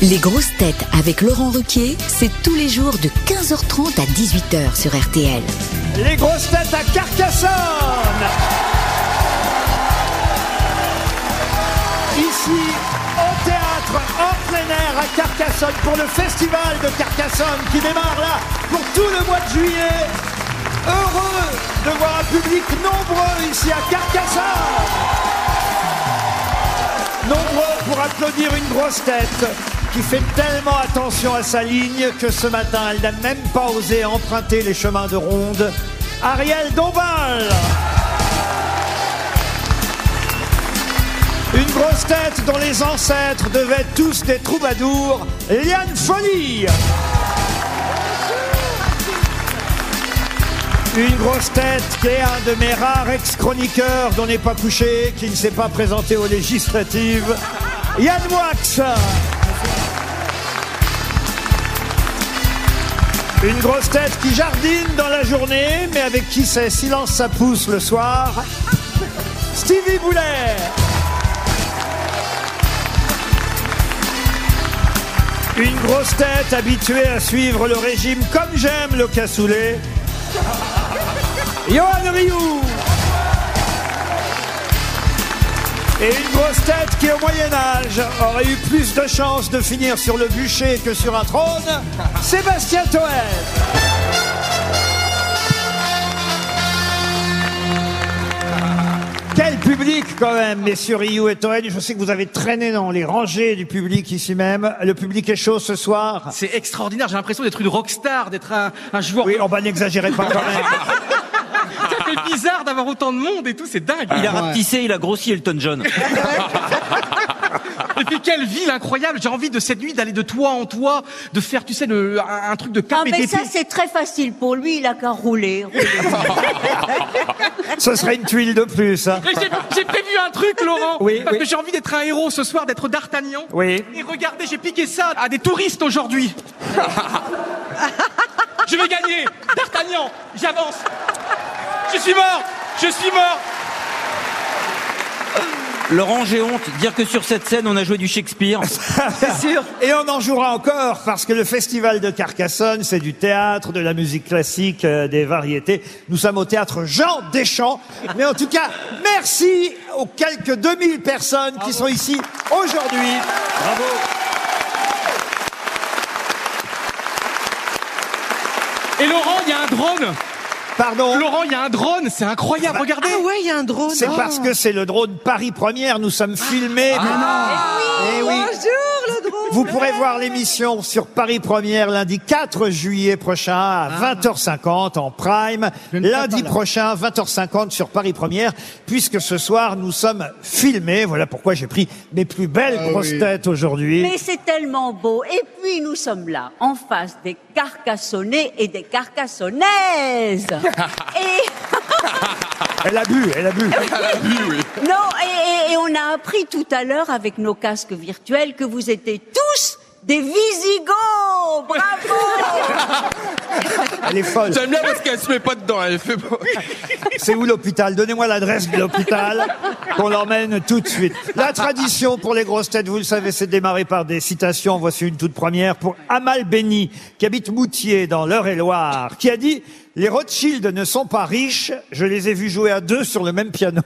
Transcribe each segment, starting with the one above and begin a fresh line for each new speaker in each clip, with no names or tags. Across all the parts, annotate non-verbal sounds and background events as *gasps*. Les grosses têtes avec Laurent Ruquier, c'est tous les jours de 15h30 à 18h sur RTL.
Ah,
Les grosses têtes à Carcassonne Ici, au théâtre, en plein air à Carcassonne pour le festival de Carcassonne qui démarre là pour tout le mois de juillet. Heureux de voir un public nombreux ici à Carcassonne Nombreux pour applaudir une grosse tête qui fait tellement attention à sa ligne que ce matin, elle n'a même pas osé emprunter les chemins de ronde. Ariel Dombal Une grosse tête dont les ancêtres devaient tous des troubadours, Liane Folie Une grosse tête qui est un de mes rares ex-chroniqueurs dont n'est pas couché, qui ne s'est pas présenté aux législatives, Yann Wax Une grosse tête qui jardine dans la journée, mais avec qui c'est silence ça pousse le soir, Stevie Boulet Une grosse tête habituée à suivre le régime comme j'aime le cassoulet, Johan Rioux Et une grosse tête qui, au Moyen-Âge, aurait eu plus de chances de finir sur le bûcher que sur un trône, Sébastien Toer. Quel public quand même, messieurs Rioux et Toen. Je sais que vous avez traîné dans les rangées du public ici même. Le public est chaud ce soir.
C'est extraordinaire, j'ai l'impression d'être une rockstar, d'être un, un joueur.
Oui, on va n'exagérer
*laughs*
pas quand même.
Ça fait bizarre d'avoir autant de monde et tout, c'est dingue.
Il a rapetissé, il a grossi Elton
*laughs*
John.
Et puis quelle ville incroyable, j'ai envie de cette nuit d'aller de toit en toit, de faire, tu sais, le, un, un truc de cap
Ah
et
mais ça
d'épée.
c'est très facile pour lui, il a qu'à rouler.
Ce serait une tuile de plus. hein.
Et j'ai- J'ai prévu un truc, Laurent,
Oui,
parce
oui.
que j'ai envie d'être un héros ce soir, d'être d'Artagnan.
Oui.
Et regardez, j'ai piqué ça à des touristes aujourd'hui. Je vais gagner, d'Artagnan, j'avance. Je suis mort, je suis mort.
Laurent, j'ai honte. Dire que sur cette scène, on a joué
*laughs*
du Shakespeare.
*laughs* Et on en jouera encore parce que le festival de Carcassonne, c'est du théâtre, de la musique classique, euh, des variétés. Nous sommes au théâtre Jean Deschamps. Mais en tout cas, merci aux quelques 2000 personnes qui sont ici aujourd'hui. Bravo.
Et Laurent, il y a un drone.
Pardon.
Laurent, il y a un drone, c'est incroyable, regardez.
Ah, ouais, il y a un drone. Oh.
C'est parce que c'est le drone Paris Première. Nous sommes filmés.
Ah.
Eh oui.
le drone.
Vous pourrez voir l'émission sur Paris Première lundi 4 juillet prochain à
Ah.
20h50 en prime. Lundi prochain 20h50 sur Paris Première, puisque ce soir nous sommes filmés. Voilà pourquoi j'ai pris mes plus belles
Ah
grosses têtes aujourd'hui.
Mais c'est tellement beau. Et puis nous sommes là, en face des Carcassonnais et des Carcassonnaises. et
Elle a bu, elle a bu.
non, et, et- et on a appris tout à l'heure avec nos casques virtuels que vous étiez tous des Visigoths. Bravo
Elle est folle.
J'aime bien parce qu'elle se met pas dedans, elle fait bon.
C'est où l'hôpital Donnez-moi l'adresse de l'hôpital qu'on l'emmène tout de suite. La tradition pour les grosses têtes, vous le savez, c'est de démarrer par des citations. Voici une toute première pour Amal Béni, qui habite Moutier dans l'Eure-et-Loire, qui a dit « Les Rothschild ne sont pas riches, je les ai vus jouer à deux sur le même piano.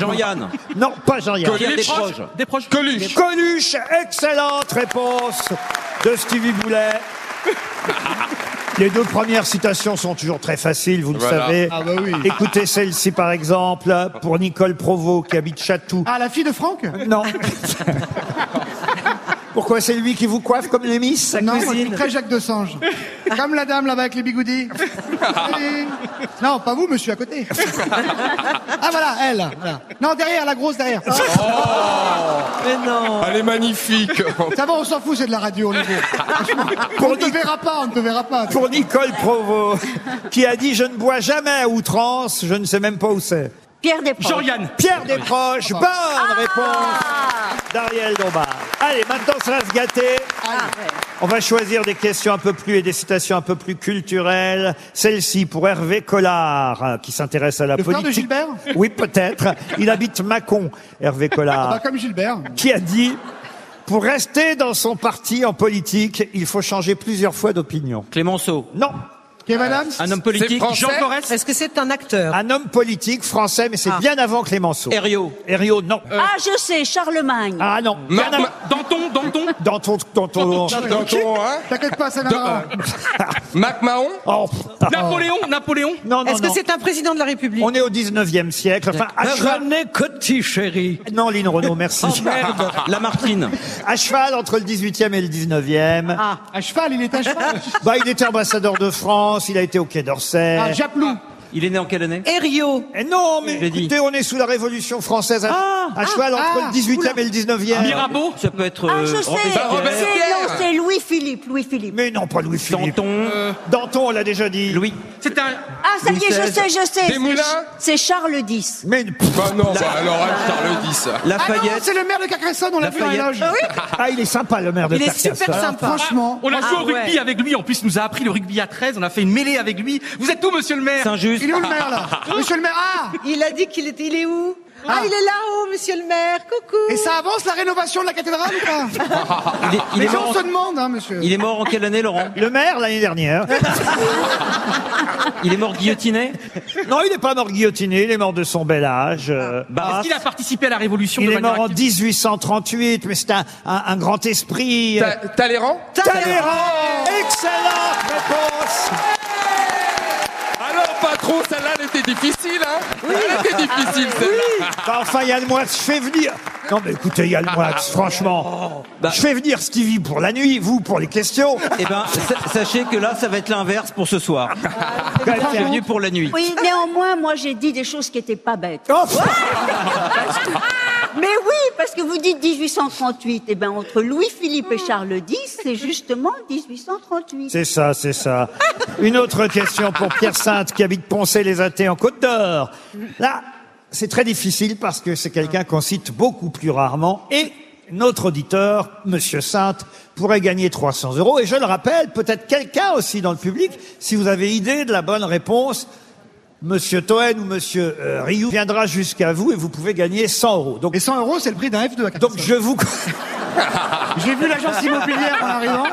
Jean-Yann. »
Non, pas Jean-Yann.
Pierre
des
Desproges.
proches.
Des proches.
Coluche.
Coluche, excellente réponse de Stevie Boulet. Les deux premières citations sont toujours très faciles, vous le
Voilà.
savez. Écoutez celle-ci par exemple, pour Nicole Provost qui habite Chatou.
Ah, la fille de Franck *laughs*
Non. Pourquoi c'est lui qui vous coiffe comme les miss sa
Non, moi, je suis
cousine
très Jacques Desange. Comme la dame là-bas avec les
*laughs*
bigoudis. Salut. non, pas vous, monsieur à côté. ah voilà, elle. voilà. Non, derrière, la grosse derrière.
Oh.
Elle est
*laughs*
magnifique.
Ça va, on s'en fout, c'est de la
*laughs*
radio, les gars.
Pour
On ne te
Nic-
verra pas, on ne te verra pas.
Pour Nicole Provost, qui a dit Je ne bois jamais à outrance, je ne sais même pas où c'est.
Pierre Desproges.
Jean-Yann.
Pierre Desproches, bonne réponse d'Ariel Dombard. Allez, maintenant ça va se gâter.
Ah, ouais.
On va choisir des questions un peu plus et des citations un peu plus culturelles. Celle-ci pour Hervé Collard, euh, qui s'intéresse à la
Le frère de
politique.
Gilbert
Oui, peut-être. Il habite Mâcon, Hervé Collard.
Bah, comme Ah, Gilbert.
qui a dit Pour rester dans son parti en politique, il faut changer plusieurs fois d'opinion.
Clémenceau.
Non,
Kev Adams
Un homme
C'est
politique.
français
Jean Corrèze.
Est-ce que c'est un acteur Ah.
un homme politique français, mais c'est bien avant Clémenceau.
Herriot.
Herriot, non.
Ah, je sais, Charlemagne.
Ah non.
Non,
Bien avant-
Danton, Danton.
Dans ton, dans ton-
Dans ton, hein
T'inquiète pas, ça
Dans-
viendra.
euh, Mac Mahon
Oh, pff,
Napoléon, Napoléon.
Non, non,
Est-ce que
non.
c'est un président de la République
On est au 19e siècle. Enfin, à cheval...
Coty, chérie.
Non, Lynn Renault, merci.
Oh,
*laughs*
Merde. Lamartine.
à cheval entre le 18e et le 19e.
Ah,
À cheval, il est à cheval.
*laughs* Bah, il était ambassadeur de France, il a été au Quai d'Orsay.
Ah, Japlou.
Il est né en quelle année
Herriot.
Eh non, mais
J'ai dit.
écoutez, on est sous la Révolution française. À, à cheval entre
ah,
le 18e et le 19e.
Mirabeau.
Ça peut être.
Ah,
euh,
je sais,
Robespierre.
Robert
c'est
Pierre.
non, c'est Louis-Philippe, Louis-Philippe.
Mais non, pas Louis-Philippe.
Danton.
Danton, on l'a déjà dit.
Louis.
C'est un.
Ah, ça y est, je
Louis
sais, je sais.
Desmoulins
C'est Charles X.
Mais pff,
Bah non, bah alors hein, Charles X.
Ah non,
Lafayette.
c'est le maire de Carcassonne, on l'a vu dans les
Lafayette.
loges.
ah, il est sympa, le maire de Hein,
Il est
Carcassonne.
super sympa.
Franchement.
On a joué
Ah,
au rugby
ouais.
avec lui. En plus, il nous a appris le rugby à 13. On a fait une mêlée avec lui. Vous êtes où, monsieur le
C'est
maire
injuste.
Il est où le maire, là Monsieur le maire, ah
Il a dit qu'il était. Il est où ah, il est là-haut, monsieur le maire. Coucou.
Et ça avance la rénovation de la cathédrale ou pas
Il est, il
Les
est mort
gens
en-
se demandent, hein, monsieur.
il est mort en quelle année, Laurent
Le maire, l'année dernière.
Il est mort guillotiné
non, il n'est pas mort guillotiné, il est mort de son bel âge. euh,
Ah.
Bah,
Est-ce qu'il a participé à la révolution
Il
de
est mort
manière
en
active
1838, mais c'est un, un- un grand esprit.
Ta- Talleyrand
Talleyrand Excellente réponse
Alors patron, celle-là elle était difficile, hein Elle était difficile celle-là.
Bah, Enfin, il y a le mois, je fais venir... Non, mais écoutez, il y a le mois, franchement.
Bah.
Je fais venir Stevie pour la nuit, vous pour les questions.
Eh ben,
*laughs*
sa- sachez que là, ça va être l'inverse pour ce soir.
Ah,
Je suis venu pour la nuit.
Ah, Oui, néanmoins, moi, j'ai dit des choses qui n'étaient pas bêtes.
Oh,
*laughs* Mais oui, parce que vous dites 1838. Eh bien, entre Louis-Philippe et Charles X, c'est justement 1838.
c'est ça, c'est ça. Une autre question pour Pierre Sainte, qui habite Poncé les athées en Côte d'Or. Là, c'est très difficile parce que c'est quelqu'un qu'on cite beaucoup plus rarement. Et notre auditeur, Monsieur Sainte, pourrait gagner 300 euros. Et je le rappelle, peut-être quelqu'un aussi dans le public, si vous avez idée de la bonne réponse, Monsieur Toen ou Monsieur euh, Rioux viendra jusqu'à vous et vous pouvez gagner 100 euros. Donc,
Et 100 euros, c'est le prix d'un F2 à
donc
Carcassonne.
je vous... *laughs*
J'ai vu l'agence immobilière en arrivant.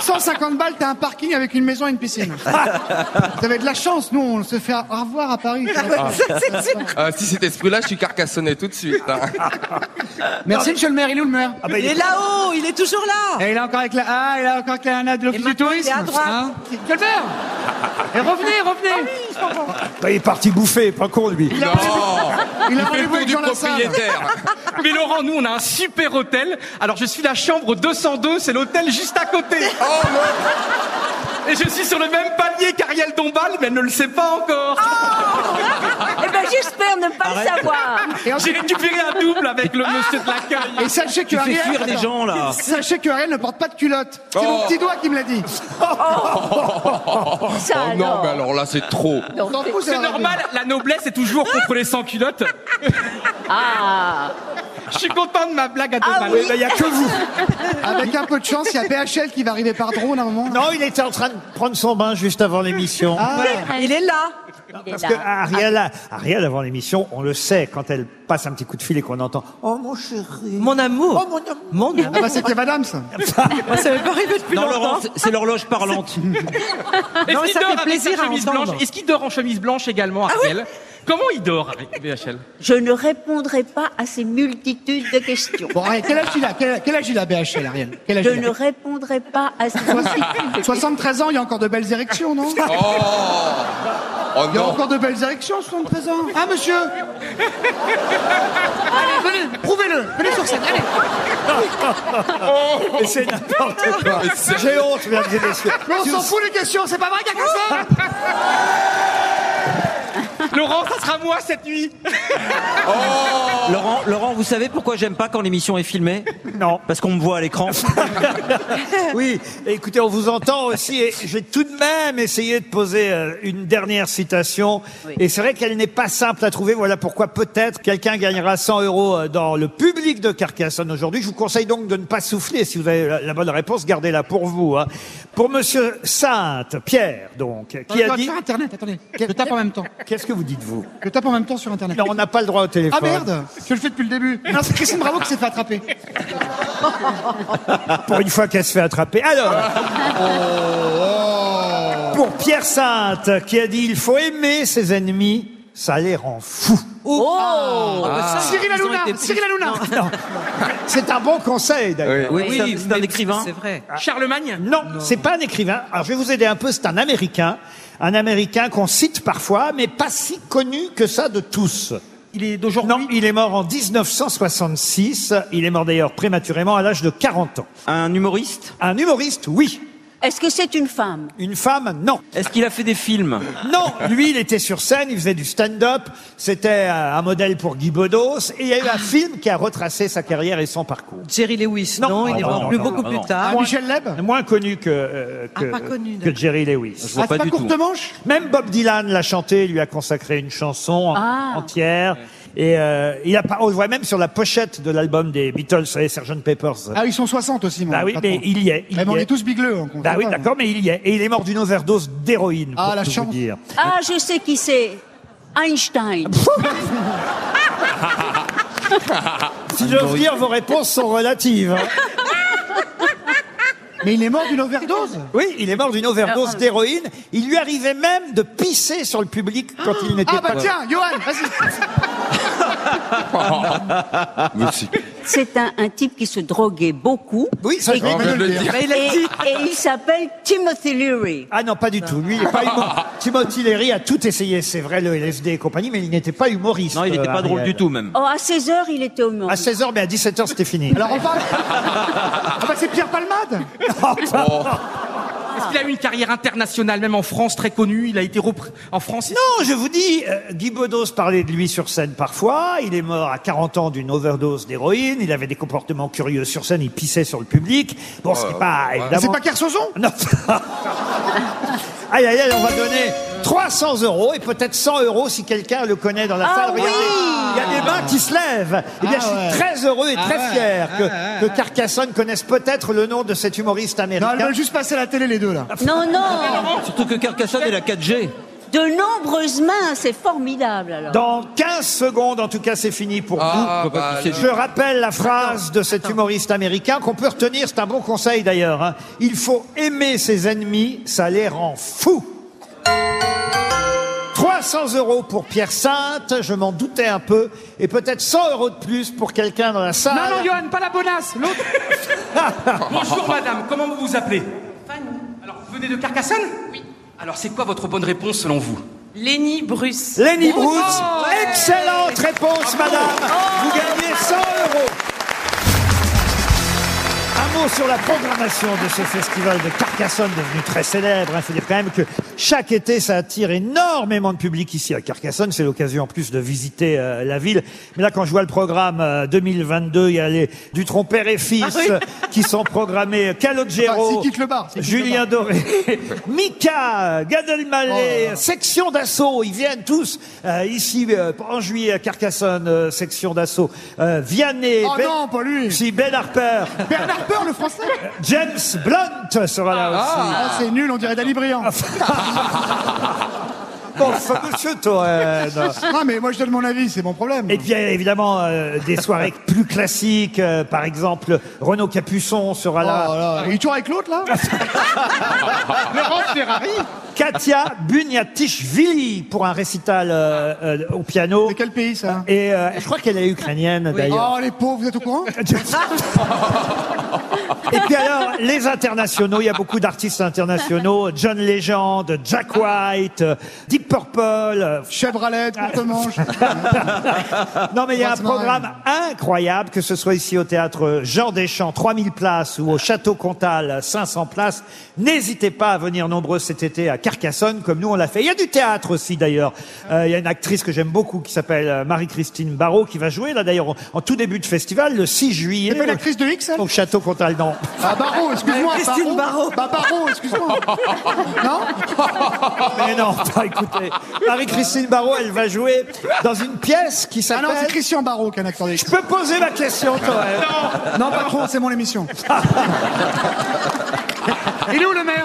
150 balles, t'as un parking avec une maison et
*laughs*
une piscine. Vous avez de la chance, nous, on se fait au revoir à Paris.
*laughs*
Ah, si cet esprit-là, je suis carcassonné tout de suite. hein.
Merci, monsieur le maire. Il est où le maire
Ah ben,
bah, Il est là-haut, il est toujours là.
Et il est encore avec la A, il est encore avec la ANA de l'Office
Et
du
maintenant, il est
Tourisme.
à droite. Ah
Monsieur le maire Et revenez, revenez
Bah, il est parti bouffer, pas con lui.
Non
Il a
Fais
rendez-vous
le tour
avec
du
Jean Lassalle.
propriétaire.
*laughs* Mais Laurent, nous, on a un super hôtel. Alors, je suis la chambre 202, c'est l'hôtel juste à côté.
Oh,
Et je suis sur le même palier qu'Ariel Dombal, mais elle ne le sait pas encore.
Eh bien, j'espère ne pas le savoir.
J'ai récupéré un double avec le monsieur de l'accueil.
Et sachez que
Tu fais
Ariel-
fuir les
Attends.
gens, là.
*laughs* Sachez que Ariel ne porte pas de culotte. C'est
Oh.
mon petit doigt qui me l'a dit.
Oh.
Ça,
Oh non,
alors.
mais alors là, c'est trop.
On s'en fout,
C'est
la radio.
normal, la noblesse est toujours contre les sans-culottes.
Ah,
Je suis content de ma blague à
Ah
Dombal.
Eh
oui.
Il
ben,
n'y a que vous.
*laughs* Avec un peu de chance, il y a PHL qui va arriver par drone à un moment. Ah.
Non, il était en train de prendre son bain juste avant l'émission.
Ah, Il est là.
il est
Parce que
là.
Ariel, Ariel, avant l'émission, on le sait, quand elle passe un petit coup de fil et qu'on entend Oh mon chéri.
Mon amour. mon amour.
Ah bah c'est Kev Adams.
Moi, *laughs* ça m'est pas arrivé depuis
Non, Laurent,
longtemps.
c'est- c'est l'horloge parlante.
Non,
Est-ce qu'il
ça
dort avec
fait
sa
plaisir à
chemise
entendre. Ah
blanche Est-ce qu'il dort en chemise blanche également, Ariel Comment il dort, Ari- VHL
Je ne répondrai pas à ces multitudes de questions.
Bon, Ariel, quel âge il a quel, quel âge il a PHL, Ariel Quel âge
Je
il
ne
a
répondrai pas à ces multitudes de questions.
73 ans, il y a encore de belles érections, non
Oh
Il y a
non
encore de belles érections, 73 ans. Ah,
Hein,
monsieur *laughs* Allez, venez, prouvez-le. Venez sur scène, allez.
Ah,
Et c'est n'importe quoi.
Mais c'est-
J'ai honte, mesdames et messieurs.
Mais on s'en fout les questions, c'est pas vrai, Carcassonne
Laurent, ça sera moi cette nuit.
Oh.
*laughs*
Laurent, Laurent, vous savez pourquoi j'aime pas quand l'émission est filmée
Non.
Parce qu'on me voit à
*laughs*
l'écran.
Oui, écoutez, on vous entend aussi. Et j'ai tout de même essayé de poser euh, une dernière citation. Et c'est vrai qu'elle n'est pas simple à trouver. Voilà pourquoi peut-être quelqu'un gagnera 100 euros euh, dans le public de Carcassonne aujourd'hui. Je vous conseille donc de ne pas souffler. Si vous avez la, la bonne réponse, gardez-la pour vous. hein. Pour Monsieur Sainte, Pierre, donc, qui a dit...
Euh,
Internet, attendez. Je tape en même temps.
Qu'est-ce que vous dites vous
Je tape en même temps sur Internet.
Non, on n'a pas le droit au téléphone.
Ah merde Je le fais depuis le début. Non, c'est Christine Bravo qui s'est fait attraper.
Pour une fois qu'elle se fait attraper. Alors
*laughs*
Oh, Pour Pierre Sainte, qui a dit il faut aimer ses ennemis, ça les rend fous.
Oh.
Ah.
Cyril Hanouna Cyril Hanouna
C'est un bon conseil d'ailleurs.
Oui, c'est un- c'est un écrivain. Ah.
C'est vrai.
Charlemagne
Non, c'est pas un écrivain. Alors je vais vous aider un peu, c'est un Américain. Un Américain qu'on cite parfois, mais pas si connu que ça de tous.
Il est d'aujourd'hui.
Non, il est mort en 1966. Il est mort d'ailleurs prématurément à l'âge de 40 ans.
Un humoriste
Un humoriste, oui.
Est-ce que c'est une femme
Une femme, non.
Est-ce qu'il a fait des films
Non, lui, il était sur scène, il faisait du stand-up. C'était euh, un modèle pour Guy Bedos. Et il y a eu un film qui a retracé sa carrière et son parcours.
Jerry Lewis.
Non.
Non, il
Ah,
est
non,
mort
non,
plus-
non,
beaucoup
non,
plus
non.
tard.
Michel Leb Ah,
Moins connu que, euh, que,
Ah, pas connu,
que Jerry Lewis.
Je vois
c'est
pas
pas
du tout.
courte manche
Même Bob Dylan l'a chanté, il lui a consacré une chanson en-
Ah.
entière. Et euh, il a, pas- on le voit même sur la pochette de l'album des Beatles, vous savez, Sgt Peppers.
Ah, ils sont 60 aussi, mon
bah oui,
patron.
mais il y est. Il
Eh, Mais
y
on
est.
est tous bigleux. hein. on comprend
Bah oui,
pas.
d'accord, mais il y est. Et il est mort d'une overdose d'héroïne, pour
Ah, la
tout vous
chance. *laughs*
dire.
Ah, je sais qui c'est. Einstein.
Si j'ose dire, vos réponses sont relatives.
Mais il est mort d'une overdose
Oui, il est mort d'une overdose d'héroïne. Il lui arrivait même de pisser sur le public quand il n'était
Ah bah
pas...
tiens, Johan, vas-y *laughs*
C'est un, un type qui se droguait beaucoup.
Oui, ça je l'ai
On vient
dit.
de le dire.
Mais il
Et,
a dit.
et il s'appelle Timothy Leary.
Ah non, pas du tout. Lui, il
*laughs*
est pas humoriste. Timothy Leary a tout essayé, c'est vrai, le LSD et compagnie, mais il n'était pas humoriste.
Non, il n'était
euh,
pas drôle
Ariel.
du tout même.
Oh, à 16 heures, il était au monde.
À 16h, mais à 17h, c'était fini.
Alors on parle... Ah bah c'est Pierre Palmade
Oh.
Est-ce qu'il a eu une carrière internationale, même en France, très connue Il a été repris en
*laughs*
France
Non, je vous dis, euh, Guy Bedos parlait de lui sur scène parfois. Il est mort à 40 ans d'une overdose d'héroïne. Il avait des comportements curieux sur scène. Il pissait sur le public. Bon, ce n'est pas évidemment.
Euh, Ah, C'est pas Kersozon
Non. aïe, aïe, aïe, on va donner 300 euros et peut-être 100 euros si quelqu'un le connaît dans la salle. Regardez, il y a des mains qui se lèvent. Eh bien,
Ah
je
ouais.
suis très heureux et très
ouais.
fier que,
Ah ouais,
que Carcassonne connaisse peut-être le nom de cet humoriste
Non,
américain.
elles veulent juste passer à la télé, les deux, là.
Non, non.
Surtout que Carcassonne est la 4G.
De nombreuses mains, c'est formidable alors.
Dans 15 secondes, en tout cas, c'est fini pour
Ah,
vous.
bah,
Je rappelle la phrase de cet humoriste américain qu'on peut retenir, c'est un bon conseil d'ailleurs. hein. Il faut aimer ses ennemis, ça les rend fous. 300 euros pour Pierre Sainte, je m'en doutais un peu, et peut-être 100 euros de plus pour quelqu'un dans la salle.
Non, non, Johan, pas la bonasse, l'autre. Bonjour, madame, comment vous vous appelez Fanny. Alors, vous venez de Carcassonne Oui. Alors, c'est quoi votre bonne réponse selon vous
Lenny Bruce.
Lenny Bruce, excellente réponse, madame.
Oh.
Vous gagnez 100 euros. Un mot sur la programmation de ce festival de Carcassonne, devenu très célèbre. Il faut dire quand même que chaque été, ça attire énormément de public ici à Carcassonne. C'est l'occasion en plus de visiter euh, la ville. Mais là, quand je vois le programme euh, 2022, il y a les Dutron père et fils euh, qui
*laughs*
sont programmés.
Ah,
Calogero,
s'il quitte le bar, s'il quitte le
Julien
bar.
Doré, *laughs* Mika, Gad
Oh
Elmaleh, section d'assaut, ils viennent tous euh, ici euh, en juillet à Carcassonne, euh, section d'assaut. Euh, Vianney,
Oh
Ben-
non, pas lui.
Si, Ben Harper,
Bernard Peur, le français
Euh. James Blunt sera là aussi.
Ah, c'est nul, on dirait Dali Briand.
Bon, *laughs* enfin, monsieur Toen.
Non, mais moi, je donne mon avis, c'est mon problème.
Et puis il y a évidemment euh, des soirées plus classiques, euh, par exemple Renaud Capuçon sera
Oh
là,
là, il est toujours avec l'autre, là *laughs* Laurent Ferrari
*laughs* Katia Bunyatichvili pour un récital euh, euh, au piano.
De quel pays, ça
Et euh, je crois qu'elle est ukrainienne d'ailleurs.
Oh, les pauvres, vous êtes au courant
Et puis alors, les internationaux, il y a beaucoup d'artistes internationaux, John Legend, Jack White, euh, Deep Purple. euh,
Chevralette, courte-manche.
*laughs* Non mais il y a un
Franz Marin.
programme incroyable, que ce soit ici au théâtre Jean Deschamps, 3000 places, ou au Château Comtal, 500 places. N'hésitez pas à venir nombreux cet été à Carcassonne, comme nous on l'a fait. Il y a du théâtre aussi d'ailleurs. Euh, il y a une actrice que j'aime beaucoup qui s'appelle euh, Marie-Christine Barrault, qui va jouer là d'ailleurs en- en tout début de festival, le 6 juillet.
C'est pas une actrice de X, elle
Au Château Comtal, non.
Ah, Barreau, excuse-moi.
Euh,
Christine Barreau.
Bah, Barreau,
*laughs*
excuse-moi. non
Mais non, bah, écoutez,
*laughs*
Marie-Christine Barrault, elle va jouer dans une pièce qui
Ah non, c'est
s'appelle...
Christian Barreau qui est un acteur de X.
Je peux poser ma question, Toen *laughs*
Non, patron, c'est mon émission.
Il est où le maire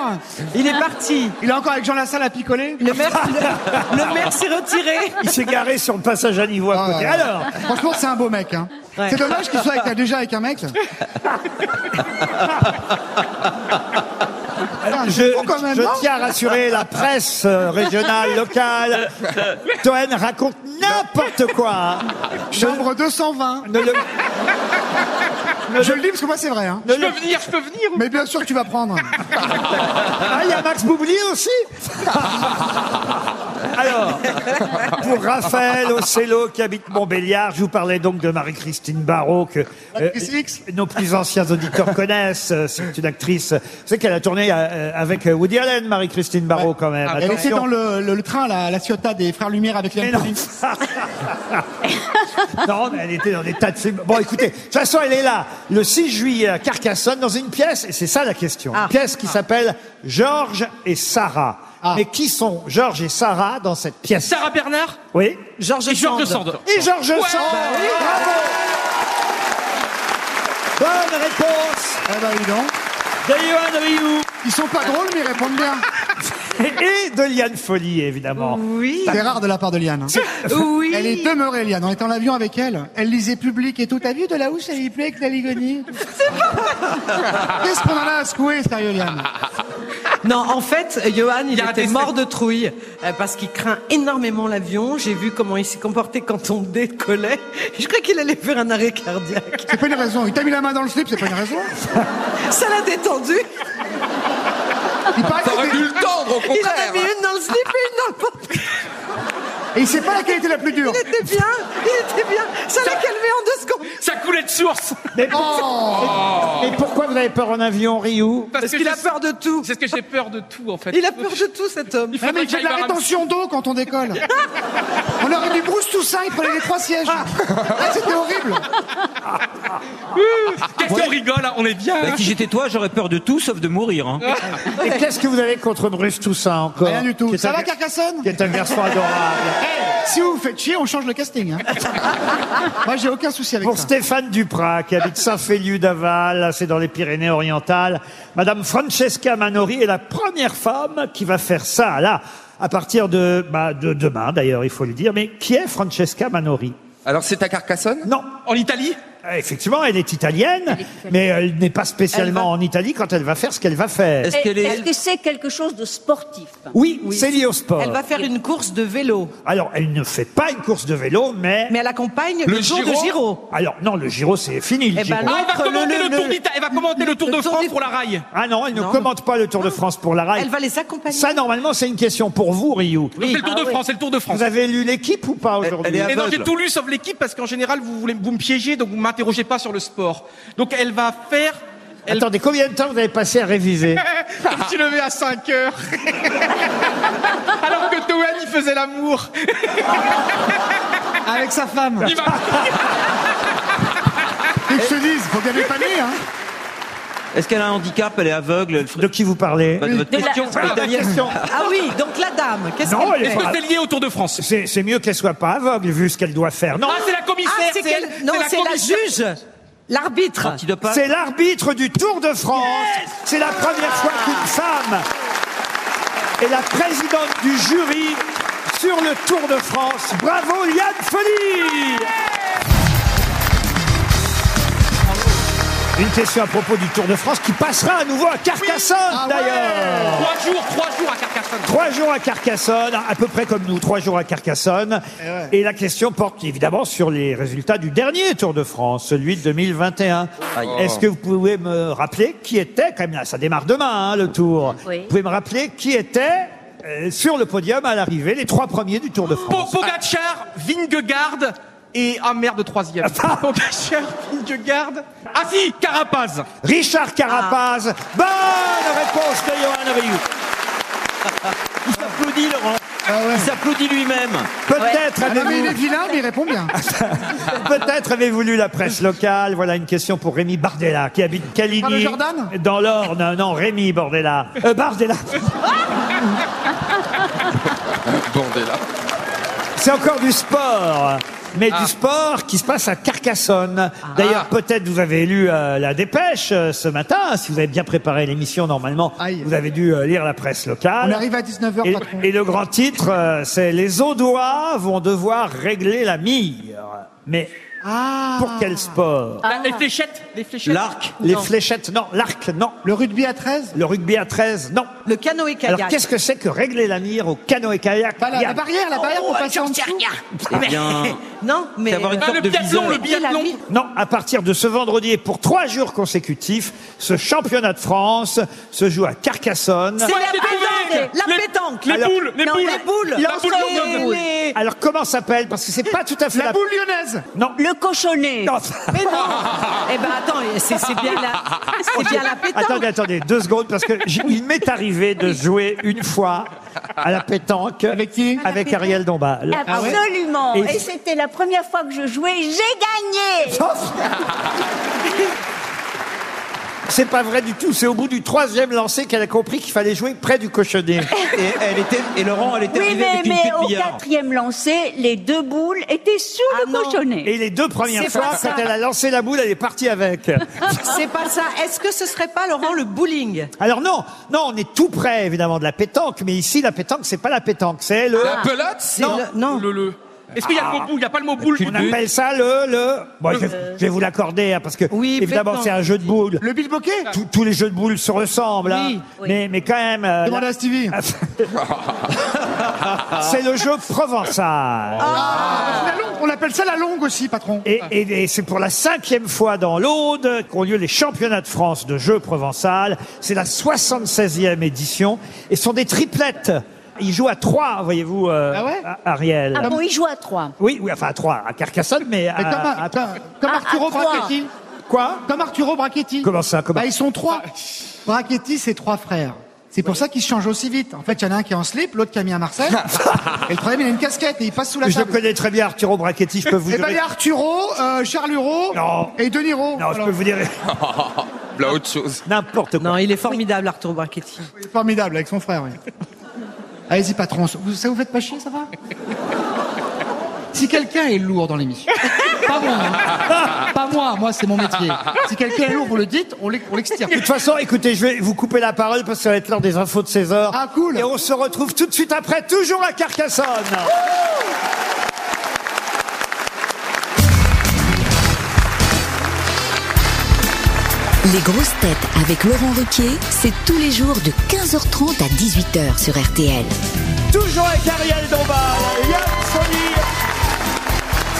Il est parti.
Il est encore avec Jean Lassalle à picoler
Le maire, le, le maire s'est retiré.
Il s'est garé sur le passage à niveau à
Ah,
côté.
ouais.
Alors,
Franchement, c'est un beau mec. hein.
Ouais.
C'est dommage qu'il soit avec- déjà avec un mec.
Ah,
Putain,
je,
c'est beau quand même, hein.
je
non
tiens à rassurer la presse euh,
*laughs*
régionale, locale. Toen raconte n'importe quoi. hein.
Chambre 220.
Ne le-
Je le dis parce que moi, c'est vrai. hein.
Je peux venir, je peux venir.
Mais bien sûr que tu vas prendre.
Ah, il y a Max Boublier aussi Alors, pour Raphaël Ocello qui habite Montbéliard, je vous parlais donc de Marie-Christine Barrault que euh,
L'actrice X.
nos plus anciens auditeurs connaissent. Euh, C'est une actrice, c'est qu'elle a tourné euh, avec Woody Allen, Marie-Christine Barrault quand même.
Ah, Elle était
Attention.
dans le, le- le train, là, à la Ciotat des Frères Lumière avec les
Mais non. non, mais elle était dans des tas de films. Bon, écoutez, de toute façon, elle est là, le 6 juillet à Carcassonne, dans une pièce, et c'est ça la question. Une pièce qui s'appelle Georges et Sarah.
Ah.
Mais qui sont Georges et Sarah dans cette pièce
Sarah Bernard
Oui.
Georges
et Georges
Sand.
Sand.
Et Georges Sand Bravo Bonne réponse
Eh ben, dis donc.
de Johan Rioux
Ils sont pas drôles, mais ils répondent bien.
*laughs* et, et de Liane Folly, évidemment. Bah,
Oui.
C'est
*laughs*
rare de la part de Liane. hein.
Oui.
Elle est demeurée, Liane. On était en avion avec elle. Elle lisait public et tout. T'as vu de là où ça lui plaît que la Ligonie Qu'est-ce qu'on en a à secouer, sérieux, Liane
*laughs* Non, en fait, Johan, il,
Il a raté
était
ses-
mort de trouille euh, parce qu'il craint énormément l'avion. J'ai vu comment il s'est comporté quand on décollait. *laughs* Je crois qu'il allait faire un arrêt cardiaque.
C'est pas une raison. Il t'a mis la main dans le slip, c'est pas une raison.
Ça l'a détendu.
Il paraît
T'aurais
que
dû le tendre, au
Il en
contraire.
a mis une dans le slip et une dans le pantalon.
Et il sait pas laquelle était la plus dure.
Il était bien. Il était bien. Ça l'a calmé en deux secondes.
Ça coulait de source.
Mais,
*laughs*
mais pourquoi vous avez peur en avion, Rioux
Parce,
Parce qu'il a
je-
peur de tout.
C'est ce que j'ai peur de tout, en fait.
Il a peur de tout, cet homme.
Ah, mais
faudrait
il fait
que
de la
j'aille voir un-
rétention d'eau quand on décolle. On aurait dû brousse tout ça, il prenait les trois sièges. Ah, c'était horrible.
Ah, Qu'est-ce qu'on rigole, hein, on est bien.
Bah,
hein.
si j'étais toi, j'aurais peur de tout sauf de mourir.
*laughs*
hein.
Et qu'est-ce que vous avez contre Bruce Toussaint encore
Rien du
Qui
tout.
est
Ça
un-
va, Carcassonne
Qui est un garçon adorable.
Eh, Si vous vous faites chier, on change le casting. hein.
*laughs*
Moi, j'ai aucun souci avec
Pour
ça.
Stéphane Duprat, qui habite Saint-Féliu d'Aval, c'est dans les Pyrénées-Orientales, Madame Francesca Manori est la première femme qui va faire ça, là, à partir de, bah, de demain d'ailleurs, il faut le dire. Mais qui est Francesca Manori
Alors, c'est à Carcassonne
Non,
En Italie
euh, effectivement, elle est italienne, mais elle n'est pas spécialement en Italie quand elle va faire ce qu'elle va faire.
Est-ce
Est-ce
qu'elle est-
que c'est quelque chose de sportif
Oui, c'est lié au sport.
Elle va faire une course de vélo.
Alors, elle ne fait pas une course de vélo, mais...
Mais elle accompagne
Le
le, jour de
Giro
Giro.
Alors, non, le Giro, c'est fini, le
Eh ben,
Giro.
non.
Ah, elle va
L'autre,
commenter
le-
le,
le-
Tour d'Ita- Elle va commenter le, Tour
le
de
Tour
France
du-
pour la rail.
Ah non, elle ne
Non.
commente pas le Tour de France pour la rail.
Elle va les accompagner.
Ça, normalement, c'est une question pour vous, Ryu.
C'est le Tour
Ah
de
ouais.
France, c'est le Tour de France.
Vous avez lu l'équipe ou pas aujourd'hui
elle est
Et non, j'ai
aveugle.
tout lu sauf l'équipe parce qu'en général, vous, voulez, vous me piégez, donc vous m'interrogez pas sur le sport. Donc elle va faire. Elle...
Attendez, combien de temps vous avez passé à
*laughs*
réviser
Je suis levé à 5 heures. *laughs* Alors que Toen, il faisait l'amour. *laughs*
Avec sa femme.
Il m'a-
Ils se disent, faut bien dépanner.
*laughs*
Hein.
Est-ce qu'elle a un handicap Elle est aveugle elle ferait-
De qui vous parlez
Bah, de votre question.
Ah, la question.
Ah oui, donc la dame, qu'est-ce
Non, elle
qu'elle
est
fait
pas-
Est-ce que c'est lié au Tour de France
C'est c'est mieux qu'elle soit pas aveugle vu ce qu'elle doit faire. Non,
Ah, c'est la commissaire.
Ah, c'est
elle-
qu'elle. Non,
la
c'est la,
commissaire.
juge, l'arbitre.
Antidopage
c'est l'arbitre du Tour de France. C'est la première fois qu'une femme est la présidente du jury sur le Tour de France. Bravo Yann Folie Une question à propos du Tour de France qui passera à nouveau à Carcassonne
Ah
Ah
d'ailleurs.
Trois jours, trois jours à Carcassonne.
Trois jours à Carcassonne, à peu près comme nous, trois jours à Carcassonne.
Eh
Et la question porte évidemment sur les résultats du dernier Tour de France, celui de 2021.
Aïe.
Est-ce que vous pouvez me rappeler qui était, quand même là, ça démarre demain hein, le Tour.
Oui.
Vous pouvez me rappeler qui était euh, sur le podium à l'arrivée, les trois premiers du Tour de
Po-
France
Pogacar, Vingegaard et ah merde troisième. Pogacar, Vingegaard. Ah si, Carapaz. Ah.
Richard Carapaz, bonne réponse de Johan Rioux.
Il s'applaudit, Laurent.
Ah ouais.
Il s'applaudit lui-même.
Peut-être
Ah non, mais
avez-vous-
il est vilain, mais il
*laughs*
répond bien.
Peut-être avez-vous lu la presse locale. Voilà une question pour Rémi Bardella, qui habite Caligny.
Par le Jordan
Dans l'Orne. Non, Rémi Bardella. Euh, Bardella.
Bordel.
C'est encore du sport. Mais
Ah.
du sport qui se passe à Carcassonne. D'ailleurs, peut-être vous avez lu euh, la dépêche euh, ce matin. Si vous avez bien préparé l'émission, normalement,
Aïe.
vous avez dû euh, lire la presse locale.
On arrive à 19h,
Et,
patron.
et le grand titre, euh, c'est Les Audois vont devoir régler la mire. Mais
Ah.
pour quel sport
Ah. Les fléchettes, les fléchettes.
L'arc.
Les fléchettes, non. L'arc, non.
Le rugby à 13
Le rugby à 13, non.
Le canoë
Alors
kayak.
qu'est-ce que c'est que régler la mire au canoë-kayak
Bah, la,
Il y a-
la barrière, la barrière pour passer en dessous.
Eh
ben,
bien,
*laughs*
Non, mais
C'est avoir une
Ah,
euh,
sorte
le
de
biathlon,
viseur.
le biathlon.
Et la vie.
Non, à partir de ce vendredi et pour trois jours consécutifs, ce championnat de France se joue à Carcassonne.
c'est
Ouais, les
la pétanque,
pétanques,
la
les-
pétanque.
les boules, les
Non,
boules.
les boules.
La
Non,
boule
c'est
lyonnaise.
les-
Alors comment s'appelle Parce que c'est pas tout à fait la,
La boule lyonnaise
Non.
Le cochonnet.
Non.
Mais non. Eh ben attends, *laughs* c'est c'est bien la, c'est bien la pétanque.
Attendez, attendez, deux secondes, parce que j- il m'est arrivé de jouer une fois à la pétanque.
Avec qui
Avec Ariel Dombal.
Absolument.
Ah ouais
Et c'était la première fois que je jouais, j'ai gagné.
C'est pas vrai du tout, c'est au bout du troisième lancer qu'elle a compris qu'il fallait jouer près du cochonnet.
et, elle était, et Laurent, elle était
Oui,
arrivée
mais,
avec une
mais
queue de
au
billard.
quatrième lancé, les deux boules étaient sous
Ah
le
non.
cochonnet.
Et les deux premières
C'est
fois,
pas ça.
quand elle a lancé la boule, elle est partie avec.
Ah, C'est pas ça. Est-ce que *laughs* ce serait pas Laurent le bowling
Alors non, non, on est tout près évidemment de la pétanque, mais ici la pétanque c'est pas la pétanque, c'est le.
La pelote
C'est le- non.
Le, le. Est-ce qu'il y a le mot boule Il n'y a pas le mot boule.
On appelle ça le le. Bon, je, vais- je vais vous l'accorder hein, parce que
Oui,
évidemment
pétanque.
c'est un jeu de boules.
Le bilboquet
Tous- tous les jeux de boules se ressemblent, hein.
Oui,
oui.
mais mais quand même. euh,
Demande
la-
à Stevie.
*laughs* c'est le jeu provençal.
Ah. La longue, on appelle ça la longue aussi, patron.
Et, et- et c'est pour la cinquième fois dans l'Aude qu'ont lieu les championnats de France de jeux provençal. C'est la 76e édition. Et ce sont des triplettes. Ils jouent à trois, voyez-vous, euh,
Ah ouais
à- Ariel.
Ah bon, il joue à trois.
Oui, oui, enfin à trois, à Carcassonne, mais à,
Mais comme,
à-
comme- comme
Ah,
Arturo
à trois.
Brachetti.
Quoi
Comme Arturo Brachetti.
Comment ça, comment- Ah,
Bah, Ils sont trois. Brachetti, c'est trois frères. C'est pour ça qu'ils se changent aussi vite. En fait, il y en a un qui est en slip, l'autre qui a mis un
*laughs*
Marcel. et le troisième, il a une casquette et il passe sous la
Je
table.
connais très bien Arturo Brachetti, je peux vous
Eh
dire.
ben, il y a Arturo, euh, Charles Huro
Non.
et De Niro.
Non, je
Alors,
peux vous dire
Là, autre chose.
n'importe quoi.
Non, il est formidable, Arthur Brachetti.
c'est Formidable, avec son frère, oui. Allez-y, patron. Vous- ça vous fait pas chier, ça va Si quelqu'un est lourd dans l'émission, *laughs* pas moi, hein. pas moi, moi c'est mon métier. Si quelqu'un est lourd, vous le dites, on l'ex- on
*laughs*
l'extirpe.
De toute façon, écoutez, je vais vous couper la parole parce que ça va être l'heure des infos de 16 heures.
Ah, cool.
Et on se retrouve tout de suite après, toujours à Carcassonne.
Les grosses têtes avec Laurent Ruquier, c'est tous les jours de 15h30 à 18h sur RTL.
Toujours avec Ariel Dombal, Yann Folie,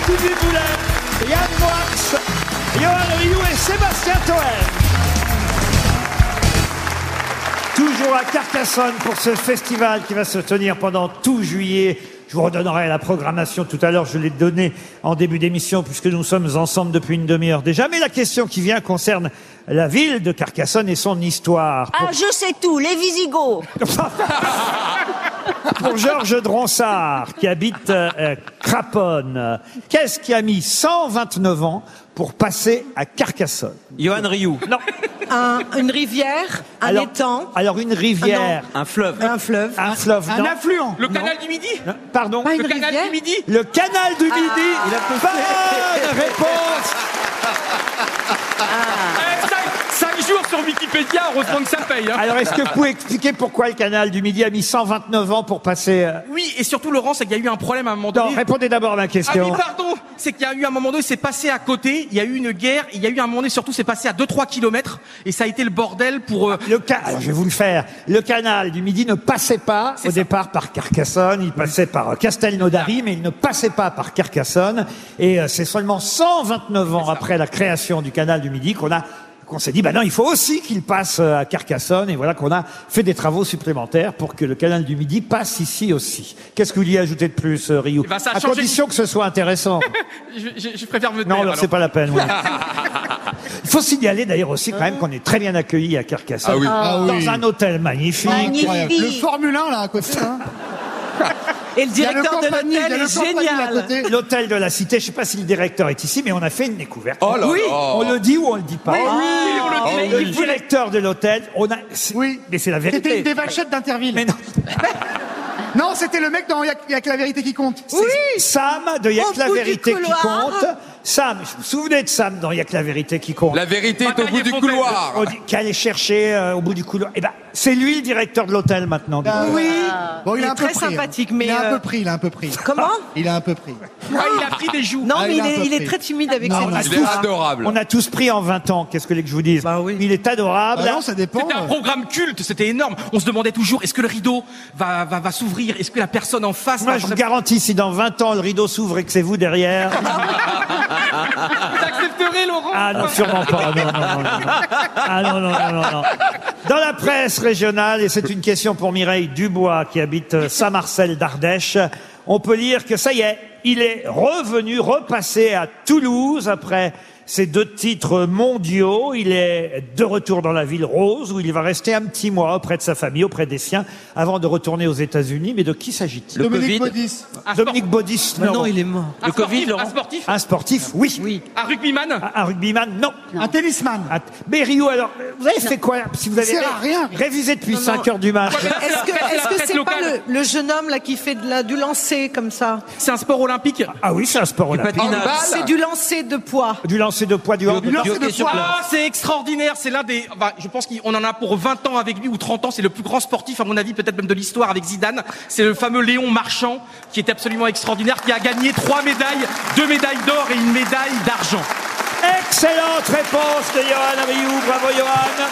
Stevie Boulet, Yann Moix, Johan Rioux et Sébastien Toen. Toujours à Carcassonne pour ce festival qui va se tenir pendant tout juillet. Je vous redonnerai la programmation tout à l'heure, je l'ai donnée en début d'émission puisque nous sommes ensemble depuis une demi-heure déjà. Mais la question qui vient concerne la ville de Carcassonne et son histoire. Pour-
Ah, je sais tout, les
*laughs*
Visigoths.
pour Georges Dronsard, qui habite euh, euh, Craponne. euh, Qu'est-ce qui a mis 129 ans pour passer à Carcassonne
Johan Rioux,
Non.
Un- une rivière, un
alors,
étang,
Alors une rivière,
un fleuve.
un fleuve.
un fleuve,
Un
non.
affluent.
Le canal du Midi
Non, Pardon.
Ah, une
Le canal
rivière
du Midi
Le
Ah.
canal du Midi. il a Bonne réponse.
Eh, cinq- Cinq jours sur Wikipédia, heureusement que ça paye. hein.
Alors est-ce que vous pouvez expliquer pourquoi le canal du Midi a mis 129 ans pour passer euh,
Oui, et surtout Laurent, c'est qu'il y a eu un problème à un moment
Non,
donné.
répondez d'abord à ma
Ah oui,
question.
pardon C'est qu'il y a eu un moment donné, c'est passé à côté, il y a eu une guerre, il y a eu un moment donné, surtout, c'est passé à 2-3 kilomètres, et ça a été le bordel pour... euh,
Le ca- Alors, je vais vous le faire. Le canal du Midi ne passait pas au
ça.
départ par Carcassonne, il passait par euh, Castelnaudary, mais il ne passait pas par Carcassonne. Et euh, c'est seulement 129 ans après la création du canal du Midi qu'on a qu'on s'est dit, bah non, il faut aussi qu'il passe euh, à Carcassonne, et voilà qu'on a fait des travaux supplémentaires pour que le canal du Midi passe ici aussi. Qu'est-ce que vous y ajoutez de plus, euh, Rioux
Eh ben, ça a
À
changé-
condition que ce soit
*laughs*
intéressant.
je, je- je préfère me taire.
Non, alors
alors.
c'est pas la peine. oui. Il faut signaler d'ailleurs aussi quand
Ah.
même qu'on est très bien accueillis à Carcassonne,
Ah oui.
Ah oui.
dans un hôtel magnifique.
Incroyable. Le
Magnifique.
Formule 1 là à côté. hein.
*laughs* Et le
Il y a le
directeur de
Campani, il y a
l'hôtel
le
est
Campani là à
génial.
côté.
L'hôtel de la Cité, je sais pas si le directeur est ici, mais on a fait une découverte.
Oh là
Oui,
là.
On le dit ou on le dit pas Oh,
Oui, on le
Le
dit.
directeur de l'hôtel, on a. c'est-
Oui.
mais c'est la vérité.
C'était une des vachettes d'Interville.
Mais non.
*laughs* Non, c'était le mec dans Y'a y a que la vérité qui compte.
C'est Sam de Y'a
Au
que la
bout du
vérité qui
couloir.
compte. Sam, je vous souvenez de Sam dans Y'a que la vérité qui compte
La vérité est au
Bataille
bout
et
du
fontaine.
couloir.
On dit qu'aller chercher euh, au bout du couloir. Eh ben, c'est lui le directeur de l'hôtel maintenant. du coup.
Bah, oui. Bon, il,
Ah. Il
a
est
un peu
très
pris, hein.
sympathique, mais,
il a un
euh,
peu pris, il a un peu pris.
Comment
Il a un peu pris.
Ah, il a pris des joues.
Non,
Ah,
mais
il
il
a un peu
est, il est
pris.
très timide avec ses
non,
petits
Il est
doigts.
adorable.
On a tous pris en 20 ans, qu'est-ce que les que je vous dise
Bah oui.
Il est adorable.
Ah non, ça dépend.
C'était un programme culte, c'était énorme. On se demandait toujours, est-ce que le rideau va, va, va s'ouvrir Est-ce que la personne en face
Moi,
va
je vous
vraiment-
garantis, si dans 20 ans le rideau s'ouvre et que c'est vous
*laughs*
derrière.
Vous accepterez, Laurent
Ah non, sûrement pas. *laughs* Non, non, non, non. Ah non, non, non, non, non. Dans la presse régionale, et c'est une question pour Mireille Dubois qui habite euh, Saint-Marcel d'Ardèche, on peut lire que ça y est, il est revenu, repassé à Toulouse après ces deux titres mondiaux. Il est de retour dans la ville rose où il va rester un petit mois auprès de sa famille, auprès des siens, avant de retourner aux États-Unis. Mais de qui s'agit-il
Le
Dominique
Covid.
Baudis.
Dominique Baudis, non.
Non, il est mort.
Ah,
Un
Le Covid,
sportif,
Laurent
Un sportif
Un sportif, oui.
Oui.
Un rugbyman
Un un rugbyman, non.
Un tennisman.
Att- Mais Rio, alors, vous avez fait quoi Si vous avez
Ça sert à rien.
révisé depuis
non.
5 heures du match.
Ouais, mais là, c'est la
Est-ce que
fête-
est-ce
la
que
fête
c'est pas
locale.
le, le jeune homme là qui fait de la, du lancer comme ça
C'est un sport olympique
Ah oui, c'est un sport olympique.
Patinage.
Handball.
C'est du lancer de poids.
Du lancer de poids, du hand.
Du
lancer
hockey
de
sur
poids.
glace.
Ah, c'est extraordinaire, c'est l'un des... bah, je pense qu'on en a pour 20 ans avec lui ou 30 ans, c'est le plus grand sportif à mon avis, peut-être même de l'histoire avec Zidane. C'est le fameux Léon Marchand qui est absolument extraordinaire, qui a gagné trois médailles, deux médailles d'or et une médaille d'argent.
Excellente réponse de Johan Rioux. Bravo, Johan.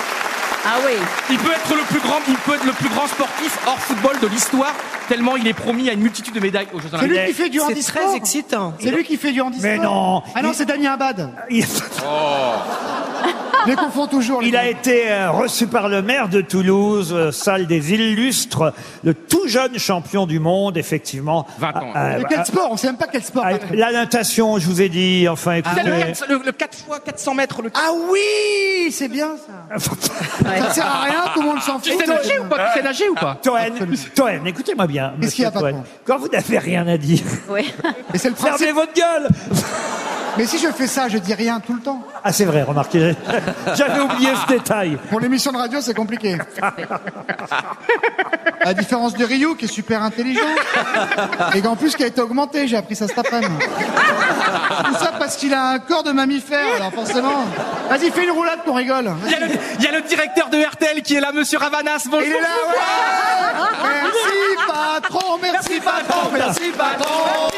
Ah oui.
Il peut être le plus grand, il peut être le plus grand sportif hors football de l'histoire, tellement il est promis à une multitude de médailles aux Jeux
C'est lui
Olympiques.
qui fait du
C'est
handisport.
très excitant.
C'est lui qui fait du handisport.
Mais non.
Ah non,
Il-
c'est Damien Abad.
Il,
Oh.
Je les confonds toujours. les
Ah. il a
deux.
été euh, reçu par le maire de Toulouse, euh, salle des illustres, le tout jeune champion du monde, effectivement.
20 ans.
Ah,
Mais
ah,
quel sport On sait même pas quel sport.
ah,
Patrick.
la natation, je vous ai dit, enfin, écoutez.
C'est le, 4, le, 4 fois 400 mètres, le
Ah oui, c'est bien ça. Ça sert à rien, tout le monde s'en fout.
Tu sais nager ou pas Tu sais nager ou pas
Toen, Toen, Ah, écoutez-moi bien.
Qu'est-ce qu'il y a,
monsieur Toen.
patron
Quand vous n'avez rien à dire,
oui.
Mais c'est le
fermez
principe.
votre gueule
Mais si je fais ça, je dis rien tout le temps.
Ah, c'est vrai, remarquez. *laughs* J'avais oublié ce détail.
Pour l'émission de radio, c'est compliqué. À différence de Rio, qui est super intelligent. Et qu'en plus, qui a été augmenté. J'ai appris ça cet après-midi. Tout ça parce qu'il a un corps de mammifère, alors forcément. Vas-y, fais une roulade qu'on rigole.
il y, a le, il y a le directeur de RTL qui est là, monsieur Ravanas. Bonjour.
Il est là, ouais Merci patron, merci patron, merci patron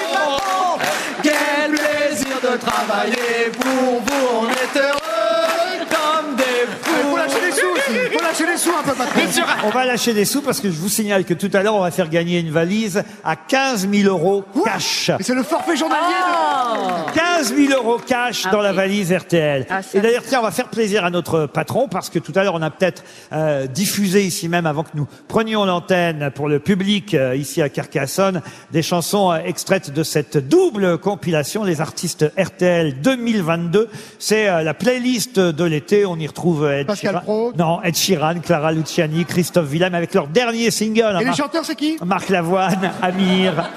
Quel plaisir de travailler pour vous, on est heureux comme des fous Faut lâcher les sous aussi, faut lâcher les sous un peu patron *laughs*
Monsieur Ra-
On va lâcher des sous parce que je vous signale que tout à l'heure, on va faire gagner une valise à 15 000 euros cash.
Mais c'est le forfait journalier de...
15 000 euros
Ah
cash dans la valise RTL.
Ah, ça-
Et d'ailleurs, tiens, on va faire plaisir à notre patron parce que tout à l'heure, on a peut-être euh, diffusé ici même, avant que nous prenions l'antenne pour le public euh, ici à Carcassonne, des chansons euh, extraites de cette double compilation, les artistes RTL 2022. C'est euh, la playlist de l'été. On y retrouve Ed
Pascal
Sheeran.
Praud.
Non, Ed Sheeran, Clara Luciani, Christophe Willem avec leur dernier single. hein,
Et les
Marc,
chanteurs c'est qui
Marc Lavoine,
*laughs*
Amir,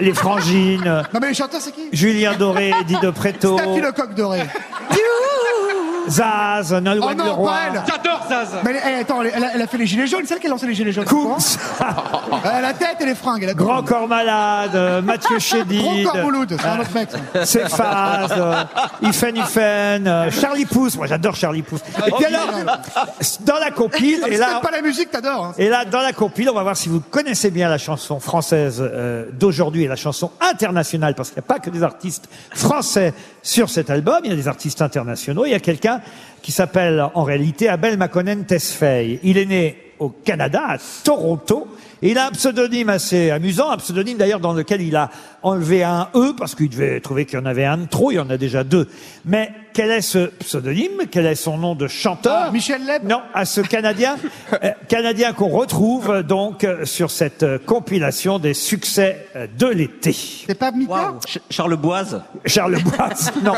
les Frangines.
Non mais les chanteurs c'est qui
Julien Doré, Eddie de Preto,
Staffy le coq doré
Zaz,
Oh
Nolwenn
non,
Leroy,
pas elle
J'adore Zaz.
Mais elle- elle- attends, elle, elle a- elle a fait les gilets jaunes, celle qui a lancé les gilets jaunes
Coombs, *laughs*
Elle a Euh, La tête et les fringues, elle a
Grand
corps
Corps Malade, euh,
*laughs*
Mathieu
Gros
Chédid,
corps Mouloud, c'est un autre mec ça.
Cephas, euh, Ifen Ifen, euh, Charlie Pousse, moi j'adore Charlie Pousse. Et puis alors, dans la compile,
Oh, Ah, mais
et
C'est
là,
peut-être pas la musique, t'adores hein.
et là, dans la compile, on va voir si vous connaissez bien la chanson française euh, d'aujourd'hui et la chanson internationale, parce qu'il n'y a pas que des artistes français sur cet album, il y a des artistes internationaux. Il y a quelqu'un qui s'appelle en réalité Abel Makonnen Tesfaye. Il est né au Canada, à Toronto, et il a un pseudonyme assez amusant, un pseudonyme d'ailleurs dans lequel il a enlevé un E, parce qu'il devait trouver qu'il y en avait un de trop, il y en a déjà deux. Mais quel est ce pseudonyme Quel est son nom de chanteur
Ah, Michel Leb
non, à
*laughs*
ce Canadien, euh, Canadien qu'on retrouve euh, donc euh, sur cette euh, compilation des succès euh, de l'été.
C'est pas Mika
Ch- Charles Boise. *laughs*
Charles Boisse, non.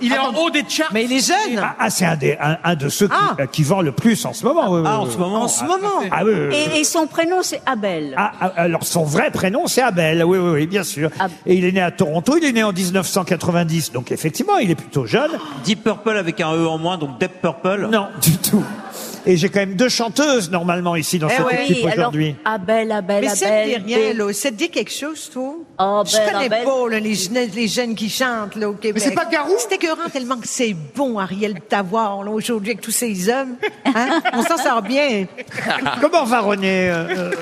Il est en haut des charts.
Mais il est jeune.
Ah, ah, c'est un, des- un, un de ceux qui,
Ah.
euh, qui vend le plus en ce moment. oui, oui,
Ah, en
oui.
ce moment.
En ce moment.
Ah oui, oui,
Euh.
oui.
Et, et son prénom, c'est Abel.
Ah, ah, alors son vrai prénom c'est Abel, oui, oui, oui, bien sûr.
Ah.
Et il est né à Toronto, il est né en 1990, donc effectivement il est plutôt jeune.
Deep Purple avec un E en moins, donc Deep Purple.
Non, du tout. Et j'ai quand même deux chanteuses normalement ici dans
Eh
cette
ouais.
équipe
Oui, alors,
*laughs*
aujourd'hui.
Abel, Abel,
Mais ça dit
Abel.
rien,
Belle.
là. Ça dit quelque chose, toi?
Ah,
je
ben,
connais
ah, ben.
pas là, les, jeunes, les jeunes qui chantent là, au Québec.
c'est pas Garou?
C'est écœurant tellement que c'est bon, Ariel, de t'avoir là, aujourd'hui avec tous ces hommes. Hein? On s'en sort bien.
Comment va René euh, euh,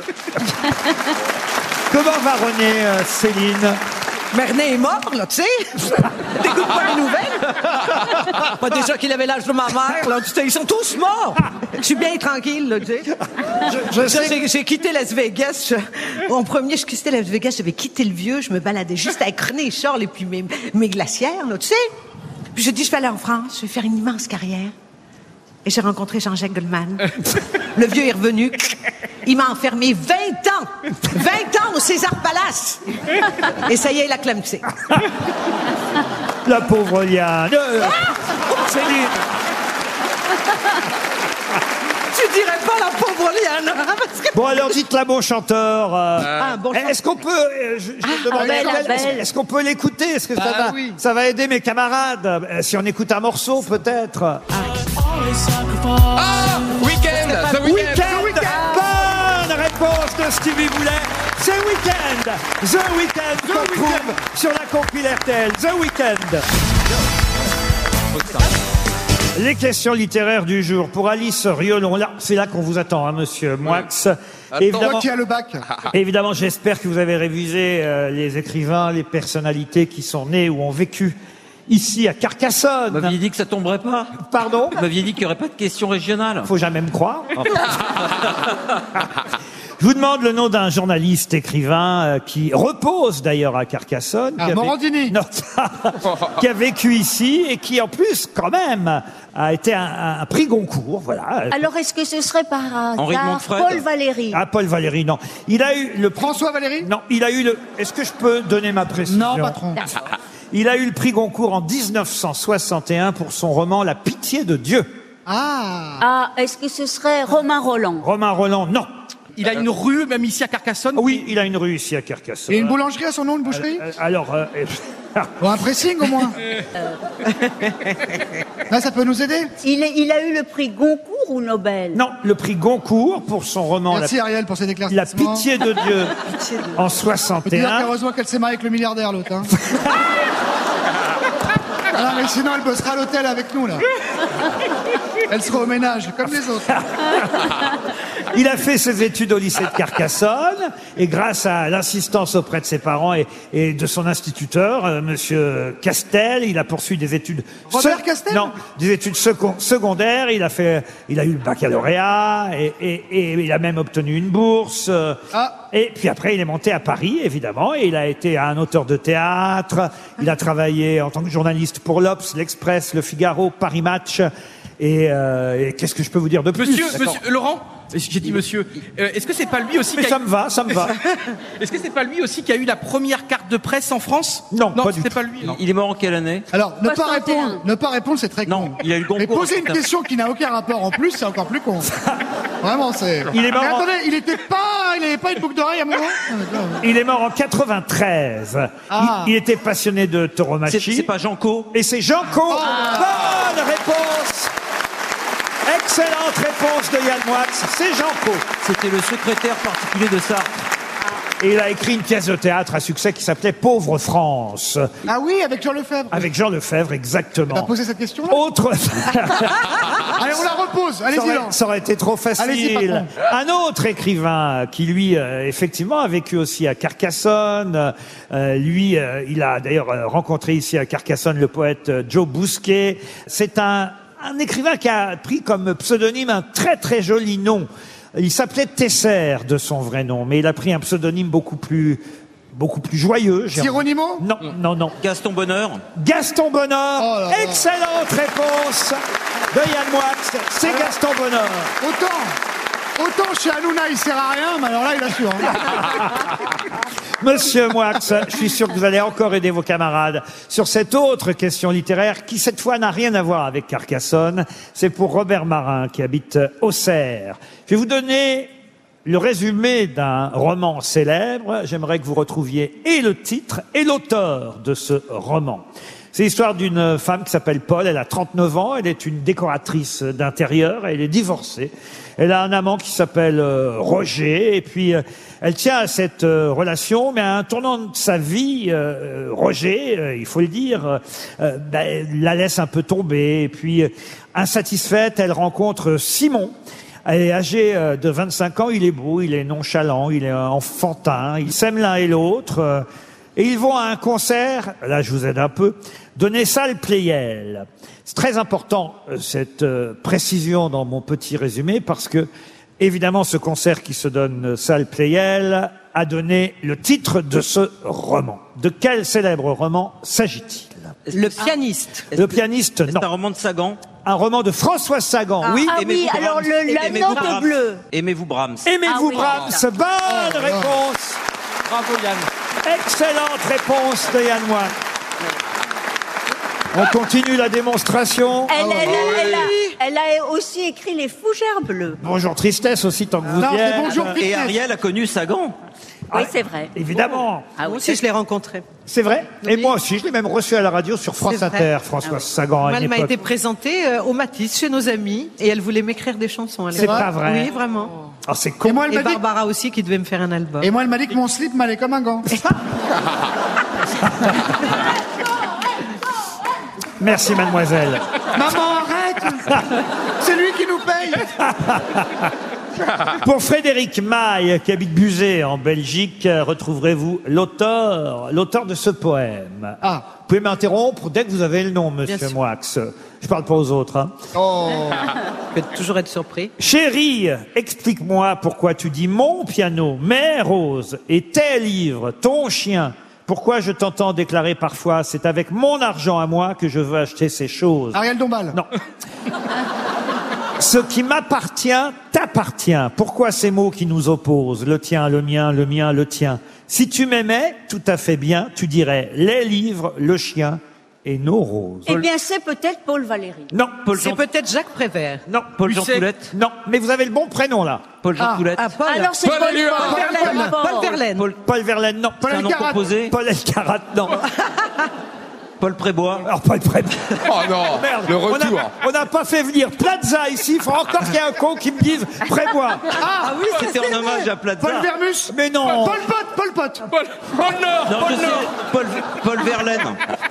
Comment va René euh, Céline
Mais René est mort, là,
*laughs*
tu sais. T'écoutes pas les nouvelles? Pas déjà qu'il avait l'âge de ma mère, là. tu sais, Ils sont tous morts. Je suis bien tranquille, là, tu sais.
je
Ça,
sais-
j'ai- J'ai quitté Las Vegas. Je- en premier, je quittais Las Vegas. J'avais quitté le vieux. Je me baladais juste avec René et Charles et puis mes, mes glacières, là, tu sais. Puis je dis, je vais aller en France. Je vais faire une immense carrière. Et j'ai rencontré Jean-Jacques Goldman. Le vieux est revenu. Il m'a enfermé 20 ans. 20 ans au César Palace. Et ça y est, il a clamsé.
La pauvre Liane. Euh, Céline.
Tu dirais pas la pauvre Liane. hein, parce que-
Bon, alors dites-la, bon chanteur. euh,
Ah, bon
Est-ce qu'on peut. euh, je- je
Ah,
demandais
Ah,
Abel,
ben,
à Abel,
Abel.
Ah,
Est-ce qu'on peut l'écouter Est-ce que ça,
Ah,
va,
oui.
ça va aider mes camarades Euh, Si on écoute un morceau, peut-être.
Ah, week-end, ce
Weekend
week-end.
Bonne réponse de Stevie Boulet C'est Weekend The Weekend qu'on trouve sur la compile RTL. The Weekend Les questions littéraires du jour. Pour Alice Riolon, là, c'est là qu'on vous attend, hein, monsieur Moix.
Toi
Évidemment,
qui as le
*laughs*
bac.
évidemment, j'espère que vous avez révisé euh, les écrivains, les personnalités qui sont nées ou ont vécu ici à
Vous
Carcassonne.
m'aviez dit que ça tomberait pas.
Pardon
Vous m'aviez dit qu'il n'y aurait pas de questions régionales.
Faut jamais me croire. *laughs* Je vous demande le nom d'un journaliste écrivain euh, qui repose d'ailleurs à Carcassonne.
Ah,
qui a vé-
Morandini.
Non, *laughs* qui a vécu ici et qui en plus quand même a été un, un prix Goncourt, voilà.
Alors, est-ce que ce serait par
Henri de
hasard
Montfred.
Paul Valéry
Ah, Paul Valéry, non. Il a eu le prix...
François Valéry
Non, il a eu le... Est-ce que je peux donner ma
Non,
précision
patron.
Il a eu le prix Goncourt en 1961 pour son roman La pitié de Dieu.
Ah
Ah, est-ce que ce serait Romain Roland
Romain Roland, non.
Il a une rue, même ici à Carcassonne.
Oui, il a une rue ici à Carcassonne.
Il y a une boulangerie à son nom, une boucherie
Euh, Alors, euh, *laughs*
Ou un pressing au moins Là, ça peut nous aider
Euh. il, est- il a eu le prix Goncourt ou Nobel
non, le prix Goncourt pour son roman
Merci
la,
Ariel pour cet
La
éclaircissement. *laughs*
pitié de Dieu
Faut
en
dire
61.
qu'heureusement qu'elle s'est mariée avec le milliardaire, l'autre.
*laughs*
Hein. Ah non, mais sinon, elle bossera à l'hôtel avec nous, là. Elle sera au ménage, comme les
*laughs*
autres.
Il a fait ses études au lycée de Carcassonne et grâce à l'assistance auprès de ses parents et, et de son instituteur, euh, Monsieur Castel, il a poursuivi des études.
Robert Castel
Non, des études secon- secondaires. Il a fait, il a eu le baccalauréat et, et- et il a même obtenu une bourse. euh,
Ah.
Et puis après, il est monté à Paris, évidemment, et il a été un auteur de théâtre. Il a travaillé en tant que journaliste pour l'Obs, l'Express, Le Figaro, Paris Match. Et, euh, et qu'est-ce que je peux vous dire de plus
Monsieur, monsieur euh, Laurent, j'ai dit monsieur. euh, Est-ce que c'est pas lui aussi
Mais
qui
ça
a...
me va, ça me va.
*laughs* Est-ce que c'est pas lui aussi qui a eu la première carte de presse en France
Non,
non,
pas du
c'était
tout.
pas lui. non.
Il est mort en quelle année
Alors, ne pas
61.
répondre, ne pas répondre, c'est très con.
Non, il a eu le Goncourt,
Mais poser une
putain.
question qui n'a aucun rapport en plus, c'est encore plus
*laughs*
con. Vraiment, c'est.
Il est marrant.
Mais attendez, il était pas, il avait pas une boucle d'oreille à mon moment
Il est mort en 93. Il-
Ah.
Il, était passionné de
C'est
tauromachi.
c'est pas Jean Co
Et c'est Jean Co.
Ah.
Bonne réponse. Excellente réponse de Yann Moix. C'est Jean Co.
C'était le secrétaire particulier de Sartre.
Et il a écrit une pièce de théâtre à succès qui s'appelait Pauvre France.
Ah oui, avec Jean Lefebvre.
Avec Jean Lefebvre,
T'as
exactement.
posé cette question là
Autre.
*laughs*
*laughs*
Allez, on la repose,
Ça
allez-y,
aurait,
là.
ça aurait été trop
Allez-y,
facile.
patron.
Un autre écrivain euh, qui, lui, euh, effectivement, a vécu aussi à Carcassonne. Euh, lui, euh, il a d'ailleurs euh, rencontré ici à Carcassonne le poète euh, Joe Bousquet. C'est un, un écrivain qui a pris comme pseudonyme un très très joli nom. Il s'appelait Tesser de son vrai nom, mais il a pris un pseudonyme beaucoup plus beaucoup plus joyeux. j'ai envie-
Geronimo
Non, non, non.
Gaston Bonheur.
Gaston Bonheur.
Oh là là.
Excellente réponse de Yann Moix. C'est Gaston Bonheur.
Euh, Autant, autant chez
*laughs*
Hanouna, il sert à rien, mais alors là, il assure. hein.
Monsieur Moix, je suis sûr que vous allez encore aider vos camarades sur cette autre question littéraire qui, cette fois, n'a rien à voir avec Carcassonne. C'est pour Robert Marin qui habite Auxerre. Je vais vous donner le résumé d'un roman célèbre. J'aimerais que vous retrouviez et le titre et l'auteur de ce roman. C'est l'histoire d'une femme qui s'appelle Paul. Elle a 39 ans. Elle est une décoratrice d'intérieur. Elle est divorcée. Elle a un amant qui s'appelle euh, Roger. Et puis, euh, elle tient à cette euh, relation, mais à un tournant de sa vie, euh, Roger, euh, il faut le dire, euh, euh, bah, elle la laisse un peu tomber. Et puis, euh, insatisfaite, elle rencontre Simon. Elle est âgée euh, de 25 ans, il est beau, il est nonchalant, il est enfantin, ils s'aiment l'un et l'autre. euh, Et ils vont à un concert, là je vous aide un peu, donner salle Playel. C'est très important euh, cette euh, précision dans mon petit résumé parce que évidemment ce concert qui se donne euh, salle Playel a donné le titre de ce roman. De quel célèbre roman s'agit-il
Le pianiste.
Le pianiste,
C'est
non.
un roman de Sagan.
Un roman de François Sagan.
Ah,
oui.
ah oui,
aimez-vous
alors
Brahms.
le- la
Aimez-vous
note
Brahms.
bleue.
Aimez-vous Brahms. Ah,
Ah
Aimez-vous
oui,
Brahms
Oh
Bonne réponse.
Bravo Yann.
Excellente réponse de Yann Moix. On continue la démonstration.
Ah
Elle, elle,
Ah
elle, elle a, elle a aussi écrit Les Fougères Bleues.
Bonjour Tristesse aussi, tant que vous
Non,
y
c'est
êtes.
bonjour
Et
Fitness.
Ariel a connu Sagan.
Oui, c'est vrai.
Ah, Évidemment.
Ah
Moi
oui,
aussi, je l'ai rencontré.
C'est vrai Et moi aussi, je l'ai même reçu à la radio sur France
C'est vrai.
Inter, François
Ah
Sagan à
Moi,
une
elle m'a
époque.
été présentée euh, au Matisse chez nos amis et elle voulait m'écrire des chansons. elle.
C'est pas vrai.
Oui, vraiment.
Ah, c'est
Et
con.
Oh. moi, elle m'a
Et
dit,
Barbara aussi qui devait me faire un album.
et moi, elle m'a dit que mon slip
*laughs*
m'allait comme un gant.
*laughs* Merci mademoiselle.
Maman, arrête
*laughs*
C'est lui qui nous paye
Pour Frédéric Maille, qui habite Buzet en Belgique, euh, retrouverez-vous l'auteur, l'auteur de ce poème.
Ah.
Vous pouvez m'interrompre dès que vous avez le nom, monsieur
sûr.
Moix. Je parle pas aux autres. hein.
Oh. Je peux toujours être surpris.
Chérie, explique-moi pourquoi tu dis mon piano, mes roses et tes livres, ton chien. Pourquoi je t'entends déclarer parfois c'est avec mon argent à moi que je veux acheter ces choses.
Ariel Dombal.
Non.
Ah.
Ce qui m'appartient t'appartient. Pourquoi ces mots qui nous opposent Le tien, le mien, le mien, le tien. Si tu m'aimais tout à fait bien, tu dirais les livres, le chien et nos roses.
Eh bien, c'est peut-être Paul Valéry.
Non, Paul
C'est
Jean.
peut-être Jacques Prévert.
Non,
Paul Jean
Lucet.
Toulette.
Non, mais vous avez le bon prénom là.
Paul Jean Toulette.
Ah, Paul.
Alors, c'est Paul,
Paul Valéry,
Paul
Paul
Valéry.
Verlaine,
Paul Verlaine.
Paul,
Paul Verlaine, non.
c'est un nom
Elkarat.
composé.
Paul Elkarat, non.
*laughs* Paul Prébois.
Alors, Paul Prébois.
Oh non,
*laughs* Merde.
le
On n'a-
retour.
On n'a pas fait venir Plaza ici. Il faut encore qu'il y ait un con qui me dise Prébois.
Ah oui, c'était en hommage à Plaza.
Paul Vermus
Mais non.
Paul Pot, Paul Pot
Paul, Paul Nord,
Non,
Paul
je sais,
Nord.
Paul, Paul Verlaine.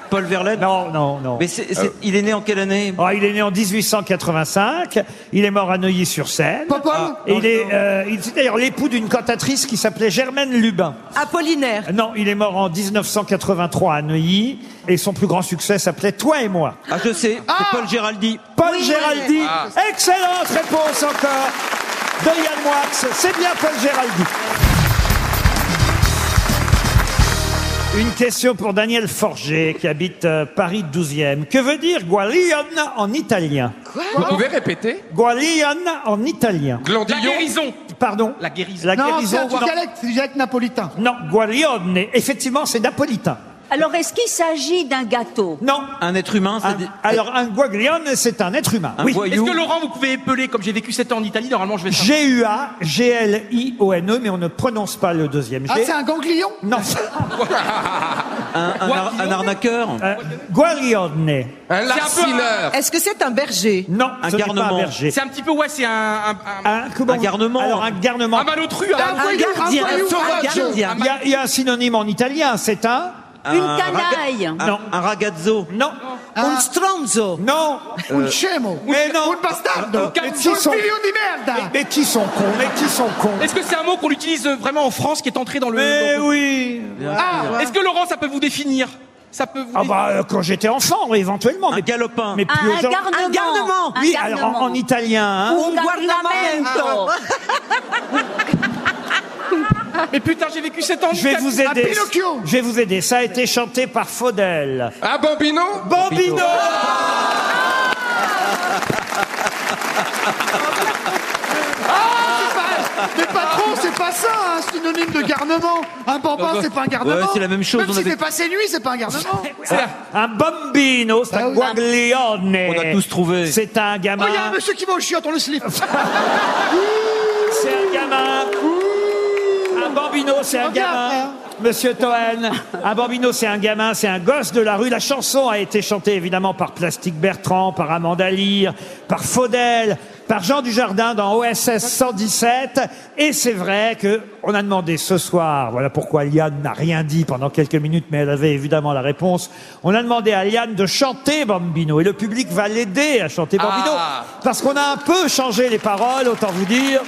Paul Verlaine.
Non, non, non.
Mais c'est- c'est- il est né en quelle année
Euh, Ah, il est né en 1885. Il est mort à Neuilly-sur-Seine.
Popol
Et il est, euh, il était d'ailleurs l'époux d'une cantatrice qui s'appelait Germaine Lubin.
Apollinaire.
Non, il est mort en 1983 à Neuilly. Et son plus grand succès s'appelait Toi et moi.
Ah, je sais, c'est Paul Géraldi.
Paul
Oui,
Géraldi.
ouais.
Ah.
Excellente réponse encore de Yann Moix. C'est bien Paul Géraldi. Une question pour Daniel Forger qui habite euh, Paris 12e. Que veut dire Gualion en italien
Vous pouvez répéter
Gualion en italien.
La
Glandillon
guérison.
Pardon
La guérison.
La
Non,
guérison,
c'est du
non.
dialecte, c'est du dialecte napolitain.
Non, guarione, effectivement, c'est napolitain.
Alors, est-ce qu'il s'agit d'un gâteau
Non.
Un être humain, c'est
Un-
des-
alors, un guaglione, c'est un être humain.
un
oui.
Est-ce
voyou.
que Laurent, vous pouvez épeler comme j'ai vécu 7 ans en Italie Normalement, je vais. savoir.
G-U-A-G-L-I-O-N-E, E, mais on ne prononce pas le deuxième G.
Ah, c'est un ganglion
Non,
Un, un ar- un arnaqueur.
euh, guaglione.
Un
C'est un peu un-
larcineur.
Est-ce que c'est un berger
Non,
Un
ce n'est pas
garnement.
un berger.
C'est un petit peu ouais, c'est un un, un,
Un, comment
Un
vous-
garnement.
Alors, un garnement.
un malotru. hein. Un,
Un voyou, un
gardien,
voyou,
un
un
gardien.
gardien.
il, y a, il y a un synonyme en italien, c'est un...
Une
Un
canaille.
raga-
Non.
Un, un ragazzo. Euh.
Non,
Un stronzo.
non,
Un scemo
mais non.
Un bastardo
Euh,
Un
mais qui sont...
figlio di
Mais,
merda
mais qui sont cons, mais qui sont cons.
Est-ce que c'est un mot qu'on utilise euh, vraiment en France qui est entré dans le.
Mais
dans-
oui
Ah,
Est-ce que Laurent, ça peut vous définir Ça peut vous.
Ah bah, euh, quand j'étais enfant, éventuellement.
Un
mais,
galopin.
mais plus
Un, un
aujourd'hui.
garnement.
Un garnement.
Un
Oui, alors
garnement.
en, en italien. hein.
Un garnamento.
Mais putain, j'ai vécu 7 ans en
Je vais
Italie.
vous aider.
Pinocchio.
Je vais vous aider. Ça a été chanté par Faudel.
Un Ah, bambino
Bambino
Mais patron, c'est pas ça,
hein,
un synonyme de garnement Un bambin, c'est pas un garnement
Ah bah, Ouais, c'est la même chose,
Même
on
s'il
avait-
fait passer nuit, c'est pas un garnement
Un bambino, c'est
Ah
un
oui.
guaglione.
On a tous trouvé.
C'est un
Oh,
gamin.
il y a un monsieur qui va au chiottes, on le
*laughs*
slip
C'est un gamin. Un bambino, c'est un
Regarde,
gamin.
frère.
Monsieur Toen, un bambino, c'est un gamin, c'est un gosse de la rue. La chanson a été chantée évidemment par Plastique Bertrand, par Amanda Lear, par Faudel, par Jean Dujardin dans OSS 117. Et c'est vrai que on a demandé ce soir, voilà pourquoi Liane n'a rien dit pendant quelques minutes, mais elle avait évidemment la réponse. On a demandé à Liane de chanter Bambino et le public va l'aider à chanter Bambino
Ah.
parce qu'on a un peu changé les paroles, autant vous dire.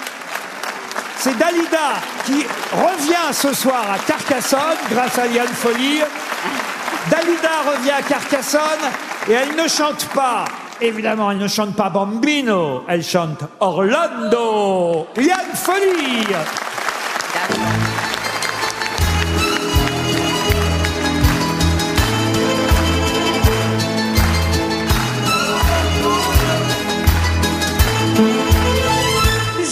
C'est Dalida qui revient ce soir à Carcassonne grâce à Yann Folie. Dalida revient à Carcassonne et elle ne chante pas. Évidemment, elle ne chante pas Bambino, elle chante Orlando. Yann Folie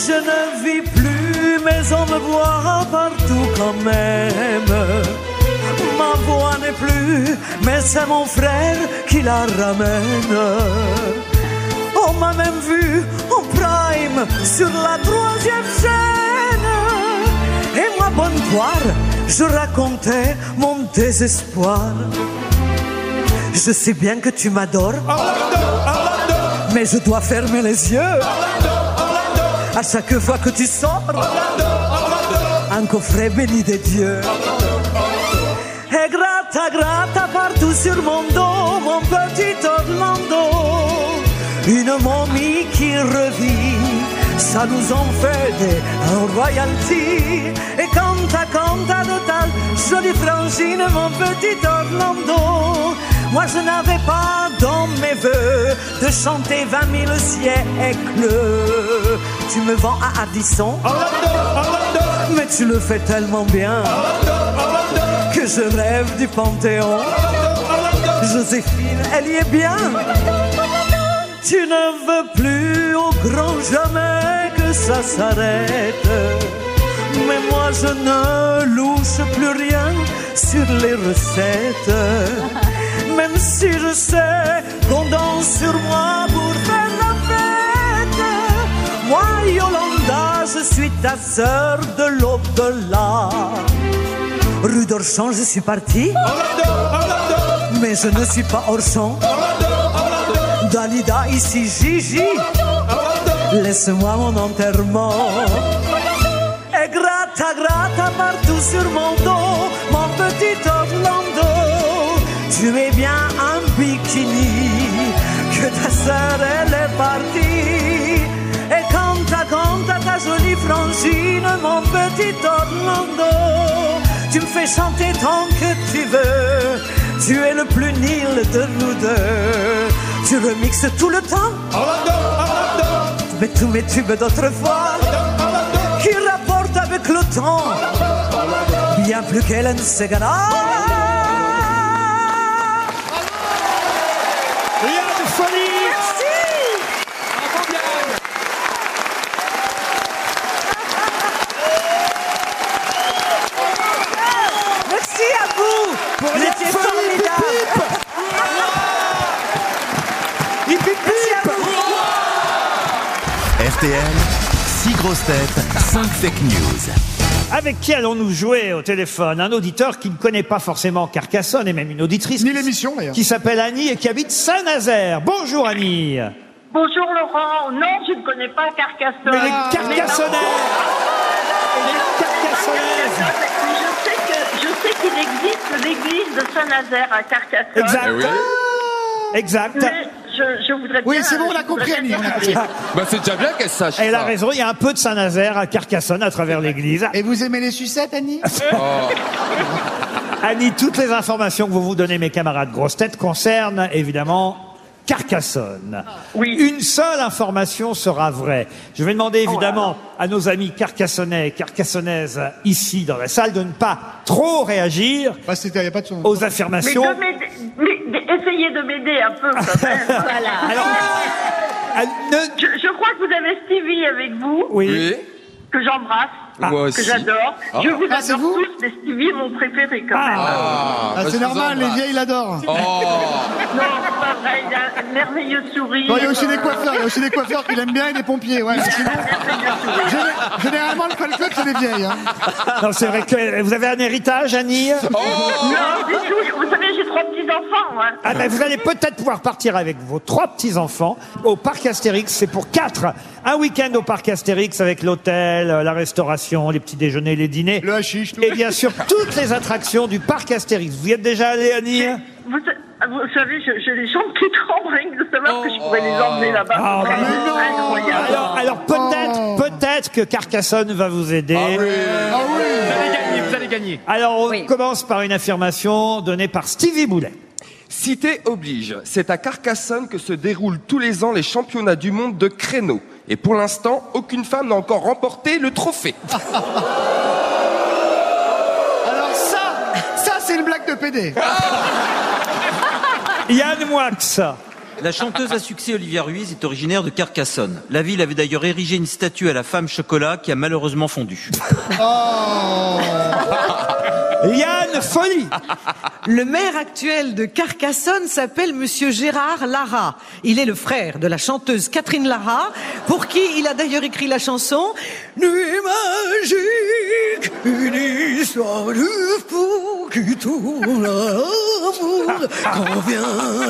Je ne vis plus, mais on me voit partout quand même. Ma voix n'est plus, mais c'est mon frère qui la ramène. On m'a même vu en prime sur la troisième chaîne. Et moi, bonne poire, je racontais mon désespoir. Je sais bien que tu m'adores, mais je dois fermer les yeux. À chaque fois que tu sors, un coffret béni des dieux. Et gratta, gratta partout sur mon dos, mon petit Orlando. Une momie qui revit, ça nous en fait des royalties. Et quand à quand à de ta jolie frangine, mon petit Orlando. Moi je n'avais pas dans mes voeux de chanter vingt mille siècles. Tu me vends à Addison, mais tu le fais tellement bien que je rêve du Panthéon. Joséphine, elle y est bien. Tu ne veux plus au grand jamais que ça s'arrête. Mais moi je ne louche plus rien sur les recettes. Même si je sais qu'on danse sur moi pour faire la fête. Moi, Yolanda, je suis ta sœur de l'au-delà. Rue d'Orchamps, je suis parti. Mais je ne suis pas Orson. Dalida, ici Gigi. Laisse-moi mon enterrement. Et gratta, gratta partout sur mon dos, mon petit Orlando. Tu es bien un bikini, que ta sœur elle est partie. Et quand à quand à ta jolie frangine, mon petit Orlando, tu me fais chanter tant que tu veux. Tu es le plus nil de nous deux. Tu remixes tout le temps. Mais tous mes tubes d'autrefois qui rapporte avec le temps bien plus qu'Hélène Segara.
Yann Folie
Merci à vous
pour
Vous
Yann
étiez
Folie,
formidables.
pipi. Il pipi.
RTL, 6 grosses têtes, 5 fake news.
Avec qui allons-nous jouer au téléphone Un auditeur qui ne connaît pas forcément Carcassonne et même une auditrice
Ni l'émission, d'ailleurs.
qui s'appelle Annie et qui habite Saint-Nazaire. Bonjour Annie
Bonjour Laurent. Non, je ne connais pas Carcassonne.
Mais les Carcassonnaires
Mais non, je connais pas
Carcassonnaise.
Carcassonne. Je sais que- Je sais qu'il existe l'église de Saint-Nazaire à Carcassonne.
Exact.
Eh oui.
Exact.
Mais je, je voudrais
Oui,
bien-
c'est bon, on
je
a compris,
voudrais
Annie.
bien
on a compris.
Bah, c'est déjà bien qu'elle sache.
Elle a
ça.
raison, il y a un peu de Saint-Nazaire à Carcassonne à travers l'église.
Et vous aimez les sucettes, Annie
*laughs* Annie, toutes les informations que vous vous donnez, mes camarades grosses têtes, concernent évidemment Carcassonne.
Oui. Oh
Une seule information sera vraie. Je vais demander évidemment à nos amis carcassonnais et carcassonnaises ici dans la salle de ne pas trop réagir
Bah, c'était, y a pas de son.
aux
Mais,
affirmations.
de m'aider- mais d- essayez de m'aider un peu quand
*laughs*
même. voilà.
Alors, Anne, ne-
Je, je crois que vous avez Stevie avec vous,
Oui.
Oui.
que j'embrasse,
Moi
que
aussi.
j'adore.
Ah.
Je vous
Ah, c'est
adore
vous
tous, mais Stevie est mon préféré quand
Ah.
même.
Ah,
Ah,
bah, je
c'est
vous
normal, les
embrasse.
vieilles l'adorent.
Oh,
Non, c'est pas Ah, il a un merveilleux sourire.
Bon, il y a aussi des coiffeurs, il y a aussi des coiffeurs qu'il aime bien et des pompiers, ouais. mais sinon- Géné- généralement, le fan club, c'est des vieilles. hein.
Non, c'est vrai que vous avez un héritage, Annie
Non, du tout. Vous savez, j'ai trois petits-enfants. hein.
Ah ben, vous allez peut-être pouvoir partir avec vos trois petits-enfants au parc Astérix. C'est pour quatre. Un week-end au parc Astérix avec l'hôtel, euh, la restauration, les petits déjeuners, les dîners. Le hashish, Et bien sûr, toutes les attractions du parc Astérix. Vous y êtes déjà allé, Annie
Vous, sa- ah, vous savez, j'ai j'ai les jambes qui tremblent rien que de savoir que je pourrais
Oh.
les emmener là-bas.
Ah,
C'est
bah
incroyable.
Alors, alors peut-être, peut-être que Carcassonne va vous aider.
Ah.
Vous allez Ah gagner, vous allez gagner.
Alors, on commence par une affirmation donnée par Stevie Boulet.
Cité oblige, c'est à Carcassonne que se déroulent tous les ans les championnats du monde de créneaux. Et pour l'instant, aucune femme n'a encore remporté le trophée.
Alors ça, ça c'est une blague de PD.
Eh, Yann Moix.
La chanteuse à succès Olivia Ruiz est originaire de Carcassonne. La ville avait d'ailleurs érigé une statue à la femme chocolat qui a malheureusement fondu.
Oh.
Yann Folie
Le maire actuel de Carcassonne s'appelle Monsieur Gérard Lara. Il est le frère de la chanteuse Catherine Lara, pour qui il a d'ailleurs écrit la chanson « Nuit magique, une histoire de fou qui tourne à l'amour quand vient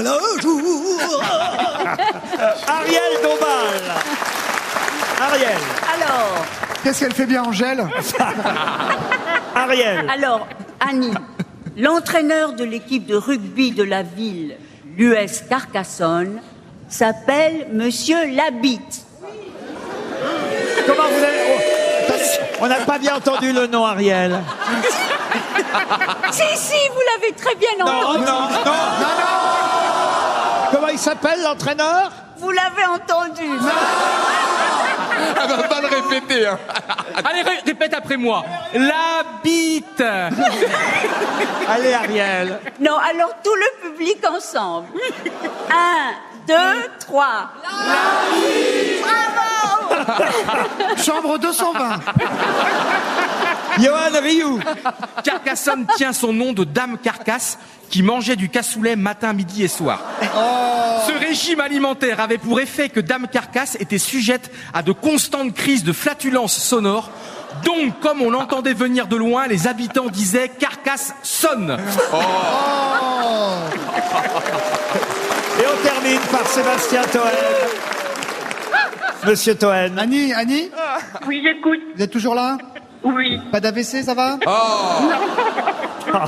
le jour
*laughs* Ariel Dombal. Ariel.
Alors,
Qu'est-ce qu'elle fait bien, Angèle
Ariel.
Alors, Annie, l'entraîneur de l'équipe de rugby de la ville, l'US Carcassonne, s'appelle Monsieur
*laughs*
Labitte.
Comment vous avez... oh, on n'a pas bien entendu le nom, Ariel.
si, si, vous l'avez très bien entendu.
Comment il s'appelle, l'entraîneur
Vous l'avez entendu.
Elle va pas le répéter. Hein.
Allez, ré- répète après moi. La bite.
Allez, Ariel.
Non, alors tout le public
*laughs*
ensemble. Un, deux, trois.
*laughs*
Chambre 220.
Johan Rioux.
Carcassonne tient son nom de dame carcasse qui mangeait du cassoulet matin, midi et soir.
Oh.
Ce régime alimentaire avait pour effet que dame carcasse était sujette à de constantes crises de flatulence sonore. Donc, comme on l'entendait venir de loin, les habitants disaient carcasse sonne.
Oh.
Oh. Et on termine par Sébastien Toen. Monsieur Toen.
Annie, Annie
Oui, j'écoute.
Vous êtes toujours là
Oui.
Pas d'AVC, ça va Oh.
Oh.
Non.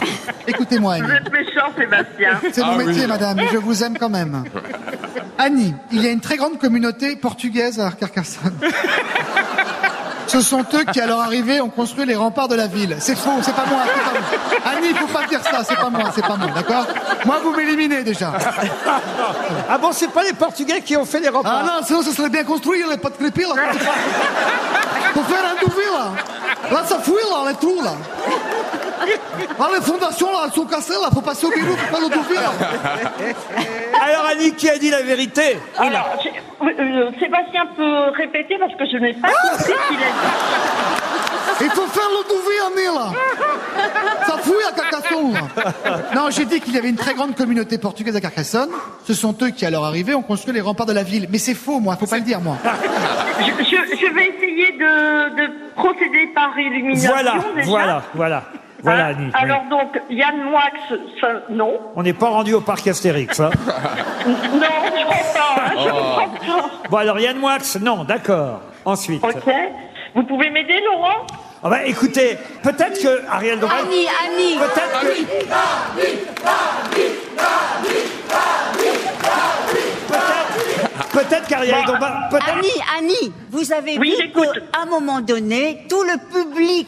Écoutez-moi,
Vous
Annie.
êtes méchant, Sébastien.
C'est
Ah
Ah
mon métier, madame, mais je vous aime quand même. Annie, il y a une très grande communauté portugaise à
*laughs*
Carcassonne. Ce sont eux qui, à leur arrivée, ont construit les remparts de la ville. C'est faux, c'est pas moi. c'est pas moi. Annie, il faut pas dire ça, c'est pas moi, c'est pas moi, d'accord Moi, vous m'éliminez déjà.
*laughs* Ah bon, c'est pas les Portugais qui ont fait les
Ah
remparts
non, sinon ça serait bien construit, les pas de crépille, là. Faut faire un doublé, là. Là, ça fouille, là, les trous, là. Là, les fondations, là, elles sont cassées, là. Faut passer au bureau pour faire le doublé, là.
Alors, Annie, qui a dit la vérité
Alors, j'ai- oui, euh, Sébastien peut répéter parce que je n'ai pas compris ce qu'il a dit.
Il faut faire le doublé, Annie, là. Ça fouille à Carcassonne, là. Non, j'ai dit qu'il y avait une très grande communauté portugaise à Carcassonne. Ce sont eux qui, à leur arrivée, ont construit les remparts de la ville. Mais c'est faux, moi. Faut pas le dire, moi.
Je, je- je vais essayer de, de procéder par élimination.
Voilà,
déjà.
voilà, voilà. Voilà,
Hein
Annie. oui.
Alors donc, Yann Moix, ça, non.
On n'est pas rendu au parc Astérix.
*laughs*
hein.
Non, je crois pas.
*laughs*
hein, je
Oh.
crois pas.
bon, alors, Yann Moix, non, d'accord. Ensuite.
Ok. Vous pouvez m'aider, Laurent
Ah bah, écoutez, peut-être que Ariel Dombal...
Annie, Annie.
Peut-être que... Peut-être- Peut-être qu'Ariel Dombal... Peut-être...
Annie, Annie, vous avez
Oui,
vu
j'écoute.
qu'à un moment donné, tout le public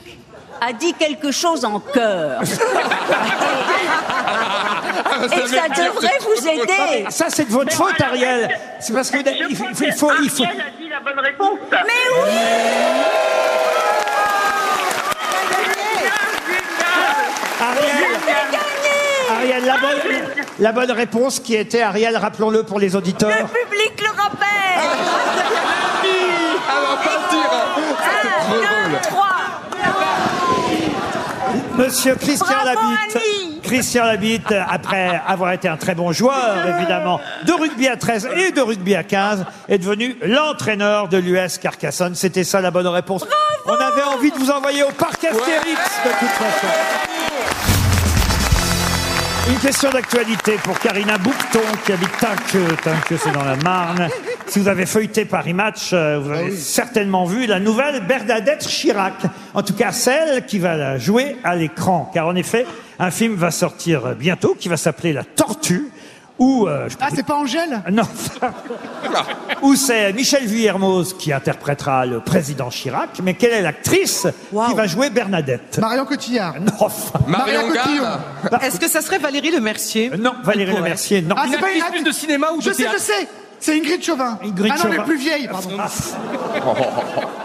a dit quelque chose en
*laughs*
cœur.
Ah,
Et ça devrait vous aider.
Ça, c'est de votre faute,
alors,
Ariel.
est-ce-
C'est parce que
Je
il faut,
crois
il faut,
que
il faut-
Ariel a dit la bonne réponse.
Mais oui
Ariel, Ariel, la
Ah,
bonne, la bonne réponse qui était Ariel, rappelons-le pour les
Le
auditeurs.
public le rappelle
Ah, Elle va pas le dire. hein. C'est trop
Un,
drôle.
deux, trois
Monsieur Christian
Bravo
Labitte.
Annie
Christian Labitte, après avoir été un très bon joueur, évidemment, de rugby à 13 et de rugby à 15, est devenu l'entraîneur de l'US Carcassonne. C'était ça la bonne réponse. On avait envie de vous envoyer au parc Astérix, de toute façon. Une question d'actualité pour Karina Boucton qui habite Tinqueux. Tinqueux, c'est dans la Marne. Si vous avez feuilleté Paris Match, euh,
Ah
vous avez certainement vu la nouvelle Bernadette Chirac. En tout cas, celle qui va la jouer à l'écran. Car en effet, un film va sortir bientôt qui va s'appeler La Tortue. Où, euh, je peux
Ah,
vous-
c'est pas Angèle
Non. *laughs* où c'est Michel Vuillermoz qui interprétera le président Chirac. Mais quelle est l'actrice qui va jouer Bernadette
Marion Cotillard.
Non. enfin.
Marion Marion Cotillard.
Est-ce que ça serait Valérie Le Mercier
Euh, Non, Valérie Le Mercier, non.
Ah, c'est pas une
actrice de cinéma ou de
Je sais,
théâtre
je sais C'est Ingrid Chauvin.
Ingrid
ah non, elle
Chauvin.
est plus vieille, pardon.
Oh.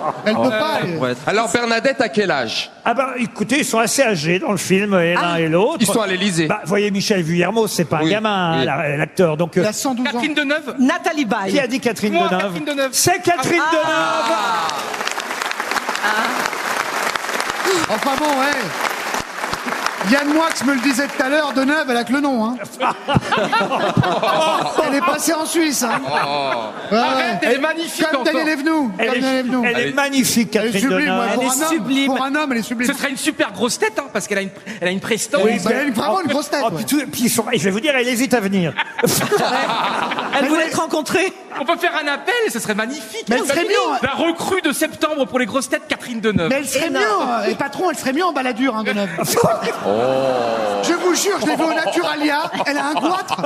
*laughs*
Elle
peut pas, elle.
Euh, Alors Bernadette, à quel âge
Ah bah écoutez, ils sont assez âgés dans le film, et l'un
Ah,
et l'autre.
ils sont à l'Élysée.
Bah, voyez, Michel Vuillermo, c'est pas
Oui,
un gamin, hein,
oui.
la- l'acteur. Donc, euh,
Il a 112 ans.
Catherine Deneuve
Nathalie Baye.
qui a dit Catherine
Moi,
Deneuve
Catherine Deneuve.
Eh,
C'est Catherine Deneuve
Ah.
Enfin bon, ouais. Yann Moix me le disait tout à l'heure, de Neuve, elle a que le nom. Hein. elle est passée en Suisse. Hein.
Ah.
Ouais,
Arrête, elle est
ouais.
magnifique
Comme Daniel
encore.
Evenou.
elle,
Comme Daniel
est,
Evenou.
elle est magnifique,
Elle Ah, est
Catherine
sublime.
Ah,
moi,
Deneuve.
pour
Elle est
un homme,
sublime.
Pour un homme, elle est sublime.
Ce serait une super grosse tête, hein, parce qu'elle a une, elle a une prestance.
Oui, bah, elle est
*laughs*
vraiment une grosse tête.
Oh,
ouais.
puis, tout- puis ils sont- et je vais vous dire, elle hésite à
*laughs*
venir.
Elle voulait être rencontrée.
On peut faire un appel, ce serait magnifique.
Mais elle serait
Imagine,
bien.
La recrue de septembre pour les grosses têtes, Catherine Deneuve.
Mais elle serait
Énorme.
mieux, euh, et patron, elle serait mieux en baladure, hein, de Neuve. *laughs*
Oh.
Je vous jure, je l'ai vu au Naturalia, elle a un goitre.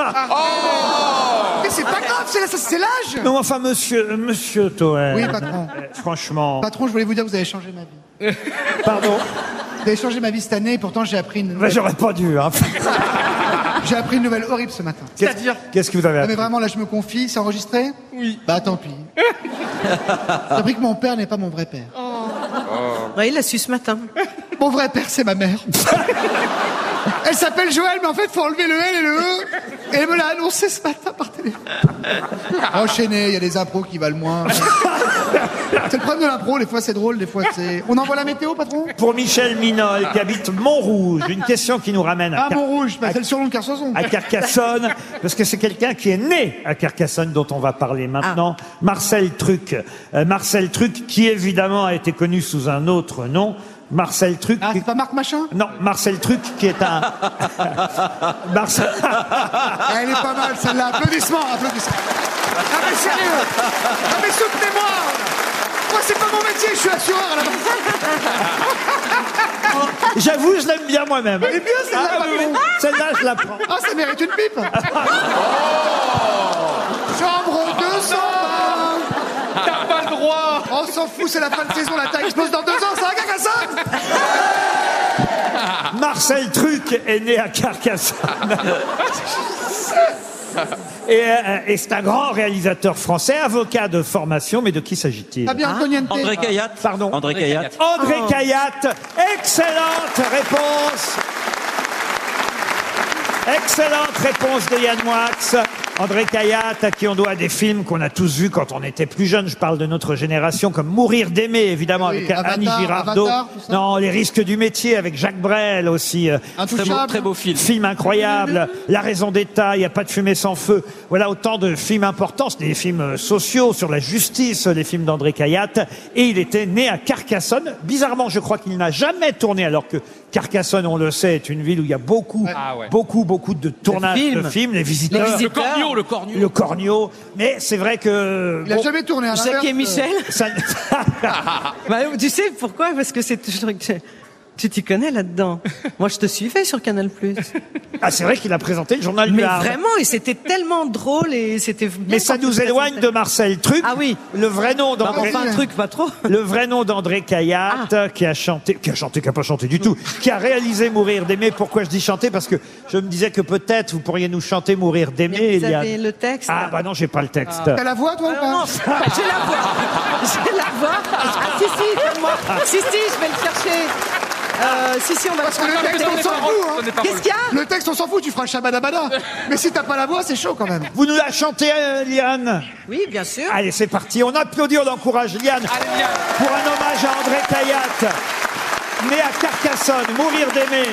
Mais c'est pas grave, c'est c'est l'âge.
Oh. non, enfin, monsieur, monsieur Toen.
Oui, patron.
euh, Franchement.
Patron, je voulais vous dire, vous avez changé ma vie.
Pardon.
Vous avez changé ma vie cette année, et pourtant j'ai appris une
Bah,
nouvelle,
j'aurais pas dû, hein.
j'ai appris une nouvelle horrible ce matin.
Qu'est-ce-
C'est-à-dire
Qu'est-ce que vous avez
Non, mais
appris
vraiment, là, je me confie, c'est enregistré
Oui.
Bah,
*laughs*
tant pis. J'ai appris que mon père n'est pas mon vrai père.
*laughs*
Ouais, il l'a su ce matin.
*laughs* Mon vrai père, c'est ma
*laughs*
mère. Elle s'appelle Joël, mais en fait, faut enlever le L et le E. Et elle me l'a annoncé ce matin par
*laughs*
téléphone.
Oh,
Enchaîné, il y a des impros qui valent moins. C'est le problème de l'impro, des fois c'est drôle, des fois c'est. On envoie la météo, patron
Pour Michel Minol, qui habite Montrouge, une question qui nous ramène à
Ah,
Car-
mon rouge, bah, c'est le surnom de Carsozon.
à Carcassonne, parce que c'est quelqu'un qui est né à Carcassonne dont on va parler maintenant,
Ah.
Marcel Truc. Euh, Marcel Truc qui évidemment a été connu sous un autre nom, Marcel Truc.
Ah,
qui-
c'est pas Marc Machin
Non, Marcel Truc qui est
*laughs*
un Marcel...
*laughs* Elle est pas mal celle-là. Applaudissements, applaudissements. Ah mais sérieux Ah mais soutenez-moi Moi c'est pas mon métier, je suis assureur à la base.
J'avoue, je l'aime bien moi-même.
Elle est bien celle-là,
Ah,
patron.
oui, oui. Celle-là, je la prends.
Ah ça mérite une pipe
Oh
Chambre 200
T'as pas le droit
On s'en fout, c'est la fin de saison, la taille explose dans deux ans, ça va Carcassonne
Marcel Truc est né à Carcassonne.
*laughs*
Et, euh, et c'est un grand réalisateur français, avocat de formation, mais de qui s'agit-il
Hein
Fabien
Ah.
Antoniente
André Cayatte
Pardon
André Cayatte.
André
Oh.
Cayatte, excellente réponse Excellente réponse de Yann Moix. André Cayatte, à qui on doit des films qu'on a tous vus quand on était plus jeune, je parle de notre génération, comme Mourir d'aimer, évidemment,
Oui,
avec
Avatar,
Annie Girardot.
Avatar, tout ça.
non, Les risques du métier, avec Jacques Brel aussi. euh,
Très beau,
Intouchable
très beau film.
Film incroyable, La raison d'État, Il n'y a pas de fumée sans feu. Voilà autant de films importants, c'est des films euh, sociaux sur la justice, euh, les films d'André Cayatte. Et il était né à Carcassonne. Bizarrement, je crois qu'il n'a jamais tourné, alors que Carcassonne, on le sait, est une ville où il y a beaucoup,
Ah ouais.
beaucoup, beaucoup de tournages
films.
de films, les visiteurs,
Le cornio, le cornio.
le Cornio. Mais c'est vrai que...
Il a
bon,
jamais tourné à
Jacques et
l'inverse.
Michel.
ça-
Euh,
*laughs*
Bah, tu sais pourquoi Parce que c'est toujours. que- Tu t'y connais là-dedans. Moi, je te suivais sur Canal+.
ah, c'est vrai qu'il a présenté le journal
Mais
du Havre.
vraiment, et c'était tellement drôle et c'était.
Mais ça nous éloigne de Marcel Truc.
Ah oui.
Le vrai nom d'André...
Enfin, un truc pas trop. Ah.
Le vrai nom d'André Cayatte, qui a chanté, qui a chanté, qui a pas chanté du tout, qui a réalisé Mourir d'aimer. Pourquoi je dis chanter Parce que je me disais que peut-être vous pourriez nous chanter Mourir
Mais
d'aimer.
vous
il y a-
avez le texte. Ah.
Ah bah non, j'ai pas le texte.
T'as la voix toi ou
Alors
*laughs*
non,
pas
je la vois. Je la vois. Ah si si, comme moi. Si si, je vais le chercher. Euh, si si, on va le
que le
chercher.
texte, on s'en fout, hein.
Donnez parole.
Qu'est-ce qu'il y a
Le texte on s'en fout, tu feras shabadabada Mais si t'as pas la voix, c'est chaud quand même
Vous nous la chantez, euh, Liane
Oui, bien sûr.
Allez, c'est parti. On applaudit, on encourage Liane
Allez, Liane.
pour un hommage à André Cayatte, né à Carcassonne, Mourir d'aimer.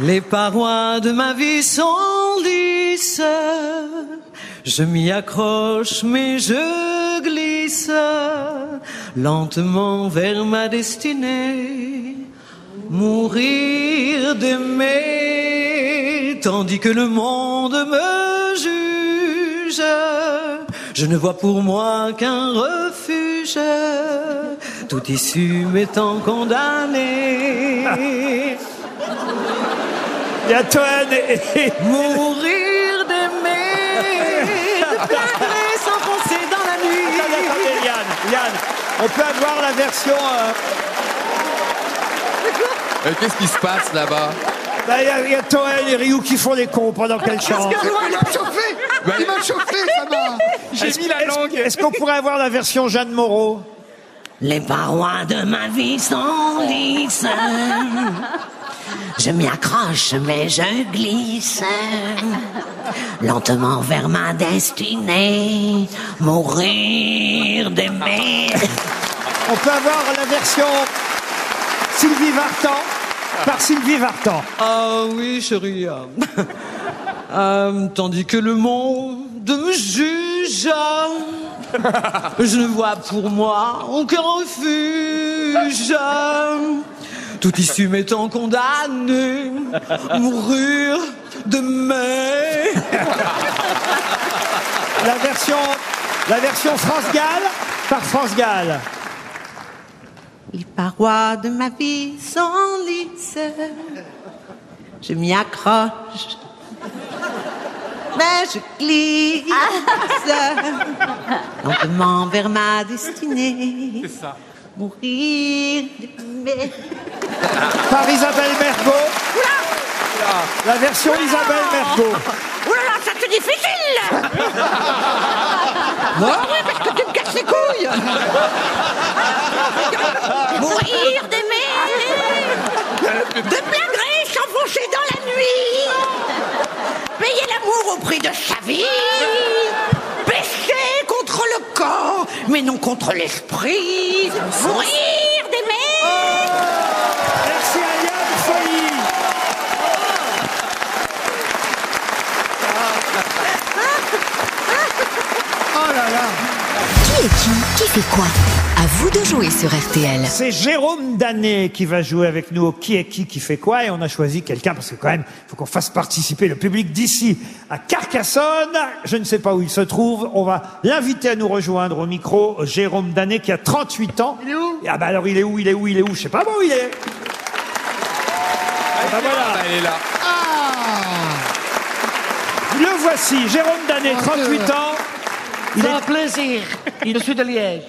Les parois de ma vie sont lisses. Je m'y accroche, mais je glisse lentement vers ma destinée. Mourir d'aimer, tandis que le monde me juge. Je ne vois pour moi qu'un refuge, tout issu m'étant condamné. Mourir
*laughs*
d'aimer, de pleurer, s'enfoncer dans la nuit.
Attendez, attendez, Yann, Yann, on peut avoir la version. euh,
Euh, Qu'est-ce qui se
*laughs*
passe là-bas
bah, Il y a- il y, a Toen et Ryu qui font les cons pendant qu'elle chante.
Il m'a chauffé Il m'a chauffé, ça va
Est-ce- est-ce- Est-ce qu'on pourrait avoir la version Jeanne Moreau
Les parois de ma vie sont lisses. *laughs* Je m'y accroche, mais je glisse lentement vers ma destinée. Mourir d'aimer.
On peut avoir la version Sylvie Vartan par Sylvie Vartan.
Ah oui, chérie. euh, *laughs* euh, tandis que le monde me juge, ah. je ne vois pour moi aucun refuge. ah. Tout issu m'étant condamné, mourir de mai.
La version, la version France Gall par France Gall.
Les parois de ma vie sont lisses. Je m'y accroche. Mais je glisse lentement vers ma destinée. C'est ça. Mourir mais
Par Isabelle Mergot. La version Isabelle Mergot.
Oh là là, ça c'est difficile
Moi
Ah oui, parce que tu me casses les couilles *laughs* Mourir d'aimer De pleurer, s'enfoncer dans la nuit Payer l'amour au prix de sa vie Pécher contre le corps, mais non contre l'esprit Mourir d'aimer
Merci à Yann Folie
Oh là là
Qui est qui Qui fait quoi À vous de jouer sur RTL.
C'est Jérôme Danet qui va jouer avec nous au qui est qui qui fait quoi et on a choisi quelqu'un parce que quand même faut qu'on fasse participer le public d'ici à Carcassonne. Je ne sais pas où il se trouve. On va l'inviter à nous rejoindre au micro. Jérôme Danet qui a 38 ans. Il est où Ah bah alors il est où Il est où Il est où Je sais pas bon il est. Ah bah voilà.
Elle est là.
Le voici, Jérôme Danet, 38
euh,
ans. Il
C'est un plaisir. Je suis de Liège.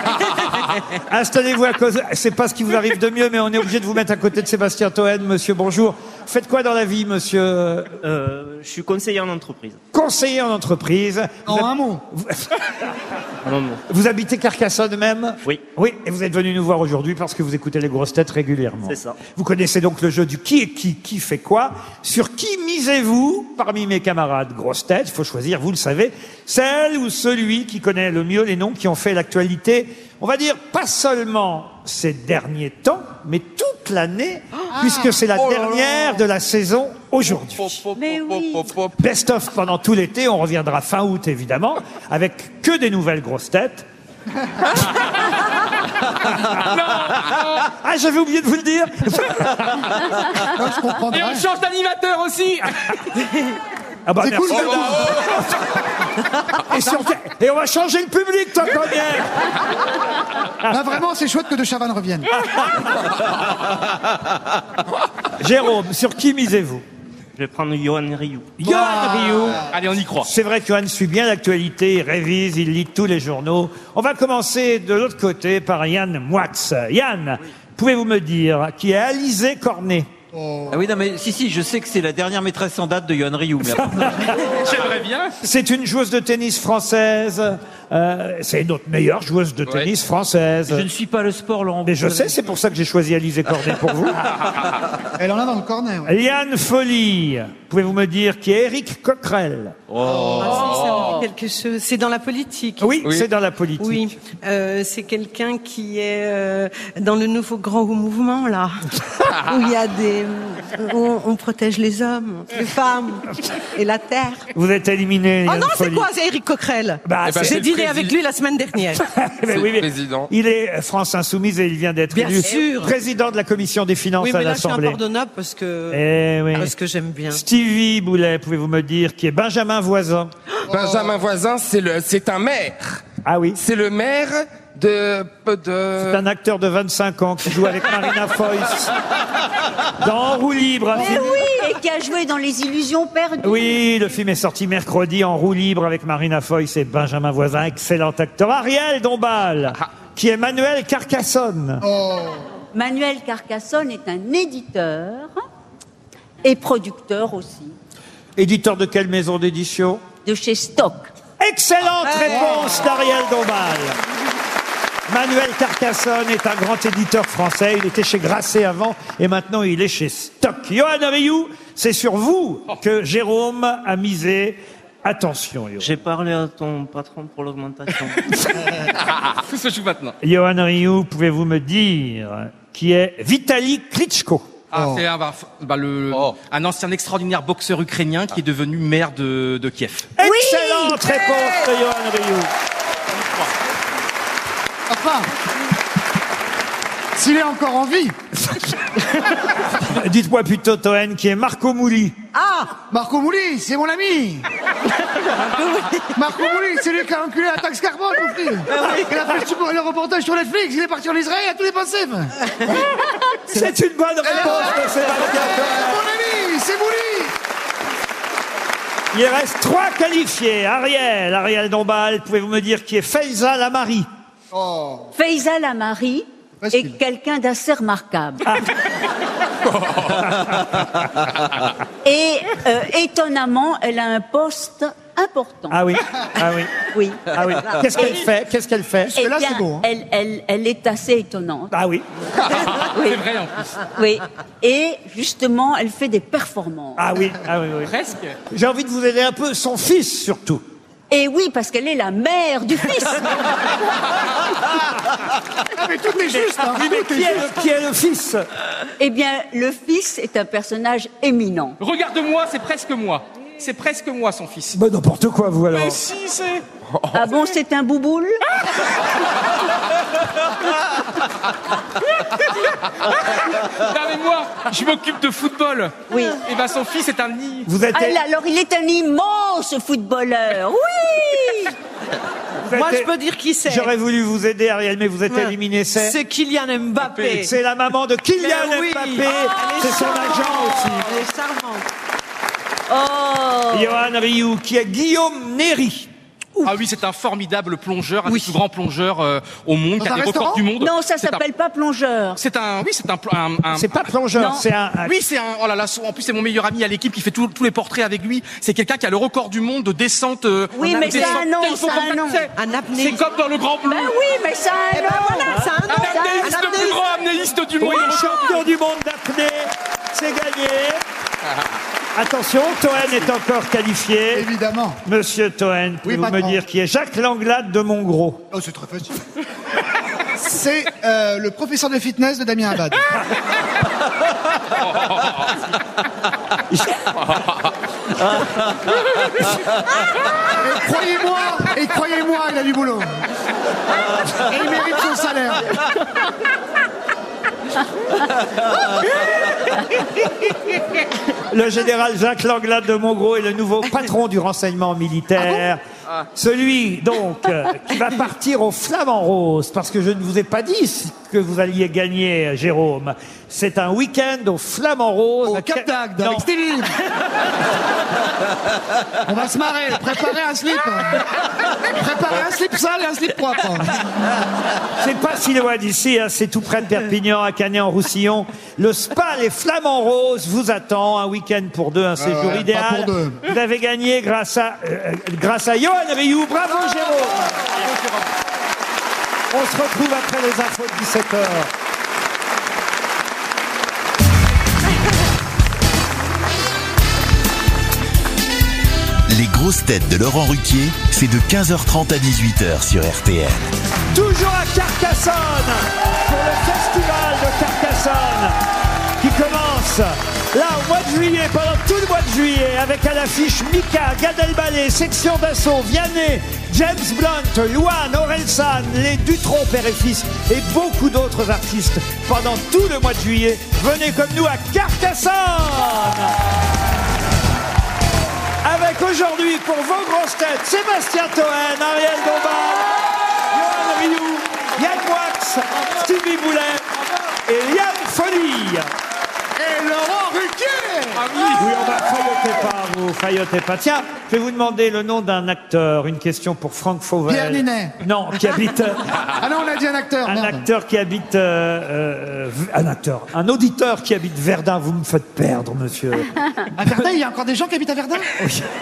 *laughs* Installez-vous à cause. C'est pas ce qui vous arrive de mieux, mais on est obligé de vous mettre à côté de Sébastien Toen, monsieur. Bonjour. Faites quoi dans la vie, monsieur
Euh, je suis conseiller en entreprise.
Conseiller en entreprise.
En
Vous
un
hab- Vous- *laughs* Vous habitez Carcassonne même Oui. Oui, et vous êtes venu nous voir aujourd'hui parce que vous écoutez les grosses têtes régulièrement.
C'est ça.
Vous connaissez donc le jeu du qui est qui, qui fait quoi. Sur qui misez-vous parmi mes camarades grosses têtes Il faut choisir, vous le savez, celle ou celui qui connaît le mieux les noms qui ont fait l'actualité, on va dire pas seulement ces derniers temps, mais toute l'année, puisque c'est la
Oh là là.
dernière de la saison aujourd'hui. Best of pendant tout l'été, on reviendra fin août évidemment, avec que des nouvelles grosses têtes. Ah, j'avais oublié de vous le dire.
Et on change d'animateur
*laughs*
aussi
Ah bah,
C'est
merci.
cool, c'est cool.
et, sur- et on va changer le public, toi, qu'on y est.
Là, Bah, vraiment, c'est chouette que De Chavannes revienne.
Jérôme, sur qui misez-vous
Je vais prendre Johan Rioux.
Johan Allez, on y croit. C'est vrai que Johan suit bien l'actualité, il révise, il lit tous les journaux. On va commencer de l'autre côté par Yann Moix. Yann, pouvez-vous me dire qui est Alizé Cornet
Ah oui, non, mais si, si, je sais que c'est la dernière maîtresse en date de Yohan Ryu. mais après-
J'aimerais bien.
C'est une joueuse de tennis française. Euh, c'est notre meilleure joueuse de tennis française.
Je ne suis pas le sport, Laurent.
Mais je sais, c'est pour ça que j'ai choisi Alizé Cornet pour vous.
Elle en a dans le cornet. ouais.
Liane Folie, pouvez-vous me dire qui est Eric Coquerel
Oh.
quelque chose. C'est dans la politique.
Oh. Oui, Oui. c'est dans la politique.
Oui, Euh, c'est
*laughs*
quelqu'un qui est euh, dans le nouveau grand mouvement là, où il y a des
on, on protège les hommes, les femmes et la terre.
Vous êtes éliminé.
Oh
Yann
non, c'est
Folie. *laughs*
quoi C'est Eric Coquerel.
Bah, Eh ben, c'est
J'ai
le
dîné
président.
avec lui la semaine dernière.
Mais Eh ben oui, mais Il est France Insoumise et il vient d'être
Bien
élu
sûr.
président de la commission des finances
Oui,
à
mais là, je suis
l'Assemblée.
impardonnable parce que.
Eh oui.
Parce que j'aime bien.
Stevie Boulet, pouvez-vous me dire qui est Benjamin Voisin
*gasps* Benjamin Voisin, c'est le, c'est un maire.
Ah oui.
C'est le maire de, de...
C'est un acteur de 25 ans qui joue avec
*laughs*
Marina Foïs dans En roue libre. un
Mais
film-
oui, et qui a joué dans Les Illusions perdues.
Oui, le film est sorti mercredi en roue libre avec Marina Foïs et Benjamin Voisin, excellent acteur. Ariel Dombal, qui est Manuel Carcassonne.
Manuel Carcassonne est un éditeur et producteur aussi
Éditeur de quelle maison d'édition
de chez Stock.
Excellente réponse d'Ariel Dombal. Manuel Carcassonne est un grand éditeur français. Il était chez Grasset avant et maintenant il est chez Stock. Johan Rioux, c'est sur vous que Jérôme a misé. Attention, Johan.
J'ai parlé à ton patron pour l'augmentation.
*laughs* Tout se joue maintenant.
*laughs* Johan Rioux, pouvez-vous me dire qui est Vitali Klitschko
Oh.
Ah, c'est un, bah, f- bah, le-
Oh.
un ancien extraordinaire boxeur ukrainien qui est devenu maire de, de Kiev.
Excellente réponse de Johan Rioux.
Enfin, s'il est encore en
*laughs*
vie.
Dites-moi plutôt, Toen, qui est Marco Mouli.
Ah Marco Mouli, c'est mon ami Marco Mouli, c'est lui qui a enculé la taxe carbone, mon fils
Ah
Il a fait le super- le reportage sur Netflix, il est parti en Israël, il a tout dépensé Eh,
C'est une bonne réponse de Sébastien
Mon ami, c'est Mouli
Il reste trois qualifiés. Ariel, Ariel Dombal, pouvez-vous me dire qui est Faiza Lamari
Faiza Lamari est quelqu'un d'assez remarquable.
Ah.
Et euh, étonnamment, elle a un poste important.
Ah oui, ah oui.
Oui.
Ah oui. Qu'est-ce qu'elle fait Qu'est-ce qu'elle fait
Eh bien, elle, elle- elle est assez étonnante.
Ah oui.
*laughs* oui.
C'est vrai en plus.
Oui. Et justement, elle fait des performances.
Ah oui, ah oui, oui.
Presque.
J'ai envie de vous aider un peu, son fils surtout.
Et oui, parce qu'elle est la mère du
*laughs*
fils.
mais tout est juste, hein.
Oui, mais qui est le- qui est le fils
Eh bien, le fils est un personnage éminent.
Regarde-moi, c'est presque moi. C'est presque moi, son fils.
Bah n'importe quoi vous alors.
Mais si, c'est... *laughs*
Ah bon, c'est un bouboule
Non mais moi, je m'occupe de football. Oui. Et bah son fils est un nid.
Ah là, alors, il est un immense footballeur. Oui
Moi, je peux dire qui c'est.
J'aurais voulu vous aider, Ariel, mais vous êtes
Ouais.
éliminé. C'est.
C'est Kylian Mbappé.
C'est la maman de Kylian
Mais Eh oui. Ah,
Mbappé.
Elle est
C'est son agent aussi.
Elle est charmante.
Oh
Johan Rioux, qui est Guillaume Néry.
Ah oui, c'est un formidable plongeur, un des plus grands plongeurs euh, au monde,
Dans
qui
un
a des
restaurant
records du monde.
Non, ça
C'est un-
s'appelle pas plongeur.
C'est un, oui, c'est un, pl- un- un-
C'est pas plongeur,
Non.
c'est un- un-
Oui, c'est un. Oh là là, en plus c'est mon meilleur ami à l'équipe qui fait tout- tous les portraits avec lui. C'est quelqu'un qui a le record du monde de descente. euh,
Oui,
de
mais c'est
descente.
un nom,
Ils sont
c'est un
comme-
nom.
c'est-
Un apnéiste.
C'est comme dans le Grand Bleu.
Ben oui, mais ça a un
Eh ben
nom.
voilà, ça a un
Ça a
nom.
un
Apnéiste, le plus
nom.
grand apnéiste du monde.
Oui, champion du monde d'apnée. C'est gagné.
*laughs*
*laughs* Attention, Toen est encore qualifié.
Évidemment
Monsieur Toen, pouvez-vous me
patron.
dire qui est Jacques Langlade de Montgros
Oh, c'est très facile C'est euh, le professeur de fitness de Damien Abad.
Ah.
Et croyez-moi, et croyez-moi, il a du boulot. Et il mérite son salaire.
Le général Jacques Langlade de Montgros est le nouveau patron du renseignement militaire. Celui, donc, euh, qui va partir au Flamand Rose, parce que je ne vous ai pas dit ce que vous alliez gagner, euh, Jérôme. C'est un week-end au Flamand Rose.
Au
à
Cap
Ca-
d'Agde,
Non. *laughs*
avec Stevie. On va se marrer. *laughs* Préparez un slip. hein. Préparez un slip sale et un slip propre.
C'est pas si loin d'ici, hein, c'est tout près de Perpignan, à Canet-en-Roussillon. Le spa Les Flamants Roses vous attend. Un week-end pour deux, un séjour
Ah ouais, pas
idéal.
pour deux.
Vous avez gagné grâce à, euh, grâce à Johan Rioux. Bravo, Jérôme
Ah,
On se retrouve après les infos de 17h.
Les grosses têtes de Laurent Ruquier, c'est de 15h30 à 18h sur RTL.
Toujours à Carcassonne pour le festival de Carcassonne qui commence Là, au mois de juillet, pendant tout le mois de juillet, avec à l'affiche Mika, Gad Elmaleh, Section d'Assaut, Vianney, James Blunt, Luan, Orelsan, les Dutron, père et fils, et beaucoup d'autres artistes. Pendant tout le mois de juillet, venez comme nous à Carcassonne Avec aujourd'hui, pour vos grosses têtes, Sébastien Toen, Ariel Dombal, Johan Rioux, Yann Wax, Stevie Boulet et Yann Folie Ah
Et Laurent Ruquier
oui, on va faillotez pas, vous faillotez pas. Tiens, je vais vous demander le nom d'un acteur. Une question pour Franck Fauvel.
Pierre Ninet.
Non, qui habite. euh,
*laughs* Ah non, on a dit un acteur.
un
merde.
acteur qui habite. euh, euh, un acteur. Un auditeur qui habite Verdun. Vous me faites perdre, monsieur.
À Verdun, il y a encore des gens qui habitent à Verdun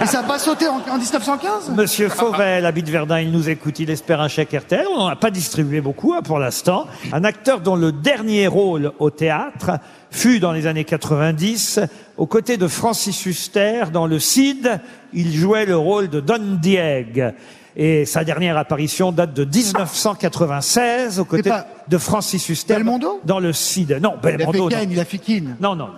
Et ça n'a pas sauté en, en 1915
Monsieur Fauvel habite Verdun, il nous écoute, il espère un chèque RTL. On n'en a pas distribué beaucoup hein, pour l'instant. Un acteur dont le dernier rôle au théâtre fut dans les années 90, aux côtés de Francis Huster dans Le Cid, il jouait le rôle de Don Dieg. Et sa dernière apparition date de 1996, aux côtés
pas-
de Francis Huster dans Le Cid. Non,
Il a fait
Belmondo. non.
Ken, il a fait Keane.
Non, non.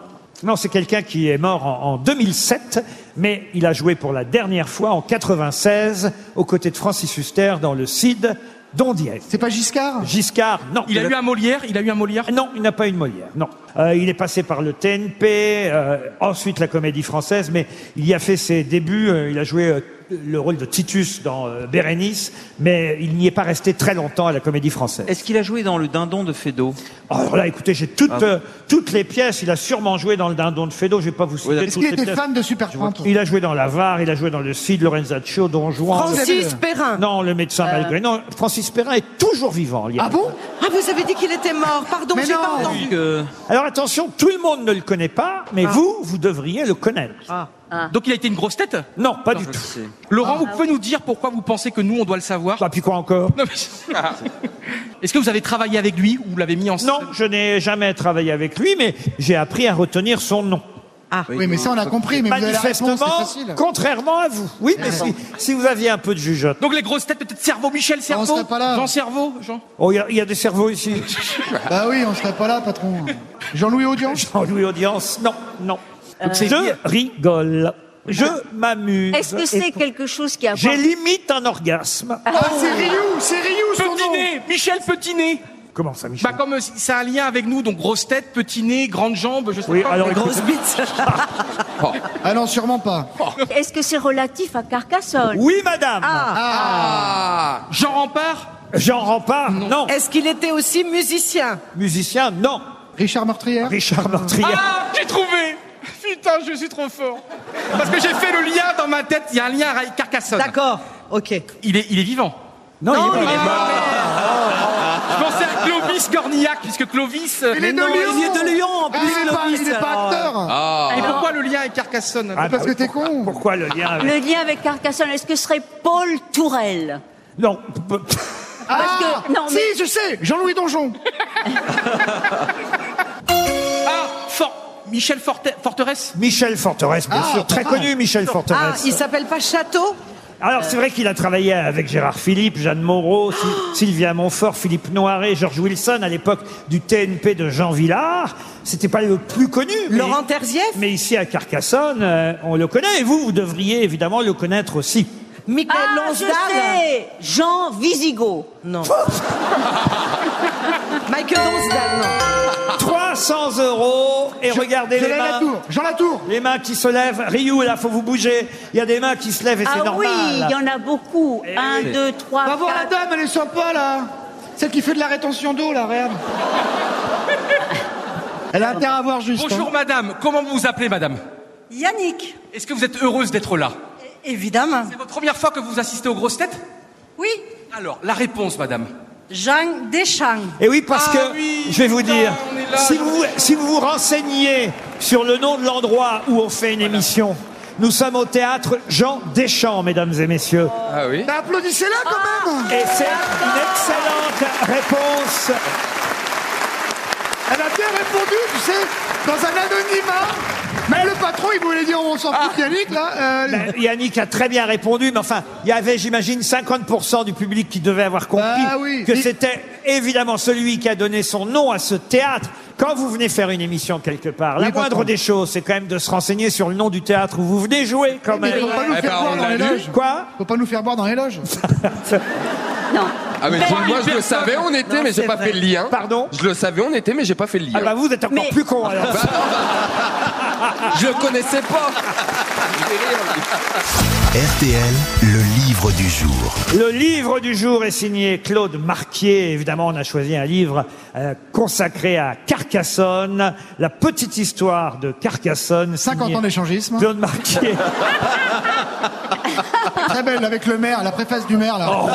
Non, c'est quelqu'un qui est mort en, en 2007, mais il a joué pour la dernière fois en 96 aux côtés de Francis Huster dans le Cid d'Ondiez.
C'est pas Giscard
Giscard, non.
Il a eu un Molière Il a eu un Molière
Non, il n'a pas eu de Molière, non. Euh, il est passé par le TNP, euh, ensuite la comédie française, mais il y a fait ses débuts, euh, il a joué euh, le rôle de Titus dans euh, Bérénice, mais il n'y est pas resté très longtemps à la comédie française.
Est-ce qu'il a joué dans le dindon de Fédo
Alors là, écoutez, j'ai toutes,
Ah bon
euh, toutes les pièces. Il a sûrement joué dans le Dindon de Fedo. Je vais pas vous citer toutes
Est-ce qu'il
les
était
pièces.
fan de Supertramp
Il a joué dans L'Avare, il a joué dans Le Cid, Lorenzaccio, Don Juan.
Francis
Le-
Perrin.
Non, le médecin
Euh.
malgré. Non, Francis Perrin est toujours vivant. Liane.
Ah bon Ah, vous avez dit qu'il était mort. Pardon, j'ai pas entendu.
Alors attention, tout le monde ne le connaît pas, mais
Ah.
vous, vous devriez le connaître.
Ah,
Donc il a été une grosse tête
Non, pas du tout.
Laurent,
ah
vous pouvez nous dire pourquoi vous pensez que nous, on doit le savoir
Bah, puis quoi encore
Non, mais- Est-ce que vous avez travaillé avec lui ou vous l'avez mis en
Non, je n'ai jamais travaillé avec lui, mais j'ai appris à retenir son nom.
Ah,
Oui, mais ça, on a compris, mais vous avez la
Manifestement,
réponse, c'est facile.
contrairement à vous. Oui, mais si, si vous aviez un peu de jugeote.
Donc les grosses têtes, peut-être Cerveau, Michel
on
Cerveau
serait pas là.
Jean Cerveau Jean
Oh, il y a- il y a des cerveaux ici.
*laughs* Bah oui, on serait pas là, patron. Jean-Louis Audience
Jean-Louis Audience, non, non.
Euh,
Donc c'est lié.
je rigole. Je m'amuse.
Est-ce que c'est quelque chose qui a à voir
J'ai Oh, limite un orgasme.
Ah, c'est Rioux, c'est Rioux son nom
Petinet Michel Petinet
Comment ça, Michel
Bah comme euh, c'est un lien avec nous, donc grosse tête, petit nez, grande jambe, je sais
Oui,
pas.
alors, écoute- Grosse *laughs*
bite
Ah non, sûrement pas.
Est-ce que c'est relatif à Carcassonne
Oh.
Ah.
Oui, madame.
Ah.
Ah.
Jean Rempart
Jean Rempart, non.
Est-ce qu'il était aussi musicien
Musicien, non.
Richard Meurtrière
Richard Meurtrier.
Ah J'ai trouvé Putain, je suis trop fort
Ah,
Parce que j'ai fait le lien dans ma tête, il y a un lien avec Carcassonne.
D'accord, ok.
Il est, il est vivant.
non, il est mort.
Je pensais à Clovis Cornillac, puisque Clovis... euh,
Il est de Lyon
Il est de Lyon, en
Ah,
plus,
il est pas-
Clovis,
Il est pas
alors.
euh.
acteur
Ah.
Ah.
Et pourquoi le lien avec Carcassonne
Ah, bah
Parce que
oui,
t'es
pourquoi-
con
Pourquoi le lien avec...
Le lien avec Carcassonne, est-ce que ce serait Paul Tourelle
Non.
Parce
Ah
que- non,
Si,
mais-
je sais Jean-Louis Donjon
Ah For- Michel Forte- Forteresse
Michel Forteresse, bien
Ah,
sûr. Très
ah.
connu, Michel
Ah,
Forteresse.
il s'appelle pas Château
Alors, c'est vrai qu'il a travaillé avec Gérard Philippe, Jeanne Moreau, Sy- Sylvia Montfort, Philippe Noiret, George Wilson, à l'époque du TNP de Jean Villard. C'était pas le plus connu. mais-
Laurent Terzieff
Mais ici à Carcassonne, euh, on le connaît et vous, vous devriez évidemment le connaître aussi.
Michael
Ah, je
Lonsdale
sais Jean Visigo.
Non. Michael Lonsdale, non.
300 euros et regardez
Je
les
l'ai à la
mains.
tour. Jean Latour
Les mains qui se lèvent. Ryu, là, faut vous bouger. Il y a des mains qui se lèvent et c'est
Ah oui,
normal.
il y en a beaucoup.
Eh
Un, deux, trois,
Va voir la
quatre.
dame, elle est sympa là Celle qui fait de la rétention d'eau là, regarde Elle a intérêt à voir juste.
Bonjour
hein.
madame, comment vous vous appelez madame
Yannick,
Est-ce que vous êtes heureuse d'être là
évidemment.
C'est votre première fois que vous assistez aux grosses têtes
Oui,
Alors, la réponse madame.
Jean Deschamps.
Et Eh oui, parce
Ah
que,
oui,
je vais vous
putain,
dire,
on est là,
si
là.
vous, si vous vous renseignez sur le nom de l'endroit où on fait une émission, nous sommes au théâtre Jean Deschamps, mesdames et messieurs.
Ah oui
Bah, applaudissez-la
Ah.
quand même
Et c'est une excellente réponse.
Elle a bien répondu, tu sais, dans un anonymat Même le patron, il voulait dire on s'en fout de Yannick, là. euh,
Ben, Yannick a très bien répondu, mais enfin, il y avait, j'imagine, 50% du public qui devait avoir compris
Bah oui.
que
Mais-
c'était évidemment celui qui a donné son nom à ce théâtre. Quand vous venez faire une émission quelque part, la
Oui, patron.
moindre des choses, c'est quand même de se renseigner sur le nom du théâtre où vous venez jouer, quand
mais
même.
faut pas nous faire boire dans les loges.
Quoi
Faut pas nous faire boire dans
*laughs*
les loges.
Ah mais
Trois
moi
mille
je le
personnes.
savais on était
Non,
mais j'ai
c'est
pas fait
vrai.
le lien.
Pardon
Je le savais on était mais j'ai pas fait le lien.
Ah bah vous êtes encore plus con alors.
Bah,
*laughs*
je le connaissais pas.
RTL, le livre du jour.
Le livre du jour est signé Claude Marquier. Évidemment, on a choisi un livre euh, consacré à Carcassonne, la petite histoire de Carcassonne.
50 ans d'échangisme.
Claude Marquier.
*laughs* Très belle, avec le maire, la préface du maire, là.
Oh.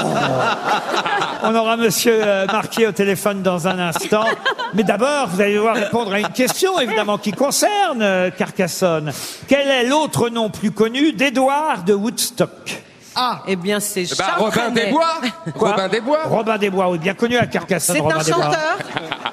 On aura monsieur euh, Marquier au téléphone dans un instant. Mais d'abord, vous allez devoir répondre à une question, évidemment, qui concerne euh, Carcassonne. Quel est l'autre nom plus connu d'Édouard de Woodstock
Ah Eh bien, c'est
Eh ben,
Charles
Robin
Trenet.
des Bois.
Quoi *laughs*
Robin des Bois.
Robin des Bois, oui, bien connu à Carcassonne.
C'est un
Robin des Bois.
chanteur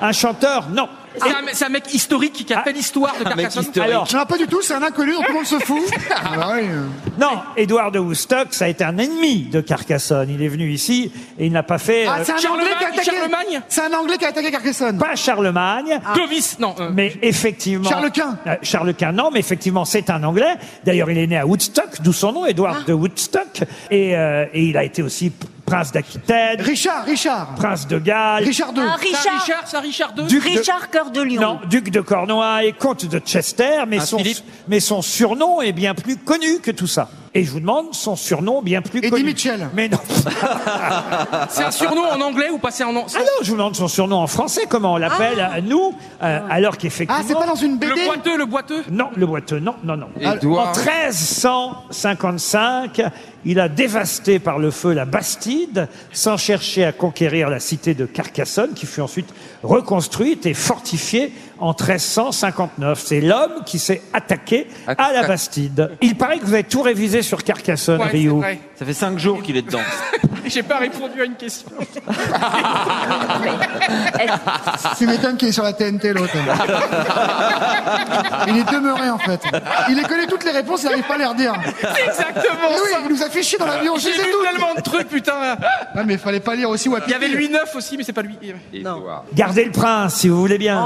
Un chanteur, non. Ah.
C'est un, c'est un mec historique qui a fait l'histoire de Carcassonne.
Alors,
Non, pas du tout, c'est un inconnu, donc tout le monde se fout.
*laughs*
Ah ouais, euh.
Non, Édouard de Woodstock, ça a été un ennemi de Carcassonne. Il est venu ici et il n'a pas fait
Ah,
euh,
c'est un anglais qui a
Charlemagne,
attaqué.
Charlemagne
C'est un anglais qui a attaqué Carcassonne. Ah.
pas Charlemagne.
Clovis, non. euh,
Mais effectivement.
Charles Quint.
Euh, Charles Quint, non, mais effectivement, c'est un Anglais. D'ailleurs, il est né à Woodstock, d'où son nom, Édouard
Ah.
de Woodstock. Et, euh, et il a été aussi p- prince d'Aquitaine,
Richard, Richard.
prince de Galles,
Richard II.
Ah,
Saint
Richard,
Richard, Saint Richard II.
Duc de-
Richard Cœur de Lion.
Non, duc de Cornouailles, comte de Chester, mais,
Ah,
son,
Philippe.
mais son surnom est bien plus connu que tout ça. Et je vous demande son surnom bien plus
Eddie
connu.
Mitchell.
Mais non.
C'est un surnom en anglais ou pas c'est un nom Ah.
Ah non, je vous demande son surnom en français, comment on l'appelle, à nous, euh, alors
Ah,
qu'effectivement...
c'est pas dans une
Le
BD
boiteux, le boiteux.
Non, le boiteux, non, non, non.
Édouard.
En 1355, il a dévasté par le feu la Bastide, sans chercher à conquérir la cité de Carcassonne, qui fut ensuite reconstruite et fortifiée en 1359. C'est l'homme qui s'est attaqué à la Bastide. Il paraît que vous avez tout révisé sur Carcassonne,
Ouais, c'est
Rio.
vrai.
Ça fait cinq jours qu'il est dedans.
Ah
*laughs* J'ai pas répondu à une question.
*laughs* Tu m'étonnes qu'il est sur la
*laughs*
TNT, l'autre. il est demeuré, en fait. Il les connaît toutes les réponses, il n'arrive pas à les redire.
C'est exactement
Mais oui,
ça.
il nous a fait chier dans l'avion, je
J'ai
les ai
lu
toutes.
tellement de trucs, putain.
Ouais, mais fallait pas lire aussi ou
Il y avait lui neuf aussi, mais c'est pas lui.
Édouard.
Gardez le prince, si vous voulez bien.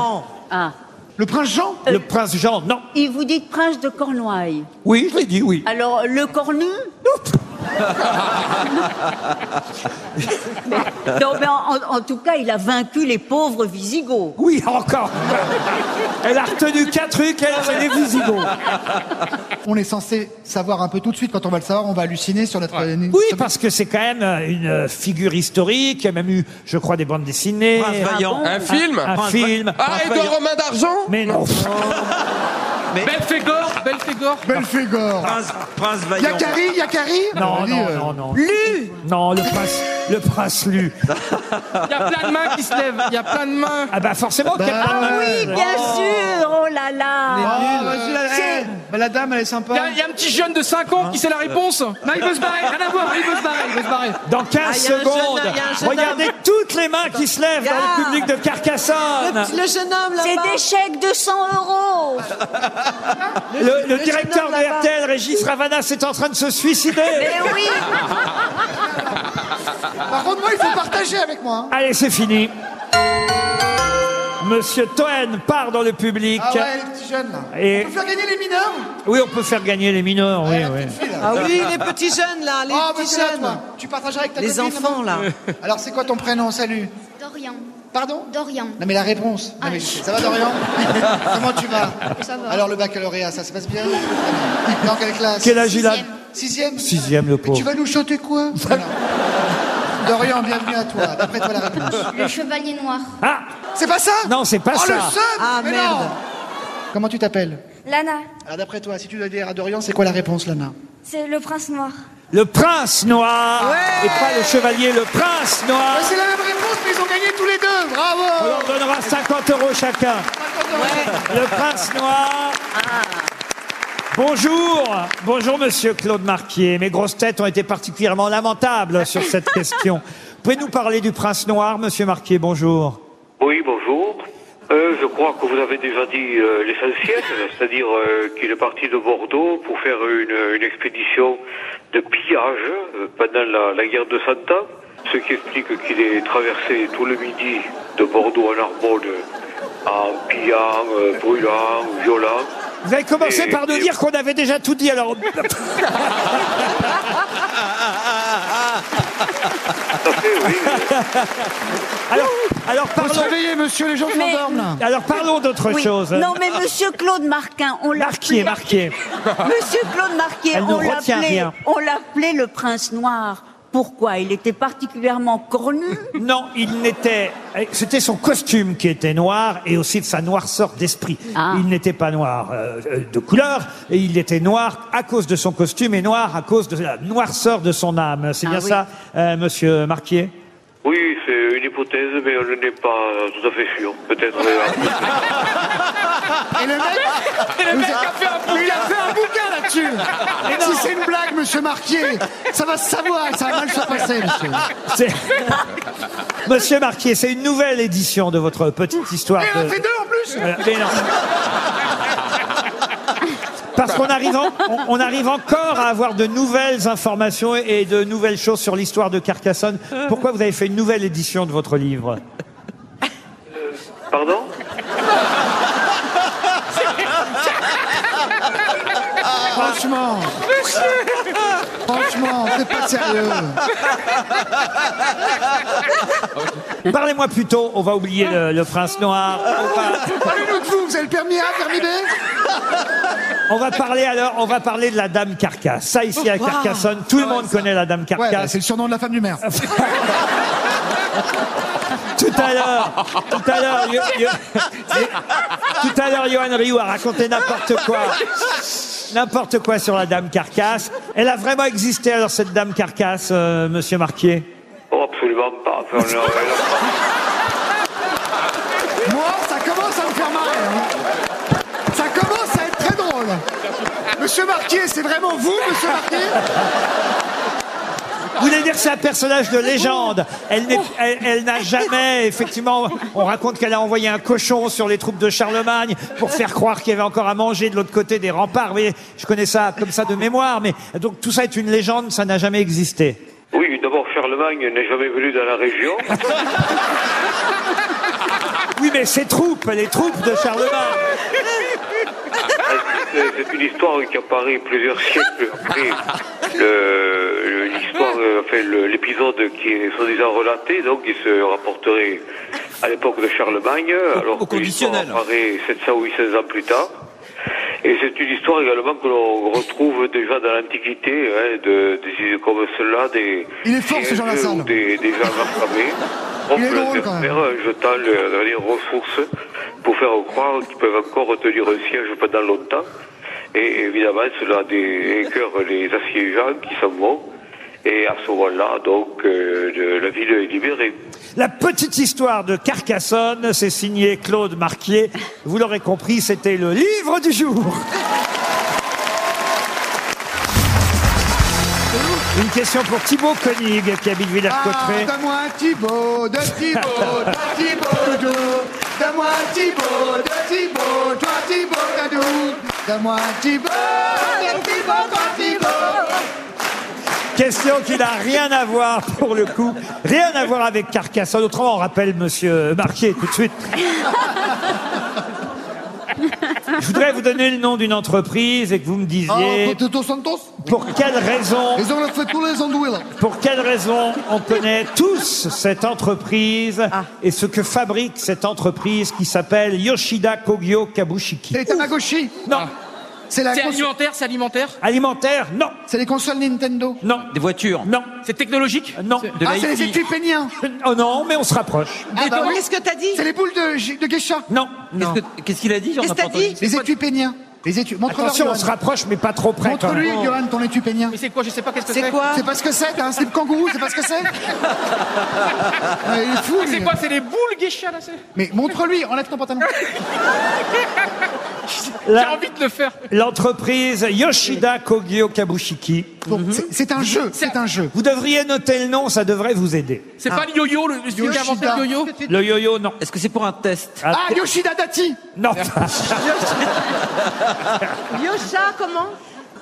Ah.
Le prince Jean
Le prince Jean, non.
Et vous dites prince de Cornouailles.
Oui, je l'ai dit, oui.
Alors, le cornu Non, mais en, en tout cas, il a vaincu les pauvres Visigoths.
Oui, encore. Elle a retenu quatre trucs, elle, c'est les Visigoths.
On est censé savoir un peu tout de suite. Quand on va le savoir, on va halluciner sur notre.
Oui, parce que c'est quand même euh, une euh, figure historique. Il y a même eu, je crois, des bandes dessinées. Ah
Prince Vaillant.
Un film.
Un film.
Ah Édouard Romain d'argent.
Mais non.
Belphégor, Belphégor.
Belphégor.
Prince, Prince Vaillant.
Yakari, Yakari
Non,
On dit,
non,
euh,
non, non. Lu Non, le prince, le prince Lu.
Il y a plein de mains qui se lèvent. Il y a plein de mains.
Ah bah forcément qu'il y a
Bah,
plein de-
Oui, bien sûr Oh là là Oh,
Ah, bah, je la-
C'est-
bah, la dame, elle est
Il y, a,
sympa.
il y a un petit jeune de 5 ans qui sait la réponse. Non, il veut se barrer. Rien à voir. Il veut se barrer. Il veut se barrer.
Dans 15
Ah, il y a un jeune-
secondes,
il y a un jeune
regardez toutes les mains qui se lèvent dans le
Ah.
public de Carcassonne.
Le, le jeune homme
C'est
là-bas.
des chèques de 100 euros
Le, le
jeune
directeur
homme
de
là-bas.
RTL, Régis Ravanas, est en train de se suicider.
Mais
Ah
oui
Par contre, moi, il faut partager avec moi. hein.
Allez, c'est fini. Monsieur Toen part dans le public.
Ah ouais, les petits jeunes là.
Et-
On peut faire gagner les mineurs
Oui, on peut faire gagner les mineurs, oui,
La
oui.
petite fille, là.
Ah oui, les petits jeunes là, les
Ah, bah,
petits
c'est là,
jeunes.
toi. Tu partageras avec ta
Les
copine,
enfants là.
Alors, c'est quoi ton prénom Salut.
Dorian.
Pardon
Dorian.
Non, mais la réponse. Non,
Ah.
mais ça
*laughs*
va, Dorian Comment tu vas
Ça va.
Alors, le baccalauréat, ça se passe bien Dans quelle classe
Quel âge il a
Sixième.
Sixième
Sixième, le
Mais
pauvre.
Tu vas nous
*laughs*
chanter quoi Voilà. Dorian, bienvenue à toi. D'après toi, la réponse.
Le chevalier noir.
Ah
C'est pas ça
Non, c'est pas
oh,
ça.
le seum
Ah,
Mais
merde.
non Comment tu t'appelles
Lana,
Alors, d'après toi, si tu dois dire à Dorian, c'est quoi la réponse, Lana
c'est le prince noir.
Le prince noir Et pas le chevalier, le prince noir
Ah, C'est la même réponse, mais ils ont gagné tous les deux
On
Bravo
leur donnera 50 euros chacun. Le prince noir. Bonjour, bonjour Monsieur Claude Marquier. Mes grosses têtes ont été particulièrement lamentables sur cette question. Pouvez-nous parler du prince noir, Monsieur Marquier Bonjour.
Oui, bonjour. Euh, je je crois que vous avez déjà dit euh, l'essentiel, c'est-à-dire euh, qu'il est parti de Bordeaux pour faire une, une expédition de pillage euh, pendant la, la guerre de Cent Ans, ce qui explique qu'il ait traversé tout le midi de Bordeaux à Narbonne en pillant, euh, brûlant, violant.
Vous avez commencé
Et-
par nous
et-
dire qu'on avait déjà tout
*laughs*
dit, alors...
Ah.
alors, alors
Faut se
parlons...
réveiller, monsieur, les gens
Mais-
s'endorment là.
Alors parlons d'autre
Oui.
chose.
Non, mais
*laughs*
Monsieur Claude Marquin, on l'appelait.
Marquier, Marquier.
*laughs* Monsieur Claude Marquet,
Elle ne
on
retient
l'appelait,
rien.
on l'appelait le prince noir. Pourquoi Il était particulièrement cornu.
Non, il n'était. C'était son costume qui était noir et aussi de sa noirceur d'esprit.
Ah.
Il n'était pas noir euh, euh, de couleur et il était noir à cause de son costume et noir à cause de la noirceur de son âme. C'est
Ah
bien
oui.
ça, euh, monsieur Marquier
Oui, c'est une hypothèse, mais on n'est pas tout à fait sûr. Peut-être. euh,
*laughs*
Et le mec,
le mec
vous
a fait un bouquin.
il a fait un
*laughs*
bouquin là-dessus.
Mais non.
Si c'est une blague, monsieur Marquier, ça va se savoir et ça va mal se passer, monsieur.
C'est- Monsieur Marquier, c'est une nouvelle édition de votre petite histoire.
Et il en
de-
a fait deux en plus
Euh, mais non. Parce qu'on arrive, en- on, on arrive encore à avoir de nouvelles informations et, et de nouvelles choses sur l'histoire de Carcassonne. Pourquoi vous avez fait une nouvelle édition de votre livre
Pardon
Franchement. Franchement, c'est pas sérieux.
Parlez-moi plutôt, on va oublier le, le prince noir. On va,
Parlez-nous de vous, vous avez le permis A, permis B
on va parler alors, on va parler de la dame Carcasse. Ça ici à Carcassonne, tout le monde connaît la dame
Ouais,
Carcasse.
bah, c'est le surnom de la femme du maire.
Tout à l'heure, tout à l'heure, Yo- Yo- tout à l'heure, Johan Rioux a raconté n'importe quoi. N'importe quoi sur la dame Carcasse. Elle a vraiment existé alors cette dame Carcasse, euh, monsieur Marquier
Oh, absolument pas. Enfin, on a- elle a-
Moi, ça commence à me faire marrer. hein. Ça commence à être très drôle. Monsieur Marquier, c'est vraiment vous, monsieur Marquier
Vous voulez dire que c'est un personnage de légende Elle n'est- elle- elle n'a jamais, effectivement, on raconte qu'elle a envoyé un cochon sur les troupes de Charlemagne pour faire croire qu'il y avait encore à manger de l'autre côté des remparts. Vous voyez, je connais ça comme ça de mémoire, mais donc tout ça est une légende, ça n'a jamais existé.
Oui, d'abord, Charlemagne n'est jamais venu dans la région.
Oui, mais ces troupes, les troupes de Charlemagne.
C'est euh, c'est une histoire qui apparaît plusieurs siècles après le- le- l'histoire, euh, enfin, le- l'épisode qui est soi-disant relaté, donc il se rapporterait à l'époque de Charlemagne, alors que l'histoire apparaît 700 ou 800 ans plus tard. Et c'est une histoire également que l'on retrouve déjà dans l'Antiquité, hein, de, des- comme cela, des,
Il est fort, ce Jean
des-
Lassalle.
ou des, des gens affamés.
Il est
contre
drôle, quand
l'adversaire, jetant le- on va dire, ressources pour faire croire qu'ils peuvent encore tenir un siège pendant longtemps. Et évidemment, cela dé- écœure les assiégeants qui s'en vont. Et à ce moment-là, donc, euh, le- la ville est libérée.
La petite histoire de Carcassonne, c'est signé Claude Marquier. Vous l'aurez compris, c'était le livre du jour. Une question pour Thibaut Koenig qui habite Villers-Cotterêts.
Ah, Donne-moi un Thibaut, de Thibaut, de Thibaut, doudou. Donne-moi un Thibaut, de Thibaut, toi Thibaut, dadou. Donne-moi un Thibaut, de Thibaut, toi Thibaut.
Question qui n'a rien à voir pour le coup, rien à voir avec Carcassonne. Autrement, on rappelle Monsieur Marquier tout de suite. Je voudrais vous donner le nom d'une entreprise et que vous me disiez
Toto Ah, Santos
pour quelle raison
Ils ont le fait tous les andouilles.
Pour quelle raison on connaît tous cette entreprise
Ah.
et ce que fabrique cette entreprise qui s'appelle Yoshida Kogyo Kabushiki
Les Tamagotchi Ah.
Non.
C'est la cons-
alimentaire, c'est alimentaire
Alimentaire Non.
C'est les consoles Nintendo
Non.
Des voitures.
Non. Euh,
C'est technologique
Non.
De
Ah, c'est les
l'IT.
*laughs*
équipes péniens
Oh non, mais on se rapproche.
Ah bah oui.
Qu'est-ce que t'as dit
C'est les boules de, G- de geisha.
Non.
Qu'est-ce que- qu'est-ce qu'il a dit J'en ai
Qu'est-ce que
pas
t'as dit
entendu.
Les étuis péniens. Les étuis. Montre-leur.
Attention, on
Johan.
se rapproche, mais pas trop près. quand
Montre-lui,
même.
Johan, ton étui pénien.
Mais c'est quoi Je sais pas qu'est-ce que c'est.
C'est quoi
C'est pas ce que c'est, t'as un slip kangourou, c'est pas ce que *laughs* c'est Ah, Il est fou,
Ah, C'est
lui.
quoi C'est les boules geisha là c'est
Ah,
Mais montre-lui, enlève ton pantalon.
J'ai envie de le faire. L'entreprise Yoshida Kogyo Kabushiki.
Mhm.
C'est un jeu, c'est un jeu. Vous devriez noter le nom, ça devrait vous aider.
C'est pas le yo-yo, le, celui qui a inventé le yo-yo
Le yo-yo, non. Est-ce que c'est pour un test
Ah,
Yoshida Dati
Non. *laughs*
Yosha, comment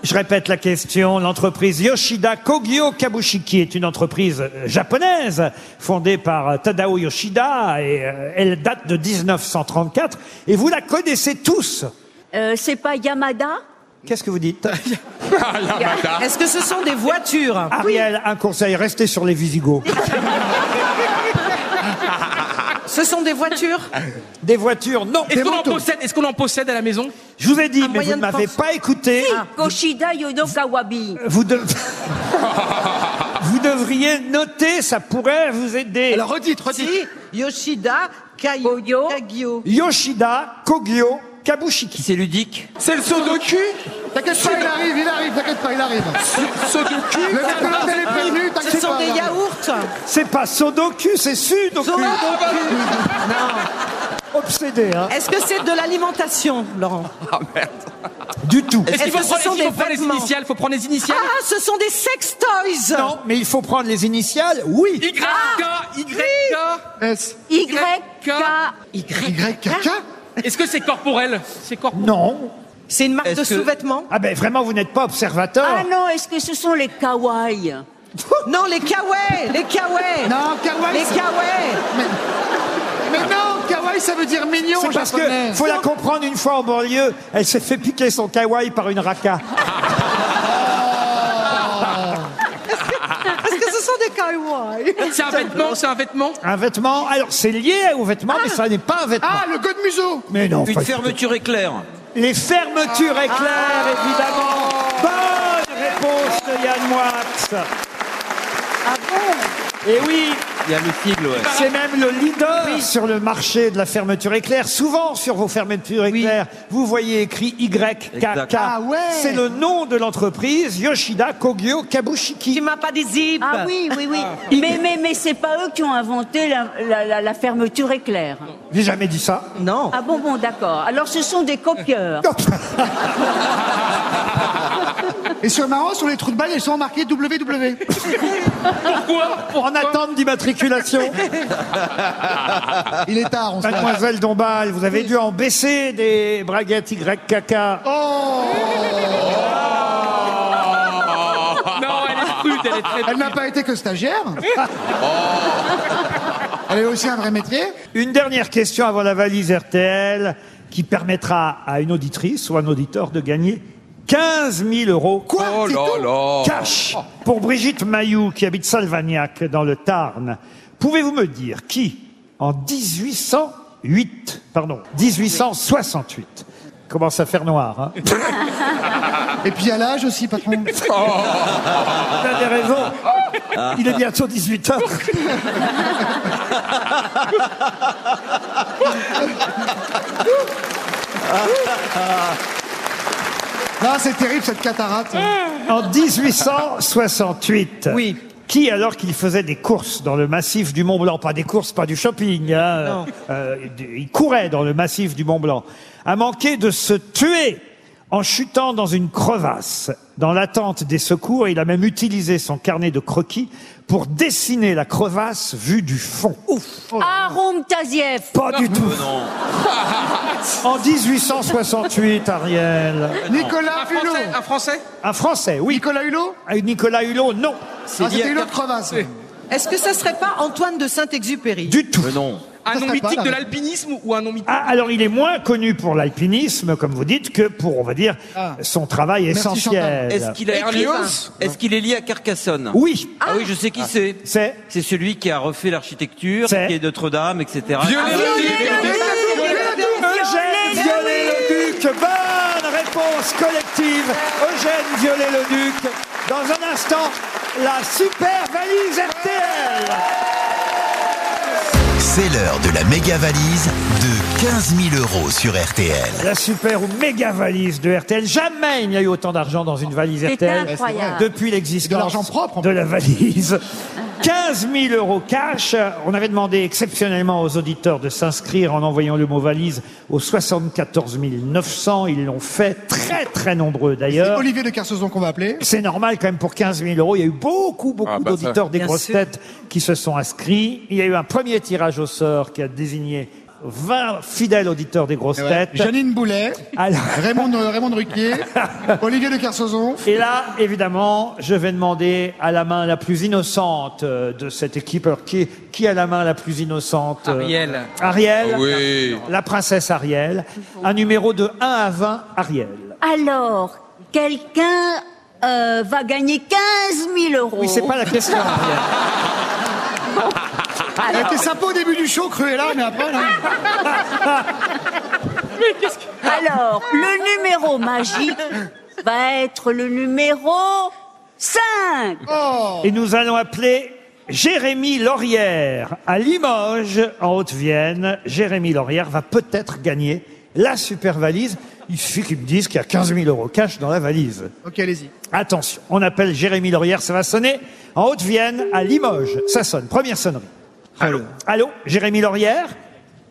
Je répète la question. L'entreprise Yoshida Kogyo Kabushiki est une entreprise euh, japonaise fondée par euh, Tadao Yoshida et euh, elle date de 1934 et vous la connaissez tous.
Euh, c'est pas Yamada
Qu'est-ce que vous dites
Est-ce que ce sont des voitures
Ariel, un conseil, restez sur les Visigoths.
Ah,
Ce sont des voitures
Des voitures, non.
Est-ce qu'on en possède Est-ce qu'on en possède à la maison
Je vous ai dit, mais vous ne m'avez pas écouté. Ah.
Koshida Yodo Kawabi.
Vous, de- *laughs* vous devriez noter, ça pourrait vous aider. Alors redites, redites.
Yoshida Kayo- Kagyo.
Yoshida Kogyo *laughs* Kabushiki.
C'est ludique.
C'est le Sudoku
T'inquiète pas, il arrive, il arrive, t'inquiète pas, il arrive.
Sudoku
Le colonel est prévenu, t'inquiète pas. il arrive.
C'est pas Sodoku, c'est Sudoku. Non. Obsédé, hein.
Est-ce que c'est de l'alimentation, Laurent
*laughs*
Du tout.
Est-ce qu'il faut
Est-ce que ce
prendre
sont
les- il faut
des
prendre les
vêtements
initiales Faut prendre les initiales
Ah, ce sont des sex toys
Non, mais il faut prendre les initiales, oui. Ah,
Y, K, Y, K.
S.
Y, K.
Y, Est-ce que c'est corporel C'est corporel.
Non.
C'est une
marque de sous-vêtements
Ah ben vraiment, vous n'êtes pas observateur.
Ah non, est-ce que ce sont les kawaii
Non, les kawaii, les kawaii.
Non, kawaii,
Les
c'est-
kawaii.
Mais non, kawaii, ça veut dire mignon en
C'est parce
japonais.
que, faut la comprendre, une fois en banlieue, elle s'est fait piquer son kawaii par une raka.
Ah.
Est-ce que ce sont des kawaii
*laughs*
*laughs* C'est un vêtement, c'est un vêtement.
Un vêtement, alors c'est lié au vêtement, mais ça n'est pas un vêtement.
Ah, le god museau
mais non,
Une
pas du
fermeture éclair.
tout. Les fermetures éclairs, évidemment. Bonne réponse de Yann Moix.
Ah bon
Et oui,
Il y a le sigle, ouais.
c'est même le leader sur le marché de la fermeture éclair. Souvent, sur vos fermetures éclair, vous voyez écrit YKK.
Exact. Ah
ouais.
C'est le nom de l'entreprise Yoshida Kogyo Kabushiki.
Tu m'as pas des zips.
Bah,
Ah oui, oui, oui. mais mais, mais c'est pas eux qui ont inventé la, la- la- la fermeture éclair.
J'ai jamais dit ça.
Non.
Ah bon, bon, d'accord. Alors ce sont des copieurs.
Et sur marrant, sur les trous de balle, elles sont marquées WW.
En attente d'immatriculation.
*laughs* Il est tard, on se lâche.
Mademoiselle Dombal, vous avez dû en baisser des braguettes YKK.
Oh,
Non, elle est prude, elle est très.
Elle n'a pas été que stagiaire. Elle est aussi un vrai métier.
Une dernière question avant la valise RTL qui permettra à une auditrice ou un auditeur de gagner 15 000 euros
Quoi
Oh
C'est
là
tout
là
cash pour Brigitte Mayou qui habite Salvagnac dans le Tarn. Pouvez-vous me dire qui, en 1808, pardon, 1868, commence à faire noir, hein
Et puis à l'âge aussi,
*laughs*
patron.
Vous avez raison. Il est bientôt 18 heures.
Là, c'est terrible cette cataracte.
En 1868.
Oui.
Qui, alors qu'il faisait des courses dans le massif du Mont Blanc, pas des courses, pas du shopping, hein,
Non.
euh, euh, il courait dans le massif du Mont Blanc, a manqué de se tuer en chutant dans une crevasse. Dans l'attente des secours, il a même utilisé son carnet de croquis pour dessiner la crevasse vue du fond. Ouf
Arum Taziev.
oh. Pas du tout. En 1868, Ariel.
Nicolas
Un
Hulot.
français, un français
Un Français, oui.
Nicolas Hulot
Ah, Nicolas Hulot, non.
Ah, c'était une autre crevasse.
Est-ce que ça serait pas Antoine de Saint-Exupéry
Du tout.
non.
Un
Ça
nom
serait pas,
mythique
là,
de
mais-
l'alpinisme ou un nom mythique
Ah, alors il est moins connu pour l'alpinisme, comme vous dites, que pour, on va dire,
Ah.
son travail
Est-ce
Merci,
essentiel.
qu'il a-
Écrivain.
Est-ce qu'il est lié à Carcassonne
Oui,
Ah oui, je sais qui c'est.
c'est
C'est celui qui a refait l'architecture, qui
C'est
est Notre-Dame, Ah, etc.
Eugène Viollet-le-Duc. Bonne réponse collective, Eugène Viollet-le-Duc. Dans un instant, la super valise RTL.
C'est l'heure de la méga valise de 15 000 euros sur RTL.
La super ou méga valise de RTL. Jamais il n'y a eu autant d'argent dans une valise
C'est
RTL
incroyable.
depuis
Et de
l'existence
l'argent propre, en
de la valise. 15 15 000 euros cash. On avait demandé exceptionnellement aux auditeurs de s'inscrire en envoyant le mot valise au 74 900. Ils l'ont fait, très très nombreux d'ailleurs.
Olivier de Carsozon qu'on va appeler.
C'est normal quand même pour 15 000 euros. Il y a eu beaucoup, beaucoup
Ah, bah ça.
d'auditeurs des
Bien
grosses
sûr.
têtes qui se sont inscrits. Il y a eu un premier tirage au sort qui a désigné 20 fidèles auditeurs des grosses
Eh Ouais.
têtes.
Janine Boulet, Raymond, euh,
*laughs*
Raymond Ruquier, Olivier de Carsozon.
Et là, évidemment, je vais demander à la main la plus innocente euh, de cette équipe. Alors, qui, qui a la main la plus innocente euh,
Ariel.
Ariel.
Oui.
La princesse Ariel. Un numéro de 1 à 20, Ariel.
Alors, quelqu'un euh, va gagner 15 000 euros.
Oui, c'est pas la question, Ariel.
Ah,
Ah,
Elle était sympa au début du show, Cruella,
*laughs*
mais après, là.
Alors, le numéro magique va être le numéro 5.
Et nous allons appeler Jérémy Laurière à Limoges, en Haute-Vienne. Jérémy Laurière va peut-être gagner la super valise. Il suffit qu'ils me disent qu'il y a 15 000 euros cash dans la valise.
Ok, allez-y.
Attention, on appelle Jérémy Laurière, ça va sonner en Haute-Vienne, à Limoges. Ça sonne, première sonnerie. Allô Allô, Jérémy Laurière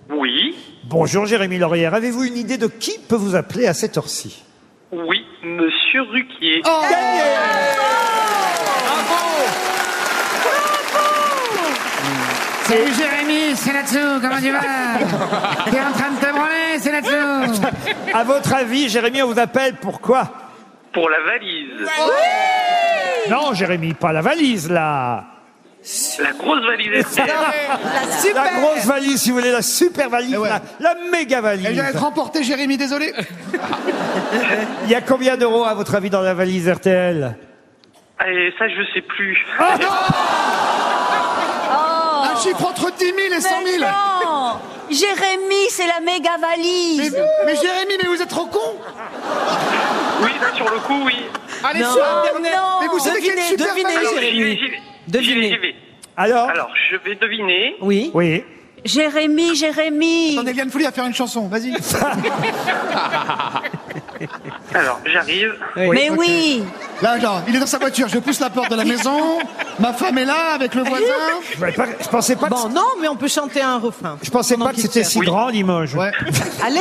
Oui,
Bonjour Jérémy Laurière, avez-vous une idée de qui peut vous appeler à cette heure-ci
oui, monsieur Ruquier.
Oh.
Salut Jérémy, c'est là-dessous, comment tu
*laughs*
vas T'es en train de te branler, c'est là-dessous
À votre avis, Jérémy, on vous appelle pourquoi
Pour la valise.
Non, Jérémy, pas la valise là
La grosse valise STL.
Ah La grosse valise, si vous voulez, la super valise, la, la méga valise.
Elle vient d'être remportée, Jérémy, désolé.
Il y a combien d'euros, à votre avis, dans la valise RTL
Et ça, je sais plus.
Ah
Ah Un chiffre entre 10 000 et 100 000.
Oh. Mais non Jérémy, c'est la méga valise.
Mais Jérémy, mais vous êtes trop con
Oui, là, sur le coup, oui.
Allez, sur Internet.
non.
Mais vous savez quelle super valise
Alors, j'y vais, j'y vais. J'y vais, j'y vais.
Alors
Alors, je vais deviner.
*laughs*
Oui.
Oui.
Jérémy, Jérémy.
Attendez, Liane Folie à faire une chanson,
*laughs*
vas-y.
Alors, j'arrive.
Ok.
*laughs*
Là, là, il est dans sa voiture, je pousse la porte de la maison, ma femme est là avec le voisin.
Je voulais pas- je pensais pas
Bon,
que,
non, mais on peut chanter un refrain.
je pensais pas que c'était si grand, Limoges. *laughs*
*laughs*
Allez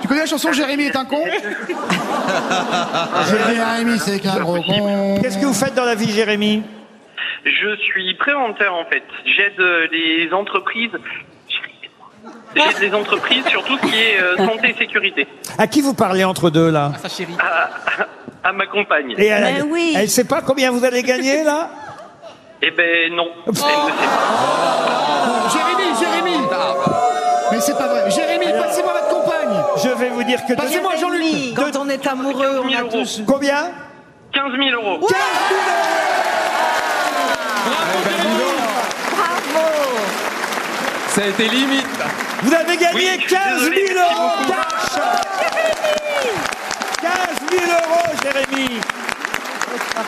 Tu connais la chanson Jérémy est un con Jérémy, c'est qu'un gros con.
Qu'est-ce que vous faites dans la vie, Jérémy
Je suis préventeur, en fait. J'aide euh, les entreprises. J'aide les entreprises sur tout ce qui est euh, santé et sécurité.
À qui vous parlez entre deux, là
Sa chérie. À, à ma compagne.
Et
Ben
elle, elle, elle sait pas combien vous allez gagner, là
Eh ben non. Elle ne sait pas.
Jérémy, Jérémy Mais c'est pas vrai. Jérémy, passez-moi votre compagne
Je vais vous dire que...
Passez-moi Jean-Luc Quand on est amoureux, on a tous...
Combien
15 000 euros.
Ça a été limite.
Vous avez gagné 15 000 euros cash 15 000 euros, Jérémy
Je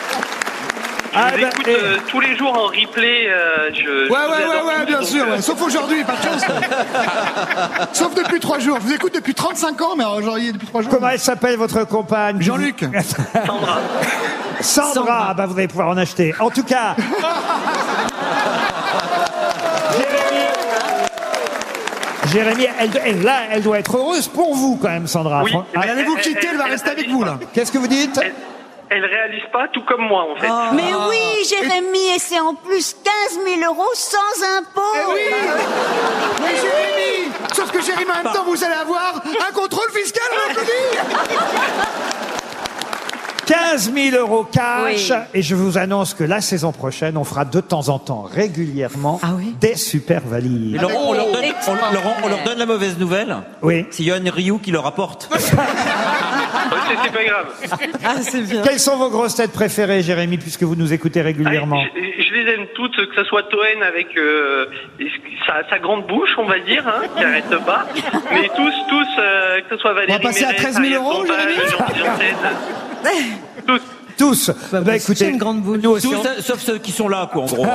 Ah,
vous
ben,
écoute euh, tous les jours en replay. euh, je,
Ouais, ouais, ouais, ouais, bien sûr, ouais. sauf aujourd'hui, pas de *laughs* chance. sauf depuis 3 jours. Je vous écoute depuis 35 ans, mais aujourd'hui, depuis 3 jours.
Comment elle s'appelle, votre compagne *laughs* Jean-Luc
Sandra.
Sandra, Ah bah, vous allez pouvoir en acheter. En
*laughs*
tout cas, Jérémy, elle, elle- là, elle doit être heureuse pour vous, quand même, Sandra.
Oui.
Fran-
Eh ben, Allez-vous elle- quitter, elle- elle va elle- rester
avec vous, là. Qu'est-ce que vous dites
Elle réalise pas, tout comme moi, en fait.
Ah. Mais
Ah.
oui, Jérémy, et c'est en plus 15 000 euros sans impôt.
Eh Mais Jérémy Sauf que Jérémy, en même temps, vous allez avoir un contrôle fiscal, on applaudit
15 000 euros cash.
Oui.
Et je vous annonce que la saison prochaine, on fera de temps en temps, régulièrement, des super valises.
Et Laurent, on, leur donne, on- Laurent, on leur donne la mauvaise nouvelle.
Oui.
C'est Yohan Ryu qui leur apporte.
C'est pas grave.
Ah,
Ah, Quelles sont vos grosses têtes préférées, Jérémy, puisque vous nous écoutez régulièrement
Je, je les aime toutes, que ce soit Toen avec euh, sa, sa grande bouche, on va dire, hein, qui arrête pas. Mais tous, tous, euh, que ce soit Valérie.
On va passer à
Mérès,
13 000
Ariel
euros,
Dombal,
Jérémy
Jean Janssen.
Tous. Bah, écoutez, nous aussi,
Tous,
on-
euh, sauf ceux qui sont là, quoi, en
*laughs*
gros.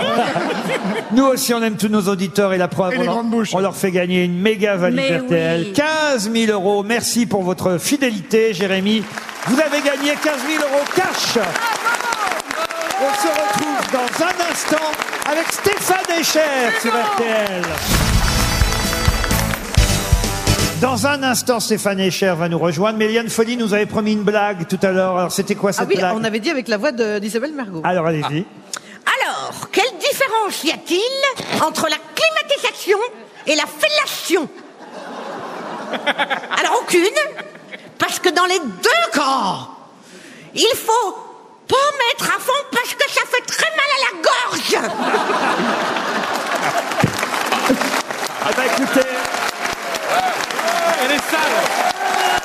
Nous aussi, on aime tous nos auditeurs et la preuve,
Et
on,
les
leur,
grandes
on leur fait gagner une méga valise
Mais
RTL.
oui.
15 000 euros. Merci pour votre fidélité, Jérémy. Vous avez gagné 15 000 euros cash. On se retrouve dans un instant avec Stéphane Echer sur RTL. Dans un instant, Stéphane Echer va nous rejoindre. Mais Liane Folly nous avait promis une blague tout à l'heure. Alors, c'était quoi
Ah
cette
oui,
blague
on avait dit avec la voix de- d'Isabelle Margot.
Alors, allez-y.
Alors, quelle différence y a-t-il entre la climatisation et la fellation Alors, aucune, parce que dans les deux cas, il faut pas mettre à fond parce que ça fait très mal à la gorge.
Ah bah écoutez.
Elle est sale.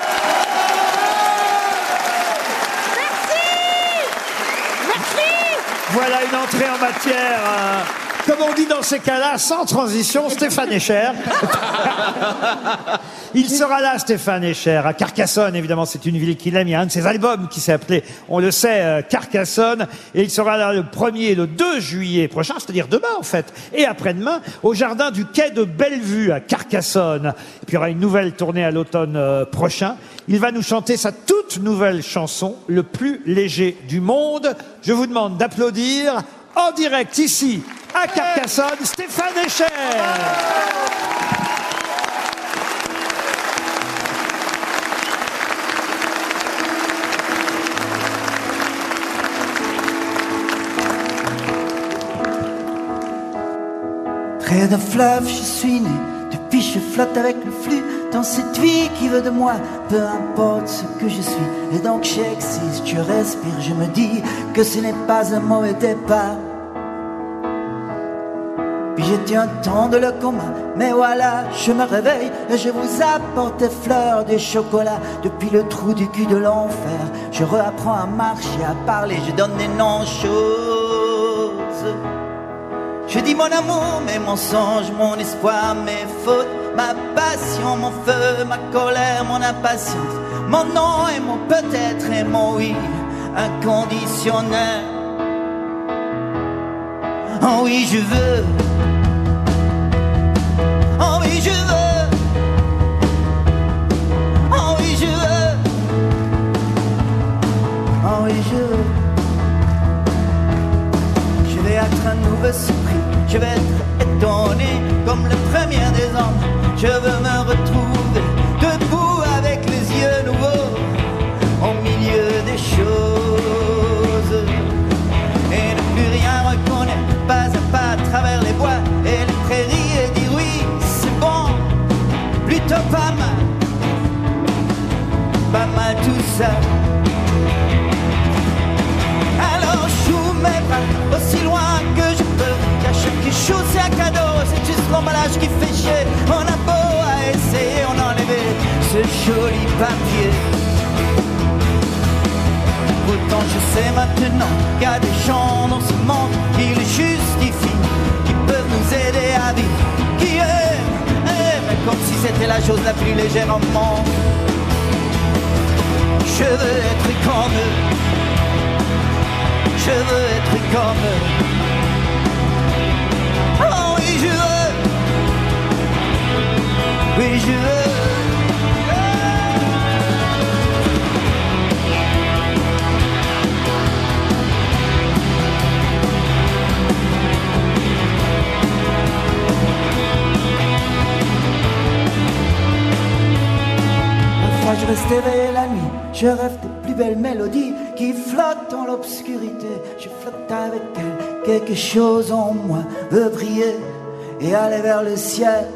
Voilà une entrée en matière. euh, comme on dit dans ces cas-là, sans transition, Stéphane Echer. Il sera là, Stéphane Echer, à Carcassonne. Évidemment, c'est une ville qu'il aime. Il y a un de ses albums qui s'est appelé, on le sait, euh, Carcassonne. Et il sera là le 1er et le 2 juillet prochain, c'est-à-dire demain, en fait. Et après-demain, au jardin du quai de Bellevue, à Carcassonne. Et puis, il y aura une nouvelle tournée à l'automne euh, prochain. Il va nous chanter sa toute nouvelle chanson, Le plus léger du monde. Je vous demande d'applaudir en direct ici, à Carcassonne, Stéphane Echer.
Près d'un fleuve, je suis né. Depuis, je flotte avec le flux dans cette vie qui veut de moi. Peu importe ce que je suis. Et donc, j'existe, je respire. Je me dis que ce n'est pas un mauvais départ. Puis j'étais un temps de le coma, mais voilà, je me réveille et je vous apporte des fleurs, des chocolats. Depuis le trou du cul de l'enfer, je réapprends à marcher, à parler, je donne des noms aux choses. Je dis mon amour, mes mensonges, mon espoir, mes fautes, ma passion, mon feu, ma colère, mon impatience, mon non et mon peut-être et mon oui inconditionnel. Oh oui, je veux. Oh oui, je veux. Oh oui, je veux. Oh oui, je veux. Je vais être un nouveau surpris, je vais être étonné comme le premier des hommes. Je veux me retrouver debout avec les yeux nouveaux au milieu des choses. Et ne plus rien reconnaître, pas à pas à travers les bois et les prairies et dire oui, c'est bon, plutôt pas mal, pas mal tout ça. Alors j'ouvre mes bras aussi loin que je peux Car chaque chose c'est un cadeau, c'est juste l'emballage qui fait chier On a beau à essayer, on a enlevé ce joli papier Pourtant je sais maintenant qu'il y a des gens dans ce monde Qui le justifient, qui peuvent nous aider à vivre Qui aiment, aiment comme si c'était la chose la plus légère au monde Je veux être comme eux je veux être comme eux. Oh oui, je veux. Oui, je veux. Parfois je reste éveillé la nuit, je rêve des plus belles mélodies qui flottent dans l'obscurité. Je flotte avec elles, quelque chose en moi veut briller et aller vers le ciel.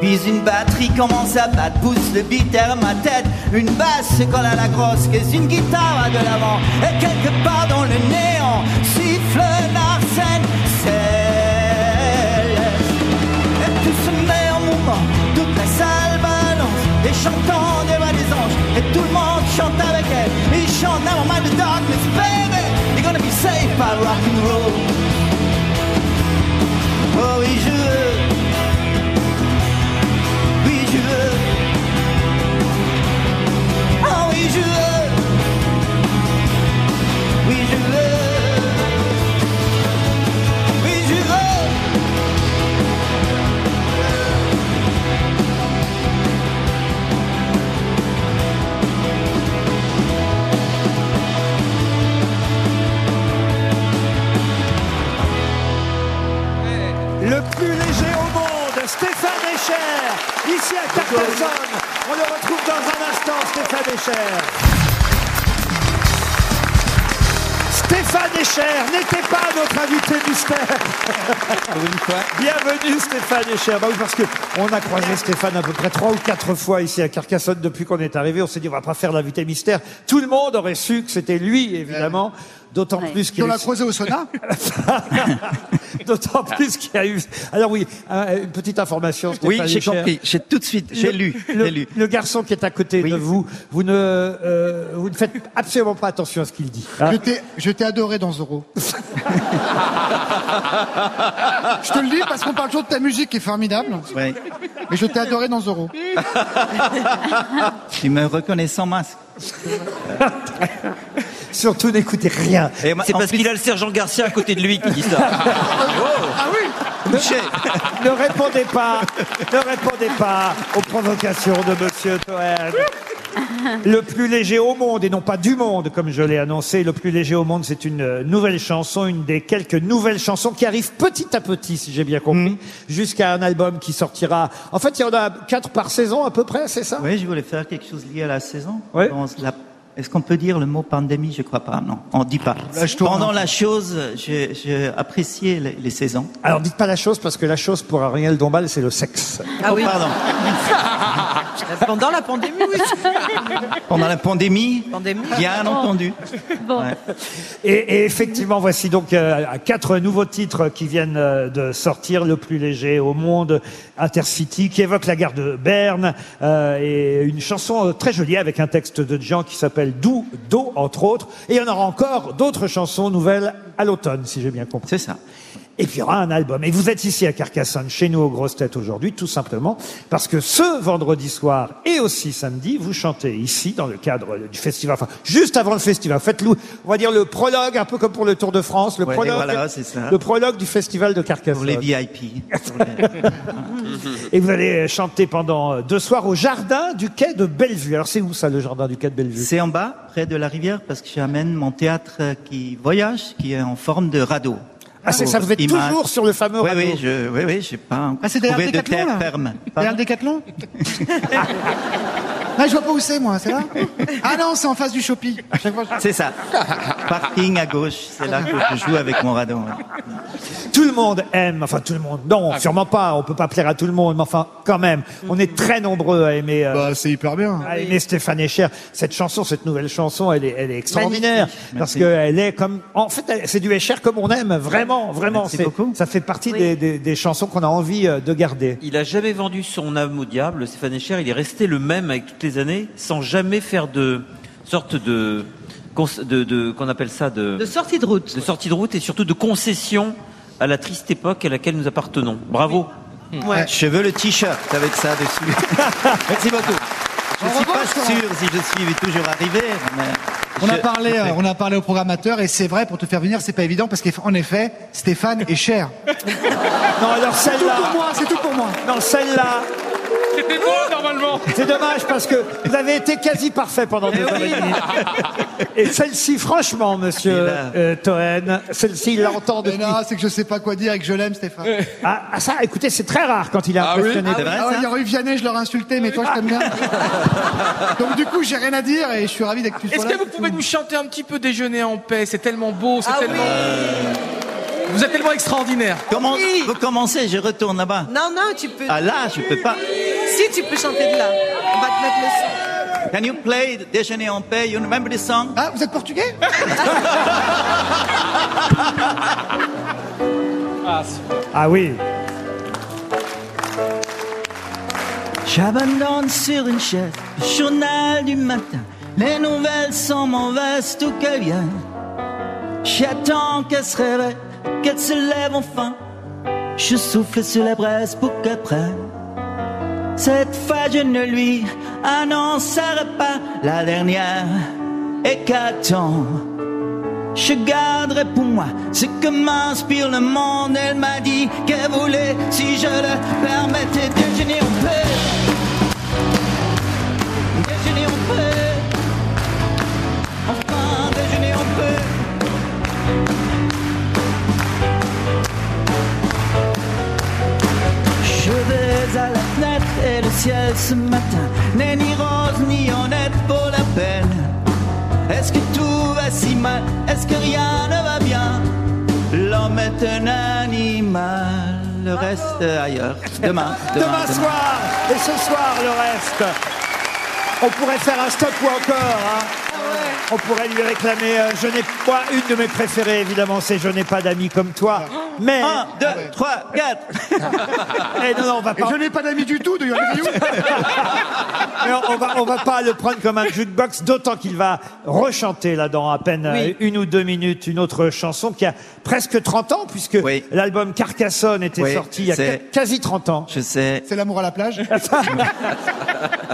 Puis une batterie commence à battre, pousse le beat derrière ma tête. Une basse se colle à la grosse, que une guitare à de l'avant. Et quelque part dans le néant, siffle l'arsène, céleste. Et tout se met en mouvement, toute la salle balance Et chantant devant les anges Et tout le monde chante avec elle Ils chantent Never mind the darkness, baby You're gonna be saved by rock and roll Oh oui je veux Oui je veux Oh oui je veux Oui je veux
le plus léger au monde, Stéphane Echer, ici à Carcassonne. On le retrouve dans un instant, Stéphane Echer. Stéphane Echer n'était pas notre invité mystère. Bienvenue Stéphane Echer. Bah oui, parce que on a croisé Stéphane à peu près trois ou quatre fois ici à Carcassonne depuis qu'on est arrivé. On s'est dit on va pas faire l'invité mystère. Tout le monde aurait su que c'était lui évidemment. D'autant plus qu'il
On l'a
est-
croisé au sauna.
*laughs* D'autant plus qu'il y a eu. Alors oui, un- une petite information.
Oui,
Stéphane
j'ai
Echer.
compris. J'ai tout de suite- j'ai
Le-
lu,
Le,
j'ai lu.
le garçon qui est à côté de vous, vous ne, euh, vous ne faites absolument pas attention à ce qu'il dit. hein.
Je t'ai- Je t'ai adoré dans Zoro. Je te le dis parce qu'on parle toujours de ta musique qui est formidable.
Ouais.
Mais je t'ai adoré dans
*laughs*
Zoro.
Il me reconnaît sans masque.
Surtout n'écoutez rien.
*laughs*
C'est parce qu'il a le sergent Garcia à côté de lui qui dit ça.
Ah oui
Ne répondez pas, ne répondez pas aux provocations de Monsieur Toen. Le plus léger au monde, et non pas du monde, comme je l'ai annoncé, le plus léger au monde, c'est une euh, nouvelle chanson, une des quelques nouvelles chansons qui arrivent petit à petit, si j'ai bien compris,
Hmm.
jusqu'à un album qui sortira. En fait, il y en a quatre par saison à peu près, c'est ça
Oui, je voulais faire quelque chose lié à la saison. Dans la- Est-ce qu'on peut dire le mot pandémie Je crois pas, non. On dit pas.
Lâche-toi,
Pendant
hein.
la chose, j'ai j'ai apprécié les, les saisons.
Alors dites pas la chose, parce que la chose pour Ariel Dombal, c'est le sexe.
Ah oui. pardon.
*laughs* Pendant la pandémie, oui.
Pendant la pandémie,
Pandémie.
bien
Bon.
entendu.
Bon.
Et, et effectivement, voici donc euh, quatre nouveaux titres qui viennent euh, de sortir. Le plus léger au monde, Intercity, qui évoque la gare de Berne, euh, et une chanson euh, très jolie avec un texte de Jean qui s'appelle Dou, Do, entre autres. Et il y en aura encore d'autres chansons nouvelles à l'automne, si j'ai bien compris.
C'est ça.
Et puis il y aura un album. Et vous êtes ici à Carcassonne, chez nous aux grosses têtes aujourd'hui, tout simplement parce que ce vendredi soir et aussi samedi, vous chantez ici dans le cadre du festival. Enfin, juste avant le festival, faites-le. On va dire le prologue, un peu comme pour le Tour de France, le
Ouais,
prologue,
voilà, c'est ça.
le prologue du festival de Carcassonne.
Pour les
*laughs*
VIP.
Et vous allez chanter pendant deux soirs au jardin du quai de Bellevue. Alors c'est où ça, le jardin du quai de Bellevue
C'est en bas, près de la rivière, parce que j'amène mon théâtre euh, qui voyage, qui est en forme de radeau.
Ah, c'est ça, vous êtes
Image.
toujours sur le fameux
oui,
radeau.
Oui, je, oui, oui, j'ai pas encore
Ah, c'est derrière
trouvé de
Décathlon,
terre
là
ferme.
Derrière
*laughs*
le décathlon Là, je vois pas où c'est, moi. C'est là Ah non, c'est en face du Shopping. À chaque fois, je-
C'est ça. Parking à gauche, c'est là que je joue avec mon radeau.
Tout le monde aime, enfin tout le monde, non,
Ah,
sûrement pas, on peut pas plaire à tout le monde, mais enfin quand même, on est très nombreux à aimer. Bah, c'est hyper bien. À aimer Stéphane Echer. Cette chanson, cette nouvelle chanson, elle est, elle est extraordinaire
Magnifique.
parce
Merci.
qu'elle est comme, en fait, elle- c'est du Echer comme on aime, vraiment, vraiment.
Merci
C'est- Ça fait partie des, des- des chansons qu'on a envie euh, de garder.
Il a jamais vendu son âme au diable, Stéphane Echer. Il est resté le même avec toutes les années, sans jamais faire de sorte de cons- de, de- qu'on appelle ça de,
De sortie de route.
de sortie de route et surtout de concession à la triste époque à laquelle nous appartenons. Bravo.
Ouais.
Je veux le t-shirt avec ça dessus. Merci beaucoup. Je
En
suis pas
revanche, on-
sûr si je suis toujours arrivé. mais
On a
je-
parlé, euh, on a parlé au programmateur et c'est vrai pour te faire venir, c'est pas évident parce qu'en effet, Stéphane est cher.
*laughs* Non, alors
C'est tout
celle-là.
pour moi, c'est tout pour moi.
Non, celle-là. C'était moi normalement. Eh C'est dommage parce que vous avez été quasi parfait pendant deux heures et demie. Et celle-ci, franchement,
Eh
monsieur
ben.
euh, Toen, celle-ci, il l'entend
Mais
depuis.
non, c'est que je sais pas quoi dire et que je l'aime, Stéphane.
Ah, ah, ça, écoutez, c'est très rare quand il est impressionné.
Ah oui, ah ouais, il y aurait eu Vianney, je l'aurais insulté, mais toi, je
*laughs*
t'aime bien. Donc, du coup, j'ai rien à dire et je suis ravi d'être plus
Est-ce que vous pouvez nous chanter un petit peu Déjeuner en paix C'est tellement beau, c'est tellement. Vous êtes tellement extraordinaire.
Comment vous commencez Je retourne là-bas.
Non, non, tu peux.
Ah là, je peux pas.
Si, tu peux chanter de là. On va te mettre le son.
Can you play Déjeuner en paix You remember the song
Ah, vous
*laughs*
êtes portugais
Ah oui.
J'abandonne sur une chaise le journal du matin. Les nouvelles sont mauvaises, tout qu'elles viennent. J'attends qu'elle se réveille, qu'elle se lève enfin. Je souffle sur la braise pour qu'elle prenne. Cette fois, je ne lui annoncerai pas la dernière et qu'attends. Je garderai pour moi ce que m'inspire le monde. Elle m'a dit qu'elle voulait, si je le permettais, déjeuner en paix. Déjeuner en paix. Enfin, déjeuner en paix. ciel ce matin n'est ni rose ni honnête pour la peine. Est-ce que tout va si mal Est-ce que rien ne va bien L'homme est un animal, le reste euh, ailleurs. Demain, demain,
Demain soir et ce soir le reste. On pourrait faire un stop ou encore. hein. On pourrait lui réclamer. euh, je n'ai pas une de mes préférées évidemment, c'est je n'ai pas d'amis comme toi. Mais
1, 2, 3, 4.
*laughs* Eh non, non, on va pas.
Je n'ai pas d'amis du tout de Yann Rioux.
Mais on, on va, on va pas le prendre comme un jukebox, d'autant qu'il va rechanter là dans à peine euh, une ou deux minutes une autre chanson qui a presque 30 ans, puisque l'album Carcassonne était
Oui,
sorti il y a
c'est-
qu- quasi 30 ans.
Je sais.
C'est l'amour à la
*laughs*
plage.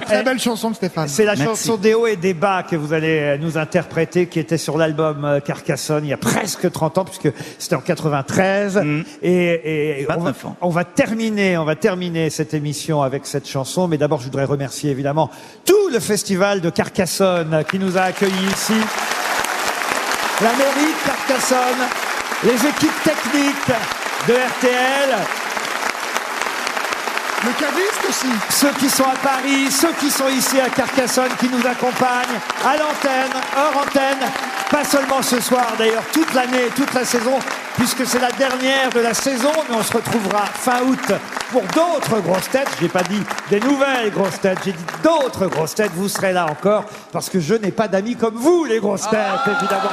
Très belle chanson de Stéphane.
C'est la chanson des hauts et des bas que vous allez euh, nous interpréter, qui était sur l'album euh, Carcassonne il y a presque 30 ans, puisque c'était en 93. Et, et on, va, on va terminer, on va terminer cette émission avec cette chanson. Mais d'abord, je voudrais remercier évidemment tout le festival de Carcassonne euh, qui nous a accueillis ici. La mairie de Carcassonne, les équipes techniques de RTL,
Le caviste aussi.
ceux qui sont à Paris, ceux qui sont ici à Carcassonne, qui nous accompagnent à l'antenne, hors antenne, pas seulement ce soir d'ailleurs, toute l'année, toute la saison, puisque c'est la dernière de la saison, mais on se retrouvera fin août pour d'autres grosses têtes. J'ai pas dit des nouvelles grosses têtes, j'ai dit d'autres grosses têtes. Vous serez là encore parce que je n'ai pas d'amis comme vous, les grosses têtes, évidemment.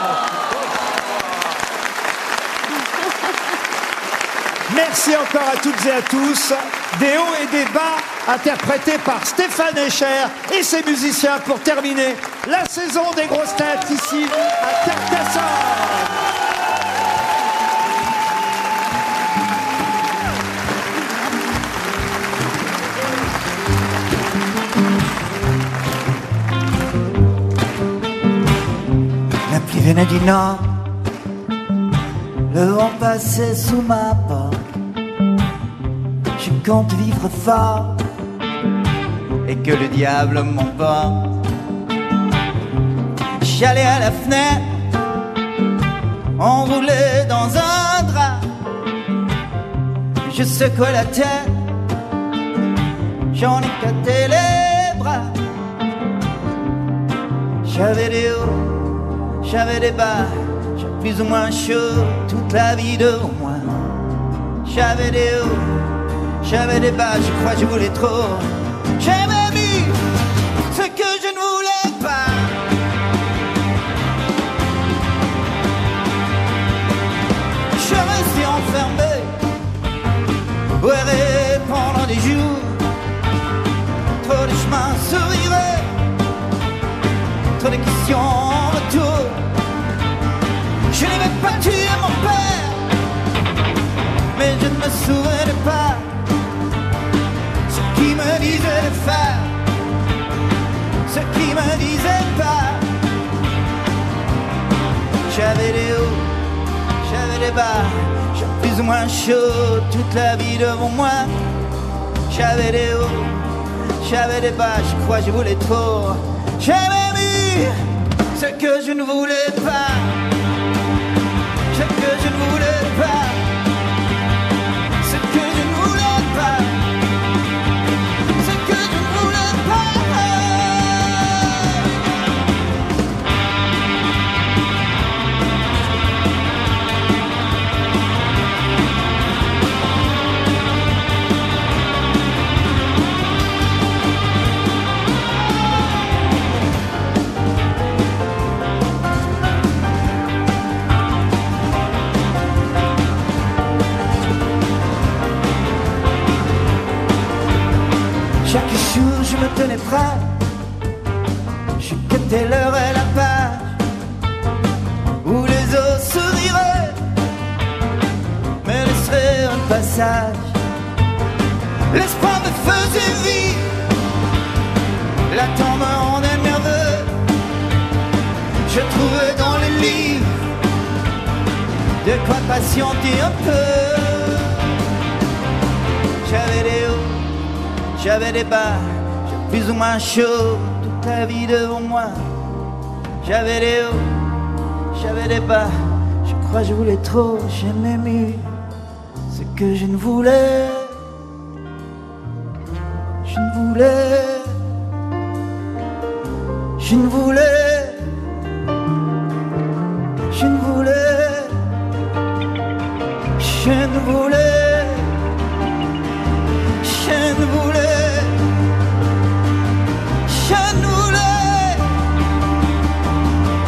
Merci encore à toutes et à tous. Des hauts et des bas interprétés par Stéphane Echer et ses musiciens pour terminer la saison des grosses têtes ici à Carcassonne.
La pluie venait du nord, le vent passait sous ma porte. Je compte vivre fort,
et que le diable m'emporte. J'allais à la fenêtre, enroulé dans un drap. Je secouais la tête, j'en éclatais les bras. J'avais des hauts, j'avais des bas, j'ai plus ou moins chaud toute la vie devant moi. J'avais des hauts, j'avais des bas, je crois que je voulais trop. J'ai même eu ce que je ne voulais pas. Je restais enfermé, erré pendant des jours. Trop de chemins souriraient, trop de questions en retour. Je n'avais pas tué mon père, mais je ne me souvenais pas ce qui me disait de faire, ce qui me disait pas. J'avais des hauts, j'avais des bas, j'ai plus ou moins chaud toute la vie devant moi. J'avais des hauts, j'avais des bas, je crois que je voulais trop. J'avais mis ce que je ne voulais pas, ce que je ne voulais pas, ce que je ne voulais pas. Ce que je ne voulais Chaque jour je me tenais prêt Je quittais l'heure et la page Où les eaux souriraient Me laisseraient un passage L'espoir me faisait vivre L'attente me rendait nerveux Je trouvais dans les livres De quoi patienter un peu J'avais des hauts j'avais des bas, j'ai plus ou moins chaud toute la vie devant moi. J'avais des hauts, j'avais des bas, je crois que je voulais trop, j'ai même eu ce que je ne voulais. Je ne voulais voulais, je ne voulais, je ne voulais, je ne voulais, je ne voulais, je ne voulais,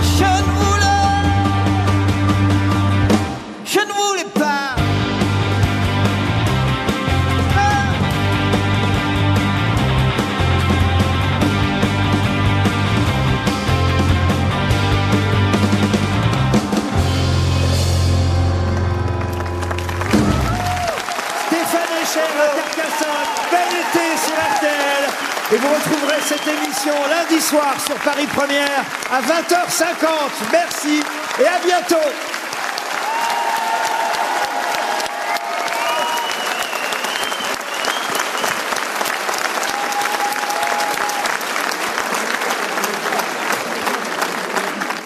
je ne voulais, je ne voulais pas.
Stéphane Echer, Pierre Cassat, bel été sur RTL. Et vous retrouverez cette émission lundi soir sur Paris Première à 20h50. Merci et à bientôt.